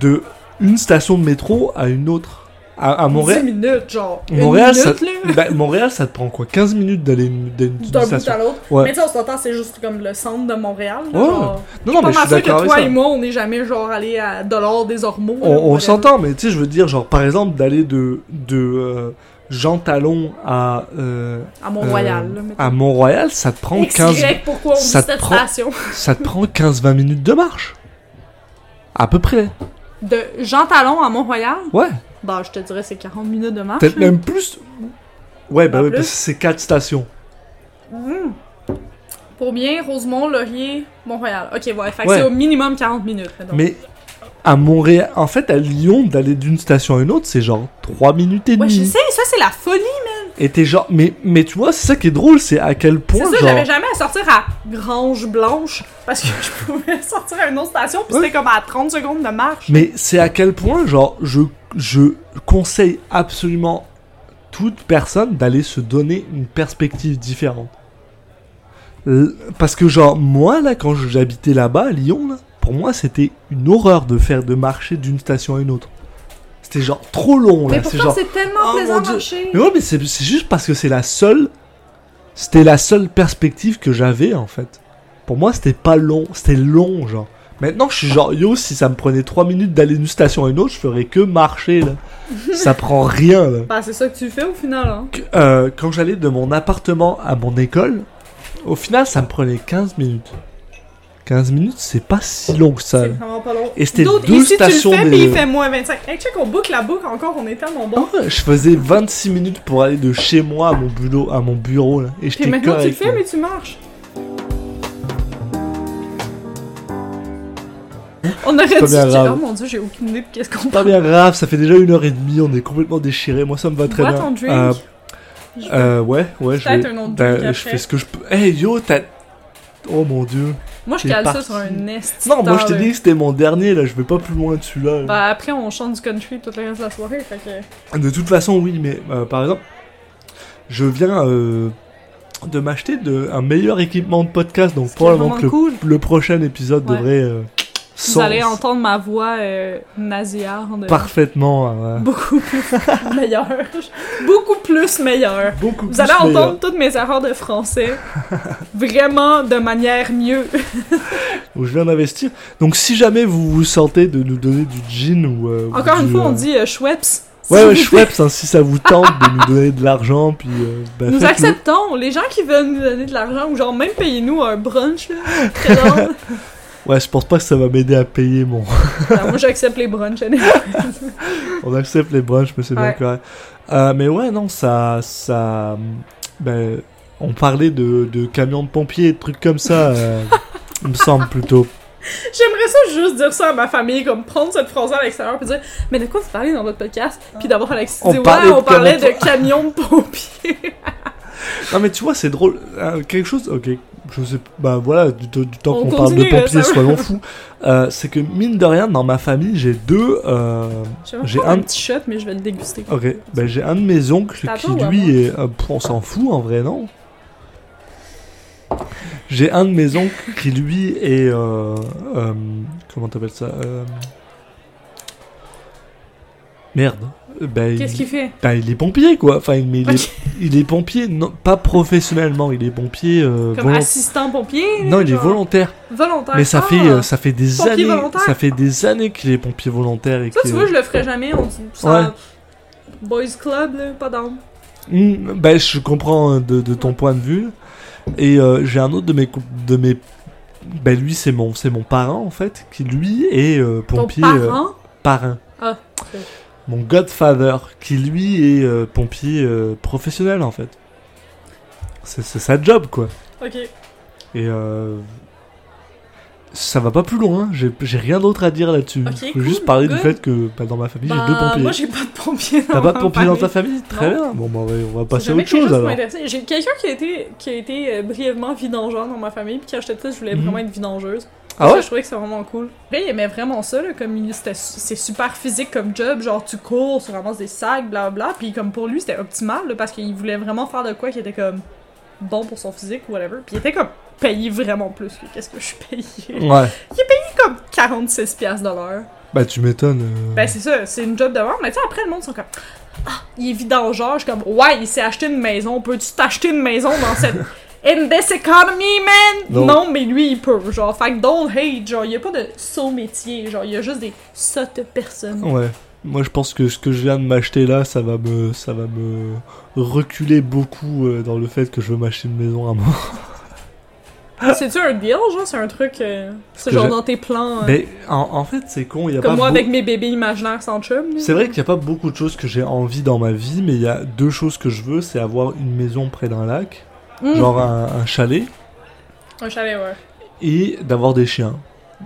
de une station de métro à une autre. À, à Montréal, 10 minutes, genre. Montréal, Une minute, ça- là. bah, Montréal, ça te prend quoi 15 minutes d'aller d'une d'une D'un bout station à l'autre. Ouais. Mais tu sais, on s'entend, c'est juste comme le centre de Montréal. Là, Ouais. genre. Non, non, Pas mais je suis mal sûr d'accord que avec toi ça. et moi, on n'est jamais genre allé à Dolores des Ormeaux. là, On, on whatever. s'entend, mais tu sais, je veux dire, genre, par exemple, d'aller de, de euh, Jean Talon à, euh, À Mont-Royal. euh, là, mettons. à Mont-Royal, ça te prend 15, XY, pourquoi on dit ça te cette prend- station? ça te prend 15, 20 minutes de marche. À peu près. De Jean Talon à Mont-Royal? Ouais. Bah, je te dirais, c'est 40 minutes de marche. Peut-être là. même plus. Ouais, bah Pas oui, Ah, plus. parce que c'est 4 stations. Mhm. Pour bien, Rosemont, Laurier, Montréal. Ok, ouais, fait que Ouais. c'est au minimum 40 minutes. mettons. Mais à Montréal. En fait, à Lyon, d'aller d'une station à une autre, c'est genre 3 minutes et Ouais, demie. je sais, ça c'est la folie, man. Et t'es genre. Mais, mais tu vois, c'est ça qui est drôle, c'est à quel C'est point. ça, genre... j'avais jamais à sortir à Grange Blanche parce que je pouvais sortir à une autre station, puis Ouais. c'était comme à 30 secondes de marche. Mais c'est à quel point, genre, je, je conseille absolument toute personne d'aller se donner une perspective différente. L- Parce que, genre, moi, là, quand j'habitais là-bas, à Lyon, là, pour moi, c'était une horreur de faire de marcher d'une station à une autre. C'était genre trop long, là. Mais C'est pourtant, genre. c'est tellement Oh, plaisant mon de Dieu. marcher. Mais ouais, mais c'est c'est juste parce que c'est la seule. C'était la seule perspective que j'avais en fait. Pour moi, c'était pas long, c'était long, genre. Maintenant, je suis genre, yo, si ça me prenait 3 minutes d'aller d'une station à une autre, je ferais que marcher là. ça prend rien là. Ben, Bah, c'est ça que tu fais au final, hein. Que- euh, quand j'allais de mon appartement à mon école, au final, ça me prenait 15 minutes. 15 minutes, c'est pas si long que ça. C'est là. vraiment pas long. Euh, Et c'était D'autres, 12 ici, tu le stations fais, de- puis il fait moins 25. Hey, check, on boucle la boucle encore, on est tellement bon. Ouais, Je faisais 26 minutes pour aller de chez moi à mon boulot, à mon bureau là. Et Puis j'étais maintenant, tu le correct, fais, là. mais tu marches. On aurait Hein? Pas dû. bien grave. Oh mon dieu, j'ai aucune idée de qu'est-ce qu'on Pas bien grave, ça fait déjà une heure et demie, on est complètement déchiré. Moi, ça me va très Bois bien. ton drink. Euh, euh, ouais, ouais, je, Peut-être vais- un autre ben, drink je après. fais ce que je peux. Hey yo, t'as. Oh mon dieu. Moi, je t'es cale ça parti. sur un est. Non, moi je star, t'ai là. dit que c'était mon dernier là, je vais pas plus loin de celui-là. Bah, après, on chante du country tout le reste de la soirée, fait que. De toute façon, oui, mais euh, par exemple, je viens euh, de m'acheter de... un meilleur équipement de podcast, donc C'est probablement vraiment que le, cool. le prochain épisode Ouais. devrait. euh, Vous sans- allez entendre ma voix euh, nasillarde. Parfaitement. euh, Beaucoup plus meilleure. Beaucoup plus meilleure. Beaucoup Vous plus allez meilleur. entendre toutes mes erreurs de français. Vraiment de manière mieux. où je viens d'investir. Donc si jamais vous vous sentez de nous donner du gin ou... euh, ou Encore une du, fois, euh, on dit euh, Schweppes. Ouais, ouais, Si vous- Schweppes, hein, si ça vous tente de nous donner de l'argent, puis... euh, bah, Nous faites-le. acceptons les gens qui veulent nous donner de l'argent ou genre même payez-nous un brunch. là. Très drôle. Ouais, je pense pas que ça va m'aider à payer mon... Ben, moi j'accepte les brunchs. on accepte les brunchs, mais c'est bien Ouais. correct. Euh, mais ouais, non, ça... ça... Ben, on parlait de, de camions de pompiers, et de trucs comme ça, euh, il me semble, plutôt. J'aimerais ça juste dire ça à ma famille, comme prendre cette phrase-là à l'extérieur et dire Mais de quoi vous parlez dans votre podcast Puis d'abord Alexis On dit Ouais, parlait de on parlait camions- de camions de pompiers. Non, mais tu vois, c'est drôle. Euh, quelque chose... Ok, je sais... Bah voilà, du, du- du temps On qu'on parle de continue, pompiers, ça va. soyons fous. Euh, c'est que, mine de rien, dans ma famille, j'ai deux... euh, Je vais J'ai prendre un... un- petit shot, mais je vais le déguster. Ok, ben j'ai un de mes oncles T'as qui pas ou avant lui est. euh, pff, on s'en fout en vrai, non J'ai un de mes oncles qui lui est. euh, euh, comment t'appelles ça Euh, Merde. Euh, Ben, Qu'est-ce il... qu'il fait ben, il est pompier quoi. Enfin, mais il, est... Ok. il est pompier, non, pas professionnellement, il est pompier. euh, Comme volont- assistant pompier Non, il est genre, volontaire. volontaire. Mais ça Ah. fait euh, ça fait des Pompier années volontaire. ça fait des années qu'il est pompier volontaire et Ça, qu'il tu est- vois, je le ferais jamais. On dit ça. Boys Club, là, pas d'âme. Hmm, ben, je comprends euh, de, de ton point de vue. Et euh, j'ai un autre de mes... co- De mes... Ben, lui, c'est mon, c'est mon parrain, en fait, qui, lui, est euh, Ton pompier... euh, parent parrain. Ah, ok. Mon godfather, qui, lui, est euh, pompier euh, professionnel, en fait. C'est c'est sa job, quoi. Ok. Et... euh, Ça va pas plus loin, hein. j'ai j'ai rien d'autre à dire là-dessus. Ok, je veux cool, juste parler du good. fait que ben, dans ma famille Bah, j'ai deux pompiers. Moi, j'ai pas de pompier dans T'as pas ma de pompiers dans ta famille. famille Très Non. bien. Bon, ben, on va- on va C'est passer à jamais autre quelque chose chose qui alors. m'intéressait. J'ai quelqu'un qui a été, qui a été euh, brièvement vidangeur dans ma famille, puis quand j'étais petite, je voulais Mhm. vraiment être vidangeuse. Ah Ça, ouais Je trouvais que c'était vraiment cool. Après, il aimait vraiment ça, là, comme il- c'était su- c'est super physique comme job, genre tu cours, tu ramasses des sacs, blablabla. Puis comme pour lui, c'était optimal, là, parce qu'il voulait vraiment faire de quoi qui était comme bon pour son physique ou whatever. Puis il était comme payé vraiment plus que qu'est-ce que je suis payé. Ouais. comme 46 piastres de l'heure. Bah tu m'étonnes. euh. Ben c'est ça, c'est une job de merde, mais tu sais, après le monde sont comme Ah, il est vidangeur, je suis comme Ouais, il s'est acheté une maison, peux-tu t'acheter une maison dans cette In this economy, man! Non. Non. mais lui, il peut, genre. Fait que don't hate, genre, il y a pas de saut métier, genre, il y a juste des sottes personnes. Ouais. Moi je pense que ce que je viens de m'acheter là, ça va me, ça va me reculer beaucoup euh, dans le fait que je veux m'acheter une maison à moi. C'est-tu un deal, genre, c'est un truc. euh, Ah. c'est que genre j'ai- dans tes plans. euh, Mais en, en fait c'est con, il y a comme pas. moi beau- avec mes bébés imaginaires sans chum. là. C'est vrai qu'il n'y a pas beaucoup de choses que j'ai envie dans ma vie, mais il y a deux choses que je veux, c'est avoir une maison près d'un lac, Mm. genre un, un chalet, Un chalet, ouais. et d'avoir des chiens.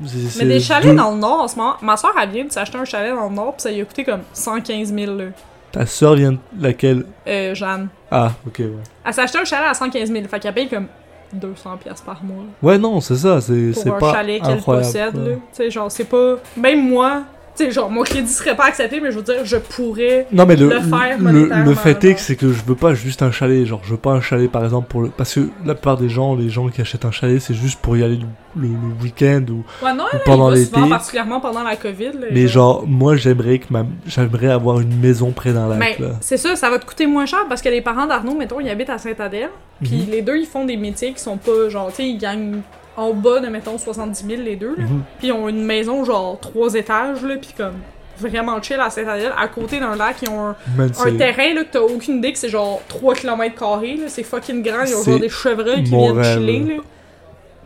C'est- c'est Mais des chalets deux- dans le nord en ce moment. Ma soeur, elle vient de s'acheter un chalet dans le nord, puis ça lui a coûté comme 115 000, là. Ta sœur vient de laquelle Euh, Jeanne. Ah, ok, ouais. Elle s'est acheté un chalet à 115 000, fait qu'elle paye comme 200 pièces par mois Ouais, non, c'est ça, c'est pour c'est un pas chalet qu'elle incroyable. possède, quoi. là. Tu sais, genre, c'est pas. Même moi, tu sais, genre, mon crédit serait pas accepté, mais je veux dire, je pourrais. Non, mais le, Le faire le, le monétairement, fait est genre. que c'est que je veux pas juste un chalet. Genre, je veux pas un chalet par exemple pour le. Parce que la plupart des gens, les gens qui achètent un chalet, c'est juste pour y aller le, le- le week-end ou. Ouais, non, elle, pendant il va l'été. souvent, particulièrement pendant la COVID, là, Mais genre, moi j'aimerais que ma... j'aimerais avoir une maison près d'un Mais lac là. Ben, c'est ça, ça va te coûter moins cher parce que les parents d'Arnaud, mettons, ils habitent à Saint-Adèle. Puis Mhm. les deux, ils font des métiers qui sont pas genre, tu sais, ils gagnent en bas de, mettons, 70 000 les deux. là. Mhm. Puis ils ont une maison, genre, trois étages, là, puis comme vraiment chill à Saint-Adèle, à côté d'un lac. Ils ont un, Man, un c'est terrain, là, que t'as aucune idée que c'est genre 3 km, là. C'est fucking grand. Ils ont C'est genre des chevreuils qui mon viennent rêve. chiller, là.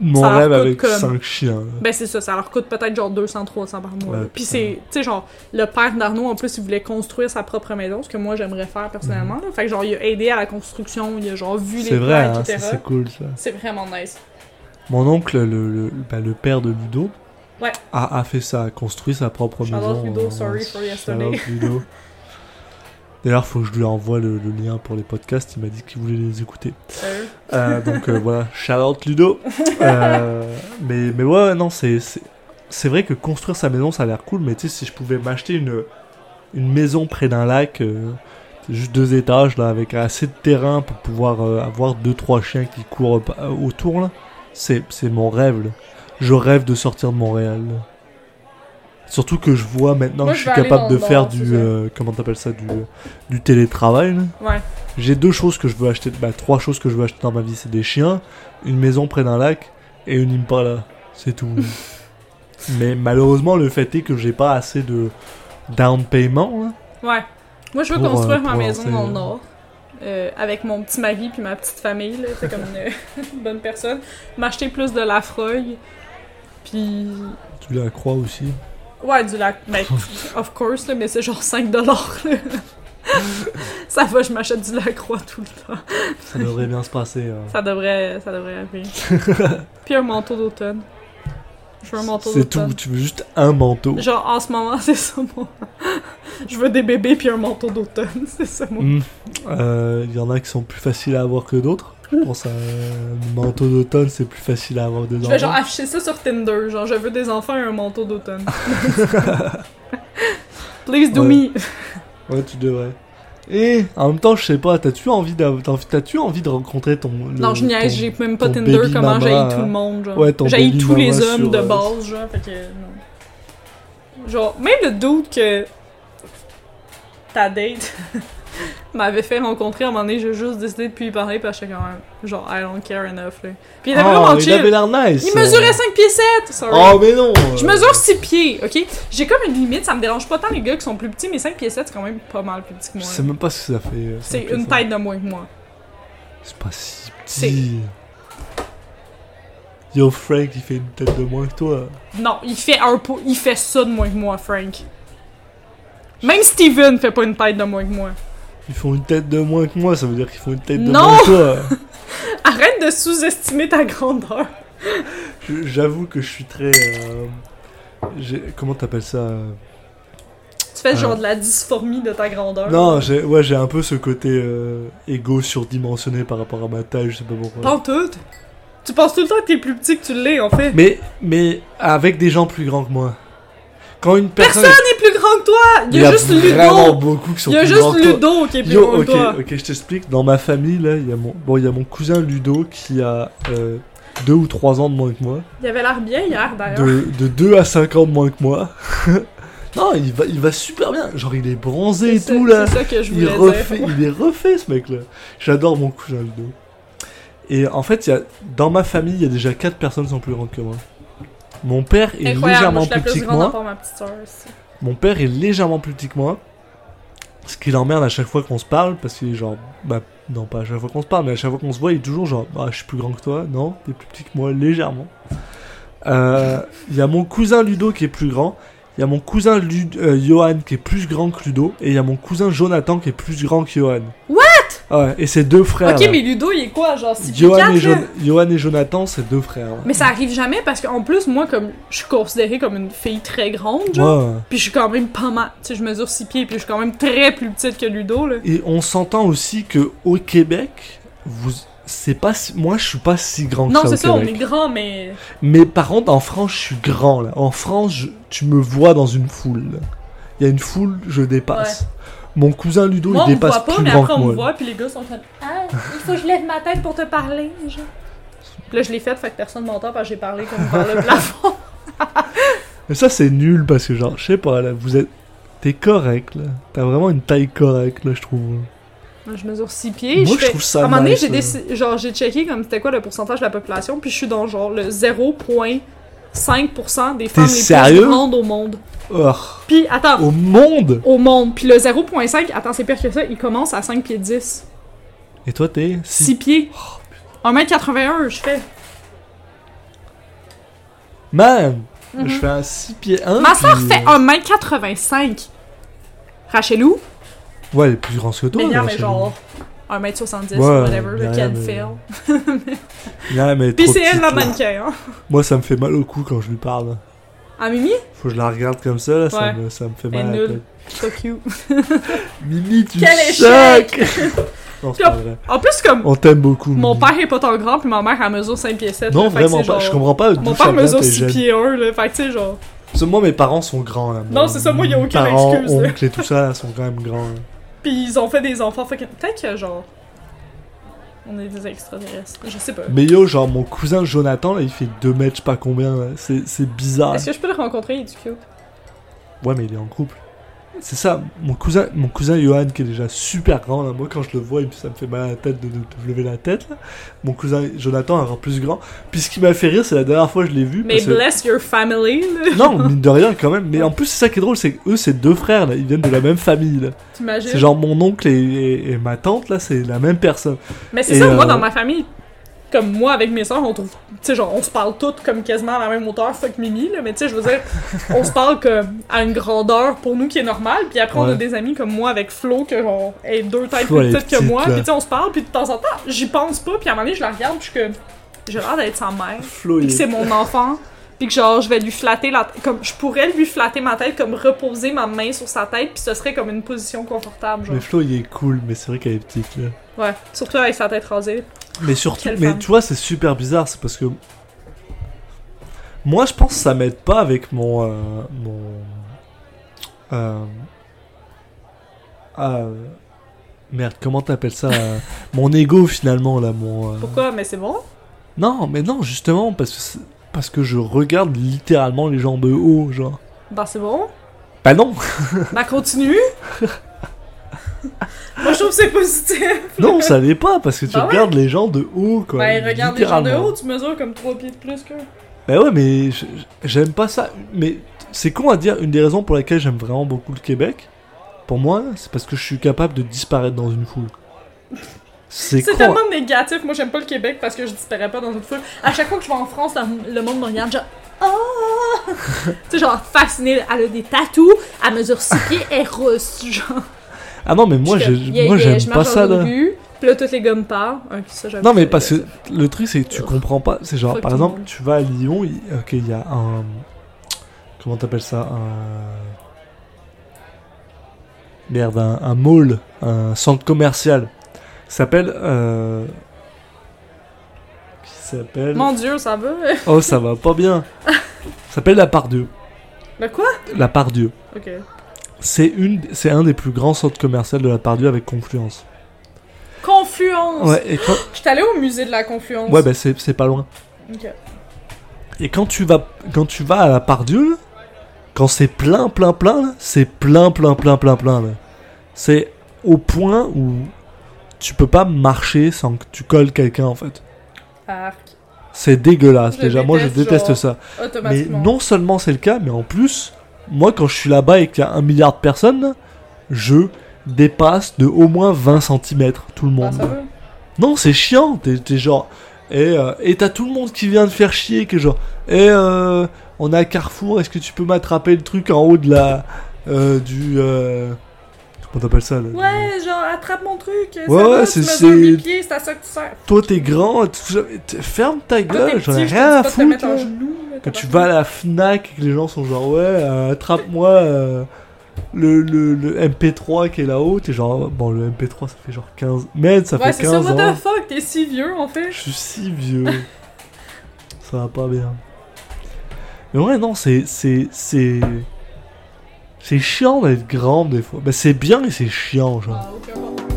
mon ça leur rêve coûte avec comme- 5 chiens. là. Ben c'est ça, ça leur coûte peut-être genre 200, 300 par mois. Ouais, là. Puis putain. c'est, tu sais, genre, le père d'Arnaud, en plus, il voulait construire sa propre maison, ce que moi j'aimerais faire personnellement. là. Fait que genre, il a aidé à la construction, il a genre vu les Mhm. C'est vrai, plans, hein, ça, etc. c'est cool ça. C'est vraiment nice. Mon oncle, le, le, bah, le père de Ludo, Ouais. a, a fait ça, a construit sa propre Shout out maison. Ludo, euh, sorry for shout yesterday. out Ludo. D'ailleurs, faut que je lui envoie le, le lien pour les podcasts. Il m'a dit qu'il voulait les écouter. Sérieux. Euh, donc euh, voilà, shout out Ludo. Euh, mais, mais ouais, non, c'est, c'est, c'est vrai que construire sa maison, ça a l'air cool, mais tu sais, si je pouvais m'acheter une, une maison près d'un lac, euh, c'est juste deux étages, là, avec assez de terrain pour pouvoir euh, avoir deux, trois chiens qui courent pa- euh, autour, là, c'est, c'est mon rêve, là. Je rêve de sortir de Montréal. là. Surtout que je vois maintenant Moi, que je je suis vais aller capable dans de le faire nord, c'est du. ça. euh, comment t'appelles ça Du, du télétravail, là. Ouais. J'ai deux choses que je veux acheter, bah, trois choses que je veux acheter dans ma vie, c'est des chiens, une maison près d'un lac et une impala. C'est tout. Mais malheureusement, le fait est que j'ai pas assez de down payment. hein. là. Ouais. Moi, je veux Pour, euh, construire ma pour maison lancer, dans euh, le Nord. euh, avec mon petit mari puis ma petite famille, là, c'est comme une, une bonne personne. M'acheter plus de la freuille. Puis. Tu la crois aussi. Ouais, du lac. Ben, of course, là, mais c'est genre 5$. là. ça va, je m'achète du lacroix tout le temps. Ça devrait bien se passer. euh. Ça devrait, ça devrait arriver. Puis un manteau d'automne. Je veux un manteau C'est tout. d'automne. Tu veux juste un manteau. Genre en ce moment, c'est ça moi. Je veux des bébés puis un manteau d'automne, c'est ça moi. Hmm. Euh, Il y en a qui sont plus faciles à avoir que d'autres. Je pense à un manteau d'automne, c'est plus facile à avoir dedans. Je vais genre afficher ça sur Tinder, genre je veux des enfants et un manteau d'automne. Please do Ouais. me. Ouais, tu devrais. Et en même temps, je sais pas, t'as-tu envie, d'av- t'as envie- t'as-tu envie de rencontrer ton. le- non, je niaise, ton- j'ai même pas ton Tinder, baby comment mama, j'haïs euh, tout le monde, genre. ouais, ton j'haïs baby tous les mama hommes sur, de euh, base, genre, fait que non. Genre, même le doute que ta date m'avait fait rencontrer, à un moment donné, j'ai juste décidé de plus y parler, parce que j'étais quand même, genre, I don't care enough, là. Puis il avait Oh, vraiment il avait chill. l'air nice. Il euh. mesurait 5 pieds 7, sorry. Oh, mais non. Je euh. mesure 6 pieds, ok? J'ai comme une limite, ça me dérange pas tant les gars qui sont plus petits, mais 5 pieds 7 c'est quand même pas mal plus petit que Je moi. sais même pas ce que ça fait. euh, C'est ça fait une ça. tête de moins que moi. C'est pas si C'est- petit. Yo, Frank, il fait une tête de moins que toi. Non, il fait un po- il fait ça de moins que moi, Frank. Même Steven fait pas une tête de moins que moi. Ils font une tête de moins que moi, ça veut dire qu'ils font une tête de Non. moins que toi. Arrête de sous-estimer ta grandeur. Je- J'avoue que je suis très. euh, j'ai- Comment t'appelles ça euh, Tu fais Ouais. genre de la dysphorie de ta grandeur. Ah. Non, j'ai ouais, j'ai un peu ce côté euh, égo surdimensionné par rapport à ma taille, je sais pas pourquoi. Pas en tout. Tu penses tout le temps que t'es plus petit que tu l'es, en fait. Mais, mais avec des gens plus grands que moi. Quand une personne. Personne n'est plus grand que toi. Il y a, juste vraiment Ludo. beaucoup qui sont Il y a plus grands juste que toi. Ludo qui est plus Yo, grand ok, que toi. ok, je t'explique. Dans ma famille, là, il y a mon, bon, il y a mon cousin Ludo qui a euh, deux ou trois ans de moins que moi, Il avait l'air bien hier, d'ailleurs. de, de deux à cinq ans de moins que moi. non, il va, il va super bien. Genre, il est bronzé et C'est- tout là. C'est ça que je Il voulais refait, dire. il est refait ce mec-là. J'adore mon cousin Ludo. Et en fait, il y a, dans ma famille, il y a déjà quatre personnes qui sont plus grandes que moi. Mon père est Incroyable, moi, légèrement je suis la plus petit plus que grande à moi. part ma petite soeur. aussi. Mon père est légèrement plus petit que moi. Ce qui l'emmerde à chaque fois qu'on se parle, parce qu'il est genre. Bah, non, pas à chaque fois qu'on se parle, mais à chaque fois qu'on se voit, il est toujours genre. Ah, je suis plus grand que toi. Non, t'es plus petit que moi, légèrement. Euh, Il y a mon cousin Ludo qui est plus grand. Il y a mon cousin Lu- euh, Johan qui est plus grand que Ludo. Et il y a mon cousin Jonathan qui est plus grand que Johan. What Ah ouais, et ses deux frères. Ok, là. mais Ludo, il est quoi, genre 6 pieds Johan, 4, et là? Jon- Johan et Jonathan, c'est deux frères. là. Mais ça arrive jamais parce qu'en plus, moi, comme je suis considérée comme une fille très grande, genre. Ouais, ouais. Puis je suis quand même pas mal. Tu sais, je mesure 6 pieds, puis je suis quand même très plus petite que Ludo, là. Et on s'entend aussi que au Québec, vous c'est pas si- moi je suis pas si grand que Non, ça au c'est ça, on est Québec. grand, mais. Mais par contre en France, je suis grand là. En France, je- tu me vois dans une foule. là. Il y a une foule, je dépasse. Mon cousin Ludo, Moi, on il me dépasse voit pas, plus mais grand après, que on moi. me voit, puis les gars sont comme Ah, il faut que je lève ma tête pour te parler, genre. Puis Là, je l'ai faite, fait que personne m'entend parce que j'ai parlé comme par le plafond. Mais ça c'est nul parce que genre je sais pas là, vous êtes t'es correct là. T'as vraiment une taille correcte là, je trouve. Moi, je mesure 6 pieds. Moi, je fais- trouve ça À un moment donné, nice, j'ai euh. déci- genre, j'ai checké comme c'était quoi le pourcentage de la population, puis je suis dans genre le 0,5% des femmes les sérieux? plus grandes au monde. Or, Puis, attends, au monde. au monde. Puis le 0,5, attends, c'est pire que ça, il commence à 5 pieds 10. Et toi t'es 6 pieds. Oh, 1m81, je fais. Man, Mhm. je fais un euh, 6 pieds 1. Ma soeur fait 1m85. Rachelou, Ouais, elle est plus grande que toi. mais il y en là, a chez genre 1m70, Ouais, whatever, y a le rien can de- fail. nous. Non, mais elle est Puis trop c'est elle petite, la là. mannequin, hein. Moi, ça me fait mal au cou quand je lui parle. Ah, Mimi? Faut que je la regarde comme ça, là, ça, Ouais. me, ça me fait Elle mal. à est la nulle. tête. So cute. Mimi, tu Quel chocs Non, c'est pas vrai. En plus, comme On t'aime beaucoup. Mon Oh, Mimi. père est pas tant grand, puis ma mère, elle mesure 5 pieds 7. Non, vraiment pas. Je comprends pas. d'où Mon ça père vient, mesure t'es 6 jeune. pieds 1, là. Fait que, tu sais, genre. Parce que Moi, mes parents sont grands, là. Non, Mon- c'est ça, moi, y a mes aucune parents, excuse, là. oncles et tout ça, là, sont quand même grands. là. Puis ils ont fait des enfants. Fait que peut-être que, genre. On est des extraterrestres. Je sais pas. Mais yo, genre, mon cousin Jonathan, là, il fait 2 mètres, je sais pas combien. là. C'est c'est bizarre. Est-ce que je peux le rencontrer? Il est cute. Ouais, mais il est en couple. C'est ça, mon cousin, mon cousin Johan qui est déjà super grand, là, moi quand je le vois, il me- ça me fait mal à la tête de, de- de lever la tête. Là. Mon cousin Jonathan est encore plus grand. Puis ce qui m'a fait rire, c'est la dernière fois que je l'ai vu. Mais parce que- bless your family, là. Non, mine de rien quand même. Mais en plus, c'est ça qui est drôle, c'est que eux, c'est deux frères, là, ils viennent de la même famille. là. C'est T'imagines? genre mon oncle et, et- et ma tante, là, c'est la même personne. Mais c'est Et, ça, moi, euh, dans ma famille. Comme moi, avec mes soeurs, on trouve. Tu sais, genre, on se parle toutes comme quasiment à la même hauteur, fuck Mimi, là. Mais tu sais, je veux dire, on se parle comme à une grandeur pour nous qui est normale. Puis après, on Ouais. a des amis comme moi avec Flo, que genre, est deux têtes Flo, elle est plus petites que petite, moi. là. Puis tu sais, on se parle, puis de temps en temps, j'y pense pas. Puis à un moment donné, je la regarde, puis je suis comme. J'ai l'air d'être sa mère. Flo, Puis il que c'est mon enfant. Puis que genre, je vais lui flatter la. Comme, je pourrais lui flatter ma tête, comme reposer ma main sur sa tête, puis ce serait comme une position confortable, genre. Mais Flo, il est cool, mais c'est vrai qu'elle est petite. Là. Ouais. Surtout avec sa tête rasée. Mais surtout, Quelle mais femme. tu vois, c'est super bizarre, c'est parce que moi, je pense que ça m'aide pas avec mon euh, mon euh, ah, euh, merde, comment t'appelles ça euh, Mon ego finalement là, mon euh, Pourquoi? Mais c'est bon. non, mais non, justement parce que c'est- parce que je regarde littéralement les gens de haut, genre. Bah c'est bon. Bah non, Bah continue. Moi je trouve que c'est positif. non, ça l'est pas parce que tu Bah ouais. regardes les gens de haut quoi. Bah regarde les gens de littéralement. haut, tu mesures comme 3 pieds de plus que. Bah ouais, mais je- je- j'aime pas ça. Mais c'est con à dire, une des raisons pour laquelle j'aime vraiment beaucoup le Québec, pour moi, c'est parce que je suis capable de disparaître dans une foule. C'est C'est con. tellement négatif. Moi j'aime pas le Québec parce que je disparais pas dans une foule. À chaque fois que je vais en France, la- le monde me regarde genre. Oh! tu sais, genre fasciné, elle a des tatous, elle mesure 6 pieds, elle est rousse, genre. Ah non, mais moi, Je suis j'ai- comme, yeah, moi yeah, j'aime je pas marche ça. dans là. une rue, Puis là, toutes les gommes parlent. Ah, Hein, ça, j'aime Non, mais ça, parce que euh, le truc, c'est que tu Ugh. comprends pas. C'est genre, Fuck par tout le exemple, monde. tu vas à Lyon, il... ok, il y a un. Comment t'appelles ça Un. Merde, un, un mall, un centre commercial. Qui s'appelle. euh, Qui s'appelle. Mon dieu, ça va. Oh, ça va pas bien. Ça s'appelle La Part Dieu. Mais quoi? La Part Dieu. Ok. C'est une, c'est un des plus grands centres commerciaux de la Part Dieu avec Confluence. Confluence! Ouais, et quand- J'étais allée au musée de la Confluence. ouais, ben- bah c'est, c'est pas loin. Ok. Et quand tu vas, quand tu vas à la Part Dieu, là, quand c'est plein, plein, plein, là, c'est plein, plein, plein, plein, plein. là. C'est au point où tu peux pas marcher sans que tu colles quelqu'un en fait. Arc. C'est dégueulasse Je déjà. Moi, je déteste, déteste genre, ça. Mais Automatiquement. non seulement c'est le cas, mais en plus, moi quand je suis là-bas et qu'il y a un milliard de personnes, je dépasse de au moins 20 cm tout le Ah, monde. ça va. non, c'est chiant, t'es t'es genre... Et euh, et t'as tout le monde qui vient de faire chier, qui est genre... Et euh, on est à Carrefour, est-ce que tu peux m'attraper le truc en haut de la... euh, du... euh, Comment t'appelles ça, là Ouais, genre, attrape mon truc. ça ouais, va, c'est- Tu c'est- mesures mes pieds, c'est à ça que tu sers. Toi, t'es grand, tu- tu- ferme ta Toi, t'es gueule, j'en petit, ai je te rien dis pas à de te foutre. mettre là. un genou, là, Quand t'as tu pas vas à la Fnac et que les gens sont genre ouais euh, attrape-moi euh, le, le, le MP3 qui est là-haut, t'es genre bon le MP3 ça fait genre 15 mètres, ça Ouais, fait c'est ça, 15 what ans. the fuck, t'es si vieux en fait. Je suis si vieux. ça va pas bien. Mais ouais non c'est c'est c'est c'est chiant d'être grand des fois. Bah c'est bien et c'est chiant genre. Ah, aucun rapport.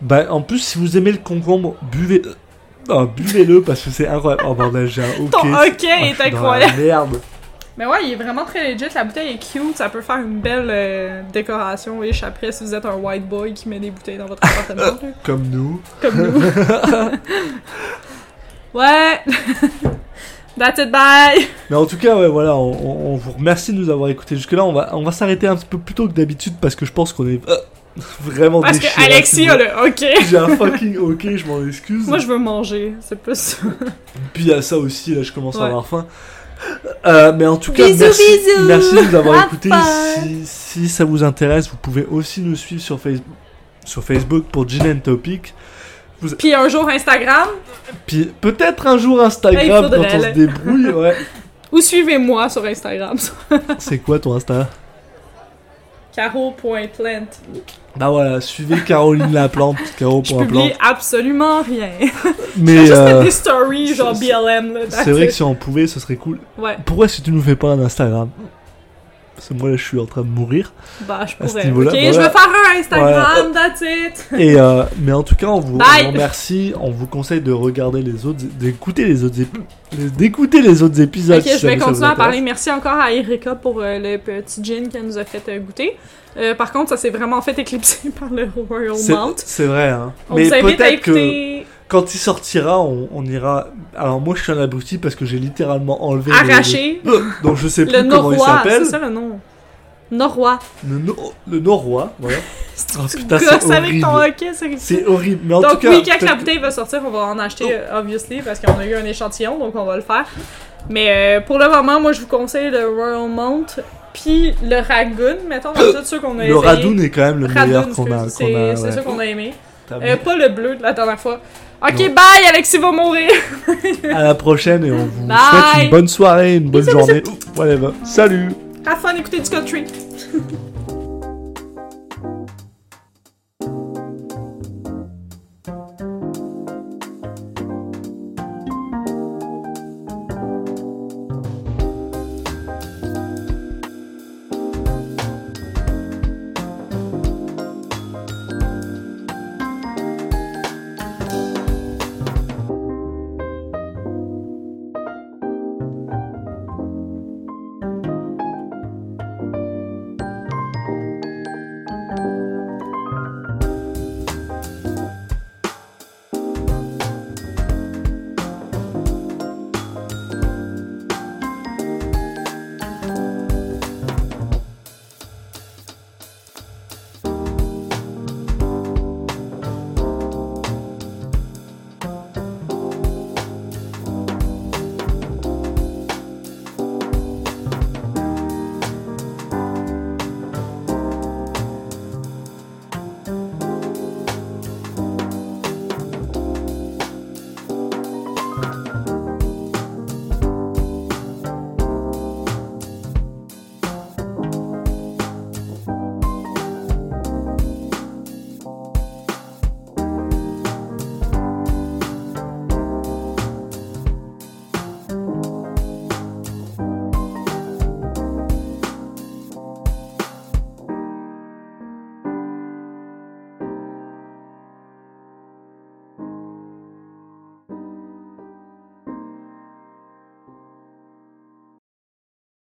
Bah en plus si vous aimez le concombre buvez ah, buvez-le parce que c'est incroyable. Oh bordel j'ai un ok. Ton ok Ah, je est suis dans la incroyable. Merde. Mais ouais, il est vraiment très legit. La bouteille est cute. Ça peut faire une belle euh, décoration. Et après, si vous êtes un white boy qui met des bouteilles dans votre appartement, là, Comme nous. comme nous. ouais. That's it, bye. Mais en tout cas, ouais, voilà, on, on- on vous remercie de nous avoir écoutés jusque-là. On va, on va s'arrêter un petit peu plus tôt que d'habitude parce que je pense qu'on est euh, vraiment Parce que déchirés. Alexis a le ok. J'ai un fucking ok, je m'en excuse. Moi, je veux manger. C'est plus ça. Puis il y a ça aussi, là, je commence à Ouais. avoir faim. Euh, mais en tout cas, Bisous, merci, bisous. merci de nous avoir Bye écoutés. bye. Si, si ça vous intéresse, vous pouvez aussi nous suivre sur Facebook, sur Facebook pour Gin and Topic. Puis un jour, Instagram. Puis peut-être un jour Il Instagram faudrait, quand on se là. débrouille. Ouais. Ou suivez-moi sur Instagram. C'est quoi ton Insta Caro.plant. Bah voilà, suivez Caroline Laplante, Caro Je pour un plan. publie absolument rien. Mais Juste euh, des stories, genre c'est- BLM. là, that's c'est vrai it. que si on pouvait, ce serait cool. Ouais, Pourquoi est-ce que tu nous fais pas un Instagram Parce que moi là, je suis en train de mourir. bah, je À ce pourrais. Ok, niveau-là, je voilà. vais faire un Instagram, that's it. Et euh, mais en tout cas, on vous, on Bye. vous remercie. On vous conseille de regarder les autres, d'écouter les autres, ép- d'écouter les autres épisodes. Ok, si je vais jamais ça vous continuer à intéresse. parler. Merci encore à Erika pour euh, le petit gin qu'elle nous a fait euh, goûter. Euh, par contre, ça s'est vraiment fait éclipser par le Royal C'est- Mount. C'est vrai. Hein. On mais vous invite à peut-être que écouter, quand il sortira, on, on ira. Alors moi, je suis un abruti parce que j'ai littéralement enlevé. le- arracher le- euh, Donc je sais plus le comment il Norrois. C'est s'appelle. ça le nom. Norrois. Le, no- le Norrois. Voilà. Oh, putain, Tu c'est gosses avec horrible. ton hockey, c'est C'est horrible. Mais en tout Donc cas, oui, quand la peut-être- Oh. bouteille va sortir, on va en acheter, euh, obviously, parce qu'on a eu un échantillon, donc on va le faire. Mais euh, pour le moment, moi, je vous conseille le Royal Mount, puis le Ragoon, mettons, dans tous ceux qu'on a le essayé. Radoun est quand même le Ragoon, meilleur qu'on a. excuse, qu'on a, C'est c'est ouais. ceux qu'on a aimé. T'as Euh, vu. pas le bleu de la dernière fois. Ok, Non. bye, Alexis va mourir! À la prochaine et on vous Bye. souhaite une bonne soirée, une bonne Bisous, journée. Whatever. Salut. Have fun, écoutez du country!